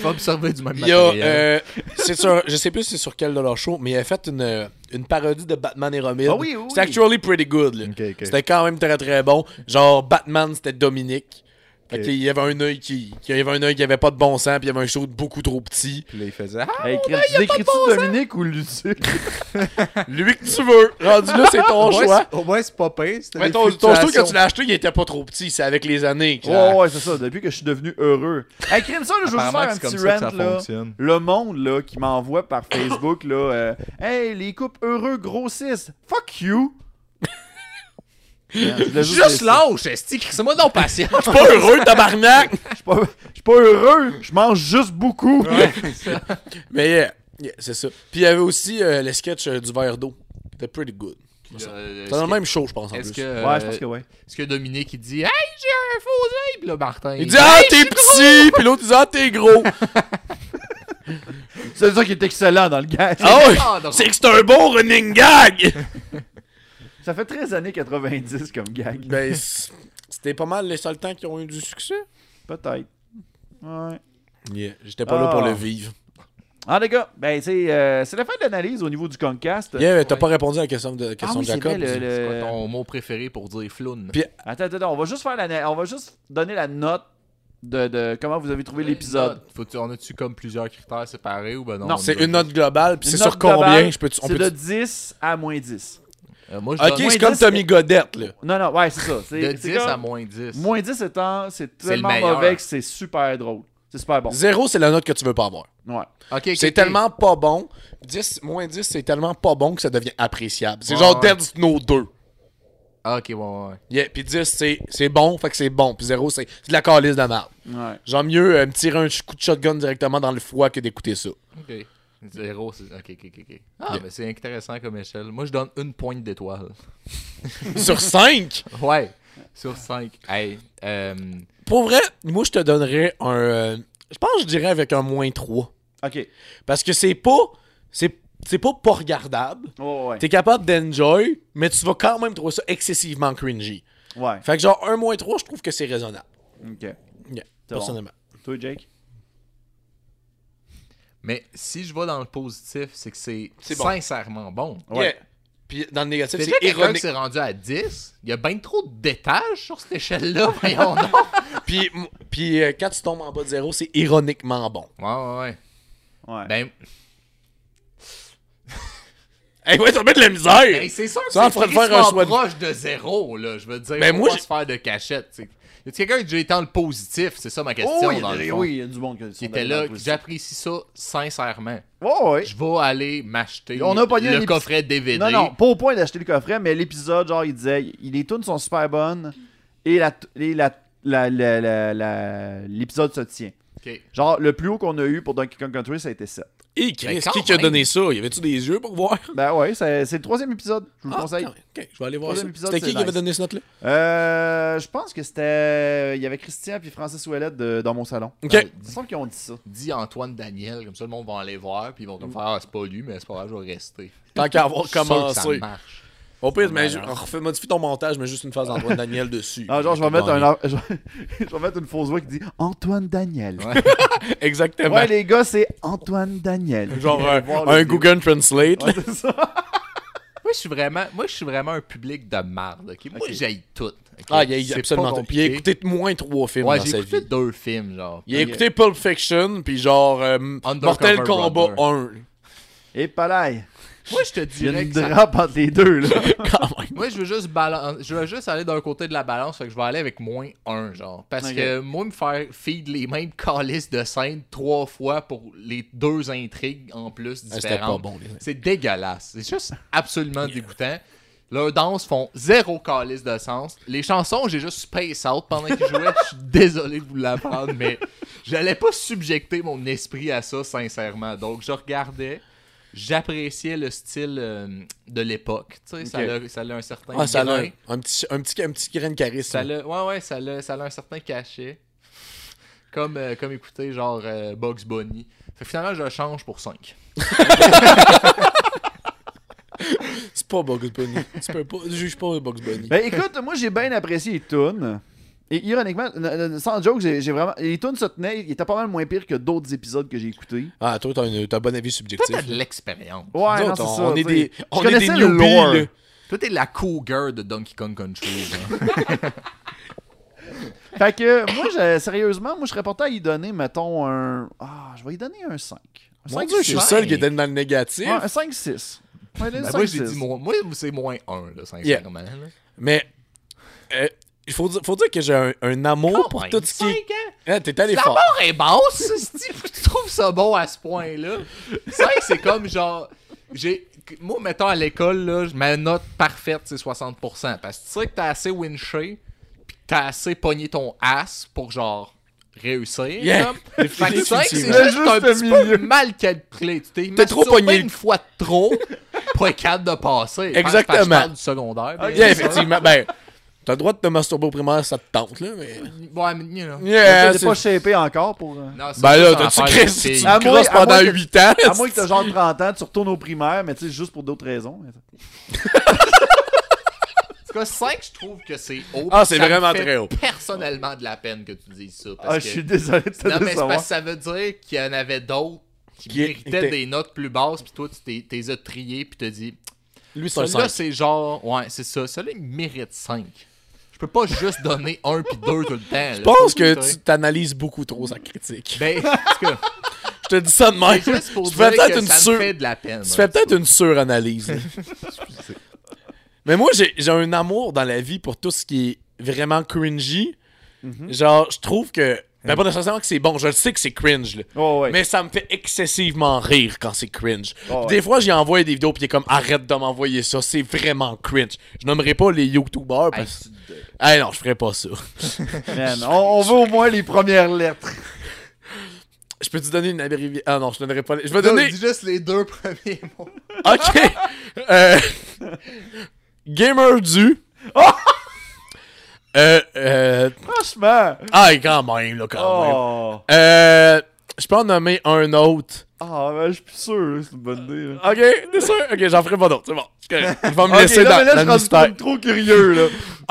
Speaker 3: Faut observer du même
Speaker 2: Il y a, euh, c'est sur, je sais plus c'est sur quel de leurs shows, mais il a fait une, euh, une parodie de Batman et Robin.
Speaker 1: Ah oui, oui,
Speaker 2: C'était
Speaker 1: oui.
Speaker 2: actually pretty good. là.
Speaker 3: Ok, ok.
Speaker 2: C'était quand même très très bon. Genre Batman c'était Dominique. Fait
Speaker 3: Ok.
Speaker 2: qu'il y avait un œil qui, qu'il y avait un œil qui avait pas de bon sens, puis il y avait un show beaucoup trop petit.
Speaker 3: Puis là, il faisait Ah!
Speaker 1: Hey, tu décris-tu Dominique ou Lucie?
Speaker 2: Lui que tu veux. Rendu là, c'est ton
Speaker 3: Au moins,
Speaker 2: choix.
Speaker 3: c'est- Au moins, c'est pas pire. c'était
Speaker 2: Mais
Speaker 3: des
Speaker 2: ton, ton show, quand tu
Speaker 3: fluctuations.
Speaker 2: l'as acheté, il était pas trop petit. C'est avec les années. que-
Speaker 1: Ouais, ouais, c'est ça. Depuis que je suis devenu heureux. Hey, crime ça, là, je veux juste faire
Speaker 3: Apparemment,
Speaker 1: un
Speaker 3: c'est
Speaker 1: petit
Speaker 3: comme ça que
Speaker 1: rant,
Speaker 3: ça
Speaker 1: là.
Speaker 3: fonctionne.
Speaker 1: Le monde, là, qui m'envoie par Facebook, là, euh, Hey, les couples heureux grossissent. Fuck you. Merde, je voulais
Speaker 3: Juste
Speaker 1: dire
Speaker 3: lâche, esti, c'est moi non patient.
Speaker 2: Je suis pas heureux, tabarnak.
Speaker 1: ça. Je suis pas, je suis pas heureux. Je mange juste beaucoup.
Speaker 2: Mais yeah, yeah, c'est ça. Puis il y avait aussi euh, le sketch euh, du verre d'eau. C'était pretty good.
Speaker 3: Euh,
Speaker 2: C'est dans le même show, je pense, en
Speaker 3: Est-ce
Speaker 2: plus.
Speaker 3: que,
Speaker 1: Ouais, je pense que ouais.
Speaker 3: Est-ce que Dominique, il dit Hey, j'ai un faux œil, puis là, Martin.
Speaker 2: Il dit Ah, t'es petit. Puis l'autre, il dit Ah, t'es gros.
Speaker 1: C'est ça qui est excellent dans le gag.
Speaker 2: Ah ouais.
Speaker 3: Ah, drôle.
Speaker 2: C'est que c'est un bon running gag.
Speaker 1: Ça fait 13 années 90 comme gag.
Speaker 2: ben, c- c'était pas mal les seuls temps qui ont eu du succès.
Speaker 1: Peut-être. Ouais.
Speaker 2: Yeah, j'étais pas là pour
Speaker 1: Ah.
Speaker 2: le vivre.
Speaker 1: Ah, les gars, ben, tu sais, euh, c'est la fin de l'analyse au niveau du Concast.
Speaker 2: Yeah, mais t'as pas répondu à la question de, la
Speaker 1: Ah
Speaker 2: question
Speaker 1: oui,
Speaker 2: de
Speaker 1: c'est
Speaker 2: Jacob.
Speaker 1: vrai, le- le-
Speaker 3: C'est quoi ton mot préféré pour dire floune?
Speaker 2: Euh. Puis-
Speaker 1: Attends, attends, on va juste faire l'ana- on va juste donner la note de, de comment vous avez trouvé l'épisode.
Speaker 3: Faut on a-tu comme plusieurs critères séparés ou ben non?
Speaker 1: Non,
Speaker 3: on
Speaker 2: C'est
Speaker 3: donne-
Speaker 2: une note globale, puis
Speaker 1: Une
Speaker 2: c'est
Speaker 1: note
Speaker 2: sur combien
Speaker 1: globale,
Speaker 2: je peux tu- on
Speaker 1: C'est
Speaker 2: peut
Speaker 1: de 10 à moins 10.
Speaker 3: Euh, moi, je
Speaker 2: Ok,
Speaker 3: donne
Speaker 2: c'est
Speaker 1: moins
Speaker 2: comme
Speaker 1: 10,
Speaker 2: Tommy Godette là.
Speaker 1: Non, non, ouais, c'est ça. C'est,
Speaker 3: de
Speaker 1: c'est
Speaker 3: 10 à
Speaker 1: comme-
Speaker 3: moins 10.
Speaker 1: Moins 10 étant, c'est
Speaker 3: le
Speaker 1: tellement
Speaker 3: meilleur.
Speaker 1: mauvais que c'est super drôle. C'est super bon.
Speaker 2: Zéro, c'est la note que tu veux pas avoir.
Speaker 1: Ouais.
Speaker 3: Ok, ok,
Speaker 2: C'est
Speaker 3: ok.
Speaker 2: tellement pas bon. 10, moins 10, c'est tellement pas bon que ça devient appréciable. C'est
Speaker 3: Ouais,
Speaker 2: genre
Speaker 3: ouais.
Speaker 2: Dead Snow 2.
Speaker 3: Ah, ok, ouais, ouais. ouais.
Speaker 2: Yeah, puis 10, c'est- c'est bon, fait que c'est bon. Puis 0, c'est c'est de la calice de la merde.
Speaker 1: Ouais.
Speaker 2: J'aime mieux euh, me tirer un coup de shotgun directement dans le foie que d'écouter ça.
Speaker 3: Ok. Zéro, c'est. Ok, ok, ok. ok. Ah, mais c'est intéressant comme échelle. Moi, je donne une pointe d'étoile.
Speaker 2: Sur 5,
Speaker 3: ouais, sur 5. Hey, euh,
Speaker 2: pour vrai, moi, je te donnerais un. euh, je pense que je dirais avec un moins 3.
Speaker 1: Ok.
Speaker 2: Parce que c'est pas. C'est c'est pas pas regardable.
Speaker 1: Oh, ouais.
Speaker 2: T'es capable d'enjoy, mais tu vas quand même trouver ça excessivement cringy.
Speaker 1: Ouais.
Speaker 2: Fait que genre, un moins 3, je trouve que c'est raisonnable.
Speaker 1: Ok.
Speaker 2: Yeah,
Speaker 1: C'est bon.
Speaker 2: personnellement.
Speaker 1: Toi, Jake
Speaker 3: mais si je vais dans le positif, c'est que c'est
Speaker 2: C'est bon.
Speaker 3: sincèrement bon.
Speaker 1: Ouais.
Speaker 2: Yeah. Puis dans le négatif,
Speaker 3: C'est
Speaker 2: c'est
Speaker 3: quelqu'un qui
Speaker 2: ironique.
Speaker 3: s'est rendu à 10. Il y a bien trop d'étages sur cette échelle-là, voyons donc.
Speaker 2: Puis, m- puis euh, quand tu tombes en bas de zéro, c'est ironiquement bon.
Speaker 3: Ouais, ouais, ouais.
Speaker 1: Ouais.
Speaker 3: Ben,
Speaker 2: Hey, ouais, t'as bien de la misère!
Speaker 3: ben, c'est sûr que
Speaker 2: Ça, on
Speaker 3: c'est
Speaker 2: ferait faire un
Speaker 3: crissement
Speaker 2: choix de-
Speaker 3: proche de zéro, là. Je veux dire,
Speaker 2: Ben,
Speaker 3: faut
Speaker 2: moi,
Speaker 3: pas
Speaker 2: j'ai-
Speaker 3: se faire de cachette, tu sais. Y a quelqu'un qui a déjà été dans le positif? C'est ça ma question,
Speaker 1: oh, il y a
Speaker 3: dans
Speaker 1: des-
Speaker 3: le fond.
Speaker 1: oui, il y a du monde qui
Speaker 3: Qui
Speaker 2: Ben,
Speaker 3: était là, qui- j'apprécie ça sincèrement.
Speaker 1: Oh, ouais.
Speaker 3: Je vais aller m'acheter
Speaker 1: On a pogné
Speaker 3: le
Speaker 1: les-
Speaker 3: coffret DVD.
Speaker 1: Non, non, pas au point d'acheter le coffret, mais l'épisode, genre, il disait, il- les tunes sont super bonnes et la, t- et la, la, la, la- la- l'épisode se tient.
Speaker 3: Ok.
Speaker 1: Genre, le plus haut qu'on a eu pour Donkey Kong Country, ça a été 7.
Speaker 2: Et Chris,
Speaker 3: Ben, quand
Speaker 2: qui qui a
Speaker 3: même.
Speaker 2: donné ça? Y avait-tu des yeux pour voir?
Speaker 1: Ben ouais, c'est, c'est le troisième épisode, je vous le
Speaker 2: Ah,
Speaker 1: conseille.
Speaker 2: quand même. Ok, je vais aller voir ça.
Speaker 1: Troisième épisode,
Speaker 2: C'était qui
Speaker 1: c'est
Speaker 2: qui avait
Speaker 1: nice.
Speaker 2: donné ce note-là?
Speaker 1: Euh, je pense que c'était. Il y avait Christian puis Francis Ouellette de- dans mon salon.
Speaker 2: Ok.
Speaker 1: Euh, il me semble qu'ils ont dit ça.
Speaker 3: Dis Antoine Daniel, comme ça le monde va aller voir, puis ils vont comme faire Ah, c'est pas lui, mais c'est pas grave, je vais rester.
Speaker 2: Mm. Tant qu'à avoir
Speaker 3: Je suis sûr que Ça
Speaker 2: commencé.
Speaker 3: marche.
Speaker 2: Au pire, mais je- refais- modifie ton montage, mais juste une phase d'Antoine Daniel dessus.
Speaker 1: Ah, genre, je vais,
Speaker 2: T'as
Speaker 1: mettre un,
Speaker 2: gagné.
Speaker 1: or- je vais- je vais mettre une fausse voix qui dit Antoine Daniel. Ouais,
Speaker 2: Exactement.
Speaker 1: les gars, c'est Antoine Daniel.
Speaker 2: Genre un,
Speaker 1: voir le
Speaker 2: un
Speaker 1: vidéo.
Speaker 2: Google Translate. là.
Speaker 1: Ouais, c'est ça.
Speaker 3: Moi, je suis vraiment, moi, je suis vraiment un public de marde. ok? Moi, j'aille tout. ok?
Speaker 2: Ah, il
Speaker 3: C'est
Speaker 2: a
Speaker 3: pas
Speaker 2: absolument tout. Puis il a
Speaker 3: compliqué.
Speaker 2: écouté moins trois films
Speaker 3: Ouais,
Speaker 2: dans
Speaker 3: j'ai
Speaker 2: sa
Speaker 3: écouté
Speaker 2: vie.
Speaker 3: deux films, genre.
Speaker 2: Il a écouté Pulp Fiction, puis genre euh, Mortal Kombat
Speaker 3: Brother.
Speaker 2: 1.
Speaker 1: Et palaille.
Speaker 3: Moi, je te
Speaker 1: Il y a
Speaker 3: dirais
Speaker 1: une
Speaker 3: que ça-
Speaker 1: drape entre les deux, là.
Speaker 2: Quand même.
Speaker 3: Moi, je veux juste balan- je veux juste aller d'un côté de la balance, fait que je vais aller avec moins un, genre. Parce
Speaker 1: Ok.
Speaker 3: que moi, me faire feed les mêmes calices de scène trois fois pour les deux intrigues en plus
Speaker 2: Ah, c'était pas
Speaker 3: différentes.
Speaker 2: bon, les gars.
Speaker 3: C'est dégueulasse. C'est juste absolument dégoûtant. Leurs danses font zéro calice de sens. Les chansons, j'ai juste space out pendant qu'ils jouaient. Je suis désolé de vous l'apprendre, mais j'allais pas subjecter mon esprit à ça, sincèrement. Donc, je regardais. J'appréciais le style euh, de l'époque. Tu sais, ça,
Speaker 1: Ok.
Speaker 3: a, ça a un certain
Speaker 2: Ah, ça a
Speaker 3: grain.
Speaker 2: un, un petit, un, petit, un petit grain de charisme.
Speaker 3: Ça l'a- ouais, ouais, ça l'a, ça l'a un certain cachet. Comme, euh, comme écouter, genre, euh, Bugs Bunny. Fait que finalement, je le change pour 5.
Speaker 2: C'est pas Bugs Bunny. tu peux pas, juge pas Bugs Bunny.
Speaker 1: Ben écoute, moi j'ai bien apprécié les tunes. Et ironiquement, n- n- sans joke, j'ai j'ai vraiment. Les tunes se tenaient, ils étaient pas mal moins pires que d'autres épisodes que j'ai écoutés.
Speaker 2: Ah, toi, t'as, une- t'as un bon avis subjectif.
Speaker 3: Toi, t'as de l'expérience.
Speaker 1: Ouais,
Speaker 2: Nous
Speaker 1: non,
Speaker 2: autres,
Speaker 1: c'est
Speaker 2: on-
Speaker 1: ça.
Speaker 2: on est
Speaker 1: tu sais.
Speaker 2: des-
Speaker 1: Je
Speaker 2: on est des
Speaker 1: connaissais le
Speaker 2: newbies,
Speaker 1: lore.
Speaker 2: là.
Speaker 3: Toi, t'es la cougar de Donkey Kong Country. genre. Ben,
Speaker 1: Fait que moi, je- sérieusement, moi je serais porté à y donner, mettons, un. Ah, je vais y donner un 5. Un
Speaker 2: Mon
Speaker 1: 5
Speaker 2: Dieu, je suis le
Speaker 3: cinq.
Speaker 2: seul qui était dans le négatif.
Speaker 1: Ouais, un 5-6. Ouais, un
Speaker 3: Ben,
Speaker 1: 5-6.
Speaker 3: moi, j'ai dit moins- moi, c'est moins 1, là, sincèrement. là.
Speaker 2: Mais euh, il faut, dire, faut dire que j'ai un, un amour pour
Speaker 3: Ouais,
Speaker 2: tout ce qui
Speaker 3: cinq,
Speaker 2: est.
Speaker 3: hein?
Speaker 2: Ah, T'es allé
Speaker 3: La
Speaker 2: fort.
Speaker 3: barre est basse, si tu trouves ça bon à ce point-là. C'est vrai que c'est comme genre. J'ai, moi, mettons à l'école, là, je- ma note parfaite, c'est 60%. Parce que tu sais que t'as assez winché, pis que t'as assez pogné ton ass pour genre réussir.
Speaker 2: Yeah.
Speaker 3: comme. Fait que c'est vrai que c'est
Speaker 2: Définitivement.
Speaker 3: juste un
Speaker 1: Le juste
Speaker 3: petit peu
Speaker 1: milieu.
Speaker 3: mal calculé. Tu t'es
Speaker 2: T'as trop
Speaker 3: masturbé
Speaker 2: pogné le-
Speaker 3: une fois de trop pour être capable de passer. Je pense-
Speaker 2: Exactement.
Speaker 3: Je parle du secondaire. mais-
Speaker 2: Yeah, effectivement. Ben, t'as le droit de te masturber au primaire, ça te tente, là. Mais...
Speaker 3: Ouais, mais, you know.
Speaker 2: Yeah,
Speaker 1: J'ai
Speaker 2: c'est-
Speaker 1: pas shapé encore pour. euh,
Speaker 3: Non, c'est
Speaker 2: Ben là,
Speaker 3: juste
Speaker 2: t'as-tu
Speaker 3: une affaire de
Speaker 2: crissé- tu
Speaker 3: fille.
Speaker 1: À
Speaker 2: crosses
Speaker 1: moins- à
Speaker 2: pendant
Speaker 1: moins que-
Speaker 2: 8 ans?
Speaker 1: À moins que t'as genre 30 ans, tu retournes au primaire, mais tu sais, juste pour d'autres raisons.
Speaker 3: En tout cas, 5, je trouve que c'est haut.
Speaker 2: Ah, c'est
Speaker 3: Ça me
Speaker 2: vraiment
Speaker 3: fait
Speaker 2: très haut.
Speaker 3: personnellement de la peine que tu dises ça. Parce
Speaker 1: Ah,
Speaker 3: que...
Speaker 1: je suis désolé de te
Speaker 3: Non, mais c'est
Speaker 1: décevoir.
Speaker 3: parce que ça veut dire qu'il y en avait d'autres qui,
Speaker 2: Qui est-
Speaker 3: méritaient
Speaker 2: était-
Speaker 3: des notes plus basses, puis toi, tu t'es- t'es les as triés, puis t'as dit,
Speaker 2: Lui, c'est un
Speaker 3: celui-là,
Speaker 2: 5.
Speaker 3: c'est genre, ouais, c'est ça, celui-là, il mérite 5. Je peux pas juste donner 1 puis 2 tout le temps. là.
Speaker 2: Je pense que
Speaker 3: Faut
Speaker 2: tu t'analyses beaucoup trop sa critique.
Speaker 3: Ben, en tout cas,
Speaker 2: Je te dis ça de même.
Speaker 3: c'est juste pour
Speaker 2: Tu
Speaker 3: dire
Speaker 2: fais
Speaker 3: que
Speaker 2: peut-être
Speaker 3: une
Speaker 2: une
Speaker 3: ça me
Speaker 2: sur...
Speaker 3: fait de la peine.
Speaker 2: Tu fais peut-être une suranalyse. là. Mais moi, j'ai j'ai un amour dans la vie pour tout ce qui est vraiment cringy.
Speaker 3: Mhm.
Speaker 2: Genre, je trouve que. Ben, pas nécessairement que c'est bon. Je le sais que c'est cringe, là.
Speaker 1: Oh, ouais.
Speaker 2: Mais ça me fait excessivement rire quand c'est cringe.
Speaker 1: Oh,
Speaker 2: Des
Speaker 1: ouais.
Speaker 2: fois, j'ai envoyé des vidéos pis il est comme arrête de m'envoyer ça, c'est vraiment cringe. Je nommerai pas les youtubeurs parce que. Hey, non, je ferais pas ça.
Speaker 1: Man, on, on veut au moins les premières lettres.
Speaker 2: Je peux te donner une abréviation. Ah non, je donnerai pas les. Je vais
Speaker 3: Non,
Speaker 2: donner.
Speaker 3: dis juste les deux premiers mots.
Speaker 2: Ok. Euh, Gamer du. euh, euh...
Speaker 1: Franchement.
Speaker 2: Ah, quand même, là, quand même.
Speaker 1: Oh.
Speaker 2: Euh, je peux en nommer un autre.
Speaker 1: Ah, ben, je suis plus sûr, c'est une bonne idée. Là.
Speaker 2: Ah, Ok, t'es sûr? Ok, j'en ferai pas d'autres, c'est bon. C'est correct. Je vais me
Speaker 1: Ok,
Speaker 2: laisser
Speaker 1: là, mais
Speaker 2: dans,
Speaker 1: là, je
Speaker 2: dans le
Speaker 1: suis
Speaker 2: mystère.
Speaker 1: rendu trop curieux, là.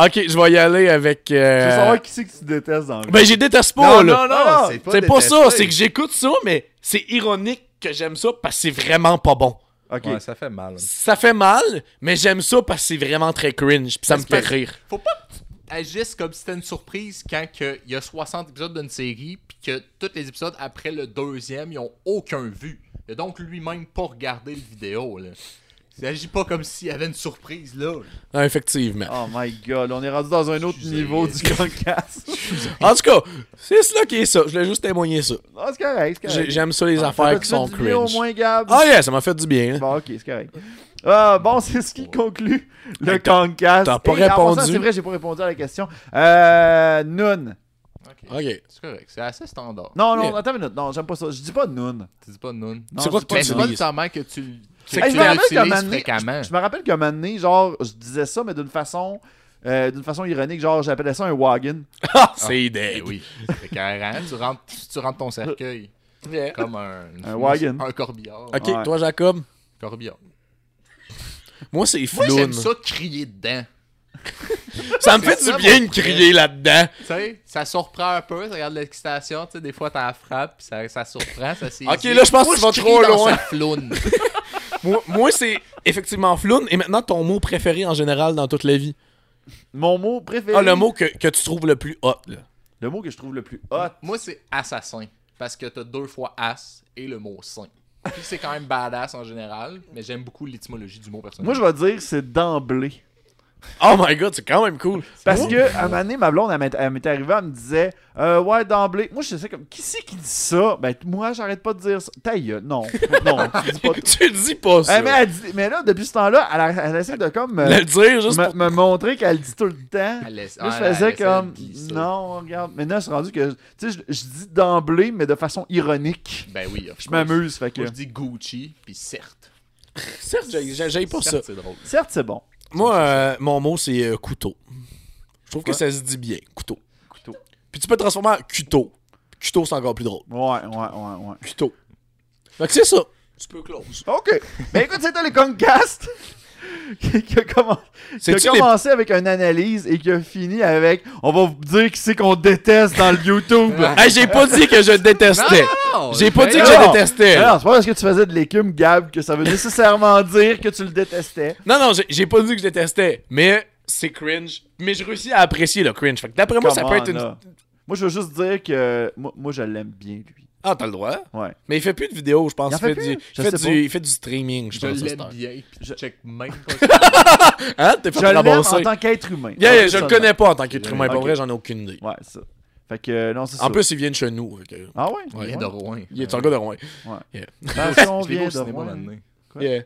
Speaker 2: Ok, je vais y aller avec.
Speaker 1: Je
Speaker 2: euh,
Speaker 1: veux savoir qui c'est que tu détestes dans le
Speaker 2: Ben, j'ai déteste pas, là.
Speaker 1: non,
Speaker 2: C'est pas ça, c'est que j'écoute ça, mais c'est ironique que j'aime ça parce que c'est vraiment pas bon.
Speaker 1: Ok.
Speaker 3: Ouais, ça fait mal.
Speaker 2: Ça fait mal, mais j'aime ça parce que c'est vraiment très cringe, pis ça me fait
Speaker 3: Parce que-
Speaker 2: rire.
Speaker 3: Faut pas que tu agisses comme si c'était une surprise quand que il y a 60 épisodes d'une série, puis que tous les épisodes après le deuxième, ils ont aucun vu. Il a donc lui-même pas regardé le vidéo, là. Il agit pas comme s'il y avait une surprise, là.
Speaker 2: Ah, effectivement.
Speaker 1: Oh my god, on est rendu dans un autre
Speaker 3: Excusez.
Speaker 1: niveau du podcast.
Speaker 2: En tout cas, c'est cela qui est ça. Je voulais juste témoigner ça.
Speaker 1: Non, c'est correct, c'est
Speaker 2: J'ai-
Speaker 1: correct. Ah,
Speaker 2: J'aime ça, les affaires qui sont
Speaker 1: crues. au
Speaker 2: cringe.
Speaker 1: moins, Gab.
Speaker 2: Ah, yeah, ça m'a fait du bien. hein.
Speaker 1: Bon, ok, c'est correct. Euh, bon, c'est ce qui conclut le Concast.
Speaker 2: t'as pas
Speaker 1: Et, en passant,
Speaker 2: répondu.
Speaker 1: C'est vrai, j'ai pas répondu à la question. Euh, Noon.
Speaker 2: Ok.
Speaker 3: C'est correct, c'est assez standard.
Speaker 1: Non, non,
Speaker 2: Yeah.
Speaker 1: attends une minute. Non, j'aime pas ça. Je dis pas Noon.
Speaker 3: Tu dis pas non.
Speaker 1: Non,
Speaker 2: C'est quoi
Speaker 1: je dis
Speaker 2: que
Speaker 1: pas
Speaker 3: Mais c'est
Speaker 1: Noon.
Speaker 3: pas
Speaker 2: utilises?
Speaker 3: nécessairement que tu,
Speaker 2: C'est
Speaker 3: que
Speaker 2: que
Speaker 1: Hey,
Speaker 3: tu
Speaker 1: je, me rappelle qu'à un
Speaker 3: l'utilises
Speaker 1: moment donné-
Speaker 3: fréquemment.
Speaker 1: je me rappelle qu'à un moment donné, genre, je disais ça, mais d'une façon, euh, d'une façon ironique, genre, j'appelais ça un wagon.
Speaker 2: Ah, c'est
Speaker 3: Eh
Speaker 2: des.
Speaker 3: oui, c'est carrément. Tu rentres, tu rentres ton cercueil comme un...
Speaker 1: Un wagon.
Speaker 3: Un corbillard.
Speaker 2: Ok,
Speaker 1: Ouais.
Speaker 2: toi, Jacob.
Speaker 3: Corbillard.
Speaker 2: Moi, c'est
Speaker 3: Moi,
Speaker 2: floune.
Speaker 3: j'aime
Speaker 2: Ça.
Speaker 3: ça crier dedans.
Speaker 2: me fait
Speaker 3: C'est ça,
Speaker 2: du bien
Speaker 3: mon
Speaker 2: de crier là-dedans.
Speaker 3: Tu sais, ça surprend un peu, ça regarde l'excitation, tu sais, des fois t'en frappes, puis ça, ça surprend, ça saisit.
Speaker 2: Ok, là, je pense
Speaker 3: Moi,
Speaker 2: que tu vas
Speaker 3: je
Speaker 2: trop
Speaker 3: crie dans
Speaker 2: loin.
Speaker 3: sa floune.
Speaker 2: Moi, moi, c'est effectivement floune. Et maintenant, ton mot préféré en général dans toute la vie.
Speaker 1: Mon mot préféré.
Speaker 2: Ah, le mot que, que tu trouves le plus hot, là.
Speaker 1: Le mot que je trouve le plus hot.
Speaker 3: Moi, c'est assassin, parce que t'as deux fois as et le mot saint. Puis c'est quand même badass en général, mais j'aime beaucoup l'étymologie du mot personnel.
Speaker 1: Moi, je vais dire, c'est d'emblée.
Speaker 2: Oh my god, c'est quand même cool.
Speaker 1: Parce que, à un moment donné, ma blonde, elle m'est- elle m'est arrivée, elle me disait, euh, ouais, d'emblée. Moi, je sais comme, qui c'est qui dit ça? Ben, t- moi, j'arrête pas de dire ça. Ta gueule, non. Non, tu dis pas.
Speaker 2: tu dis pas ça.
Speaker 1: Eh, mais, euh, elle dit- mais là, depuis ce temps-là, elle, a- elle essaie de comme me,
Speaker 2: Le dire juste
Speaker 1: me-
Speaker 2: pour...
Speaker 1: me montrer qu'elle dit tout le temps.
Speaker 3: Elle Ah, laisse-
Speaker 1: Là, je
Speaker 3: elle- elle
Speaker 1: faisais
Speaker 3: laisse elle
Speaker 1: comme,
Speaker 3: qui, ça.
Speaker 1: non, regarde. Mais là, je suis rendu que, tu sais, je, je dis d'emblée, mais de façon ironique.
Speaker 3: Ben oui, of
Speaker 1: Je
Speaker 3: course.
Speaker 1: m'amuse, fait que.
Speaker 3: Moi, je dis Gucci, puis certes.
Speaker 2: Certes, j'ai- j'ai- j'aille pas ça.
Speaker 3: Certes, c'est drôle.
Speaker 1: Certes, c'est bon.
Speaker 2: Moi, euh, mon mot, c'est euh, couteau. Je trouve que ça se dit bien, couteau.
Speaker 1: Couteau.
Speaker 2: Puis tu peux le transformer en cuto. Cuto, c'est encore plus drôle.
Speaker 1: Ouais, ouais, ouais, ouais.
Speaker 2: Cuto. Fait que c'est ça. Tu peux close.
Speaker 1: OK. Ben écoute, c'était le Concast qui qui a, commen- qui a
Speaker 2: C'est-tu les-
Speaker 1: commencé avec une analyse et qui a fini avec on va vous dire qui c'est qu'on déteste dans le YouTube.
Speaker 2: Hey, j'ai pas dit que je détestais. J'ai pas dit que
Speaker 1: non.
Speaker 2: je détestais.
Speaker 1: Alors, c'est pas parce que tu faisais de l'écume, Gab, que ça veut nécessairement dire que tu le détestais.
Speaker 2: Non, non, j'ai- j'ai pas dit que je détestais. Mais c'est cringe. Mais je réussis à apprécier le cringe. Fait que d'après moi, ça peut
Speaker 1: Come
Speaker 2: être
Speaker 1: on,
Speaker 2: une.
Speaker 1: là. Moi, je veux juste dire que moi, moi, je l'aime bien, lui.
Speaker 2: Ah, t'as le droit.
Speaker 1: Ouais.
Speaker 2: Mais il fait plus de vidéos, je pense.
Speaker 1: Il en
Speaker 2: Il
Speaker 1: fait
Speaker 2: fait,
Speaker 1: plus?
Speaker 2: du...
Speaker 1: Je
Speaker 2: il fait
Speaker 1: sais
Speaker 2: du-
Speaker 1: pas.
Speaker 2: il fait du streaming, je
Speaker 3: Je
Speaker 2: pense. à cette
Speaker 3: l'aime
Speaker 2: heure.
Speaker 3: bien, puis je
Speaker 1: Je-
Speaker 3: check même pas
Speaker 2: Hein? T'es
Speaker 1: Je
Speaker 2: pas
Speaker 1: l'aime
Speaker 2: rabossé.
Speaker 1: en tant qu'être humain.
Speaker 2: Yeah,
Speaker 1: En
Speaker 2: yeah,
Speaker 1: plus,
Speaker 2: je le
Speaker 1: ça,
Speaker 2: connais pas en tant qu'être humain. Pas
Speaker 1: Ok.
Speaker 2: vrai, j'en ai aucune idée.
Speaker 1: Ouais, c'est ça. Fait que, euh, non, c'est ça.
Speaker 2: En plus, il vient de chez nous. fait que-
Speaker 1: Ah ouais?
Speaker 2: Ouais,
Speaker 3: Il est de Rouen.
Speaker 2: Il est un gars de Rouen.
Speaker 1: Attention,
Speaker 3: Je l'ai vu
Speaker 1: vient
Speaker 3: au
Speaker 1: de
Speaker 3: cinéma
Speaker 1: Rouen.
Speaker 3: maintenant.
Speaker 1: Ouais.
Speaker 2: Yeah.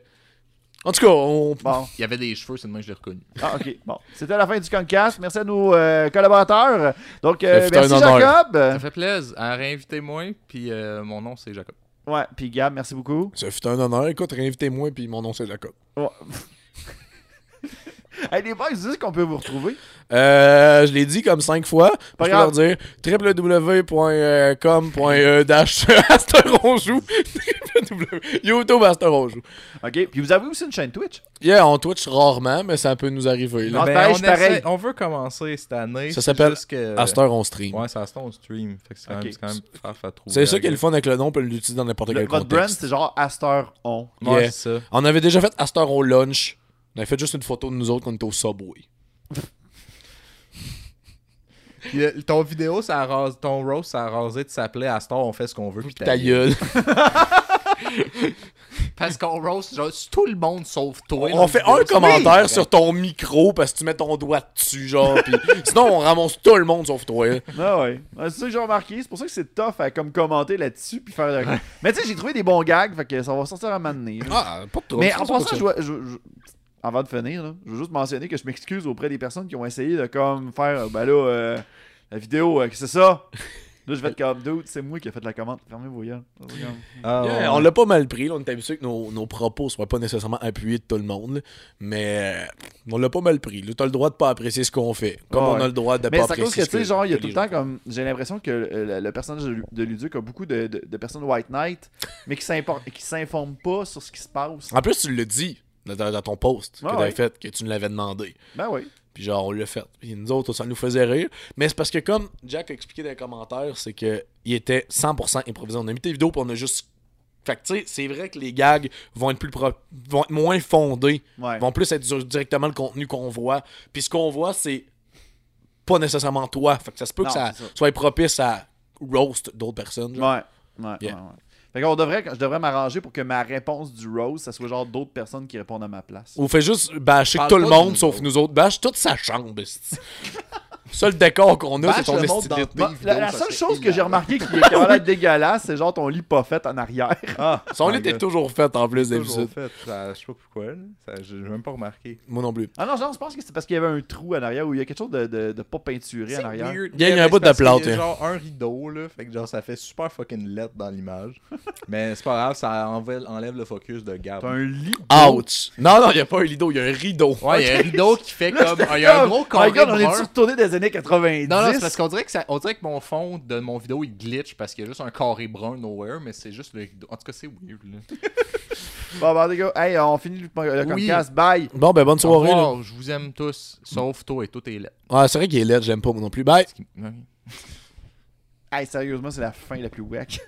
Speaker 2: En tout cas, on...
Speaker 1: Bon.
Speaker 3: Il y avait des cheveux, c'est demain que je l'ai reconnu.
Speaker 1: Ah, ok. Bon. C'était la fin du Concast. Merci à nos euh, collaborateurs. Donc, euh,
Speaker 2: Ça fut
Speaker 1: merci
Speaker 2: un honneur.
Speaker 1: Jacob.
Speaker 3: Ça fait plaisir. Réinvitez-moi, puis euh, mon nom c'est Jacob.
Speaker 1: Ouais, puis Gab, merci beaucoup.
Speaker 2: ça fut un honneur. Écoute, réinvitez-moi, puis mon nom c'est Jacob.
Speaker 1: Ouais. hey, les boys, vous dites qu'on peut vous retrouver.
Speaker 2: Euh, je l'ai dit comme cinq fois.
Speaker 1: Pas
Speaker 2: je
Speaker 1: grave.
Speaker 2: euh, peux leur dire www.com.e dash Asteronjou. YouTube Master, on joue.
Speaker 1: OK. Puis vous avez aussi une chaîne Twitch.
Speaker 2: Yeah, on Twitch rarement, mais ça peut nous arriver. Là.
Speaker 1: Ah,
Speaker 5: Ben,
Speaker 1: pareil,
Speaker 5: on,
Speaker 1: je suis pareil.
Speaker 5: essaie- on veut commencer cette année.
Speaker 2: Ça
Speaker 5: c'est
Speaker 2: s'appelle
Speaker 5: juste que...
Speaker 2: À cette heure, on stream.
Speaker 5: Ouais, ça se on stream. Fait que c'est quand
Speaker 1: Ok.
Speaker 5: même- c'est quand même faire faire trouver
Speaker 2: C'est ça
Speaker 5: la
Speaker 2: qui est le
Speaker 5: gueule.
Speaker 2: fun avec le nom, on peut l'utiliser dans n'importe
Speaker 1: Le,
Speaker 2: quel
Speaker 1: votre
Speaker 2: contexte.
Speaker 1: brand, c'est genre Aster On.
Speaker 5: Ouais,
Speaker 2: Yeah.
Speaker 5: c'est ça.
Speaker 2: On avait déjà fait à cette heure, on lunch. On avait fait juste une photo de nous autres qu'on était au Subway.
Speaker 5: Puis, euh, ton vidéo, ça a rasé, ton roast, ça a rasé de sa plaie. À Star, on fait ce qu'on veut. Puis
Speaker 2: Ta gueule.
Speaker 3: Parce qu'on roast genre, c'est tout le monde sauf toi.
Speaker 2: On fait un commentaire sur ton micro parce que tu mets ton doigt dessus, genre. pis sinon, on ramasse tout le monde sauf toi. hein.
Speaker 1: Ah ouais. Ouais, C'est ça que j'ai remarqué. C'est pour ça que c'est tough à comme, commenter là-dessus. Puis faire. de- Mais tu sais, j'ai trouvé des bons gags. Fait que ça va sortir à un moment donné.
Speaker 2: Ah, pas trop.
Speaker 1: Mais en passant, je, vois- je- je- avant de finir, là, je veux juste mentionner que je m'excuse auprès des personnes qui ont essayé de comme faire euh, ben là euh, la vidéo, euh, c'est ça. Là, je vais être comme dude, c'est moi qui ai fait la commande. Fermez vos yeux.
Speaker 5: Ah,
Speaker 2: Yeah,
Speaker 5: ouais.
Speaker 2: on l'a pas mal pris, là, on est habitué que nos, nos propos soient pas nécessairement appuyés de tout le monde, là, mais euh, on l'a pas mal pris. Là, t'as le droit de pas apprécier ce qu'on fait, comme
Speaker 1: Ah, Ouais,
Speaker 2: on a le droit de
Speaker 1: Mais
Speaker 2: pas
Speaker 1: c'est à
Speaker 2: apprécier.
Speaker 1: cause que, tu
Speaker 2: ce
Speaker 1: sais, genre, il y a
Speaker 2: que
Speaker 1: tout le
Speaker 2: les
Speaker 1: temps comme. J'ai l'impression que euh, le, le personnage de, Lu- de Luduc a beaucoup de, de- de personnes White Knight, mais qui s'impor- qui s'informent pas sur ce qui se passe.
Speaker 2: gens- En plus, tu le dis dans, dans- dans ton post
Speaker 1: Ouais,
Speaker 2: que t'avais
Speaker 1: Ah ouais.
Speaker 2: fait, que tu nous l'avais demandé.
Speaker 1: Ben oui.
Speaker 2: Puis genre, on l'a fait. Puis nous autres, ça nous faisait rire. Mais c'est parce que, comme Jack a expliqué dans les commentaires, c'est que il était 100% improvisé. On a mis tes vidéos, puis on a juste. Fait que, tu sais, c'est vrai que les gags vont être, plus pro- vont être moins fondés.
Speaker 1: Ouais.
Speaker 2: Vont plus être sur- directement le contenu qu'on voit. Puis ce qu'on voit, c'est pas nécessairement toi. Fait que ça se peut
Speaker 1: Non,
Speaker 2: que ça,
Speaker 1: c'est ça.
Speaker 2: soit propice à roast d'autres personnes. genre.
Speaker 1: Ouais. Ouais,
Speaker 2: Yeah.
Speaker 1: ouais, ouais. Fait qu'on devrait, je devrais m'arranger pour que ma réponse du Rose, ça soit genre d'autres personnes qui répondent à ma place.
Speaker 2: Ou fait juste bâcher
Speaker 3: Parle
Speaker 2: tout le
Speaker 3: pas de
Speaker 2: monde
Speaker 3: nous
Speaker 2: sauf
Speaker 3: autres.
Speaker 2: nous autres. Bâche toute sa chambre. esti. Seul décor qu'on a, c'est
Speaker 3: Bâche
Speaker 2: ton
Speaker 3: le monde
Speaker 2: esti
Speaker 3: dans
Speaker 2: de-
Speaker 3: tes
Speaker 1: Bon, la,
Speaker 3: vidéos,
Speaker 1: Bah, la
Speaker 3: ça
Speaker 1: seule
Speaker 3: serait
Speaker 1: chose que j'ai
Speaker 3: hilarant.
Speaker 1: remarqué qui est quand même dégueulasse, c'est genre ton lit pas fait en arrière.
Speaker 5: Ah,
Speaker 2: Son
Speaker 5: my
Speaker 2: lit est
Speaker 5: God.
Speaker 2: toujours fait en plus
Speaker 5: Toujours
Speaker 2: d'habitude.
Speaker 5: fait. Ça, je sais pas pourquoi. là. Ça, J'ai j'ai même pas remarqué.
Speaker 2: Moi non plus.
Speaker 1: Ah non, genre, je pense que c'est parce qu'il y avait un trou en arrière ou il y a quelque chose de, de, de pas peinturé en arrière.
Speaker 2: Il y a- il y a un
Speaker 5: mais
Speaker 2: bout
Speaker 5: c'est
Speaker 2: de
Speaker 5: parce qu'il y a
Speaker 2: plate, hein.
Speaker 5: genre un rideau, là. Fait que genre, ça fait super fucking lettre dans l'image. mais c'est pas grave, ça enlève, enlève le focus de Gab.
Speaker 1: T'as un lit.
Speaker 2: Ouch! Ah Non, non, il n'y a pas un rideau, il y a un rideau.
Speaker 3: Ouais, il y a un rideau qui fait comme. Il y
Speaker 1: Oh
Speaker 3: a un gros
Speaker 1: my
Speaker 3: carré
Speaker 1: God, on est
Speaker 3: brun.
Speaker 1: retourné des années 90.
Speaker 3: Non, non, c'est parce qu'on dirait que ça, on dirait que mon fond de mon vidéo il glitch parce qu'il y a juste un carré brun nowhere, mais c'est juste le rideau. En tout cas, c'est weird. Là.
Speaker 1: Bon, bah, les gars, hey, on finit le, le
Speaker 3: Oui.
Speaker 1: podcast. Bye.
Speaker 2: Bon, ben bonne
Speaker 3: Au
Speaker 2: soirée. là.
Speaker 3: revoir, je vous aime tous, sauf toi et toi t'es là.
Speaker 2: Ah, c'est vrai qu'il est laid, j'aime pas moi non plus. Bye!
Speaker 1: Hey, sérieusement, c'est la fin la plus wack.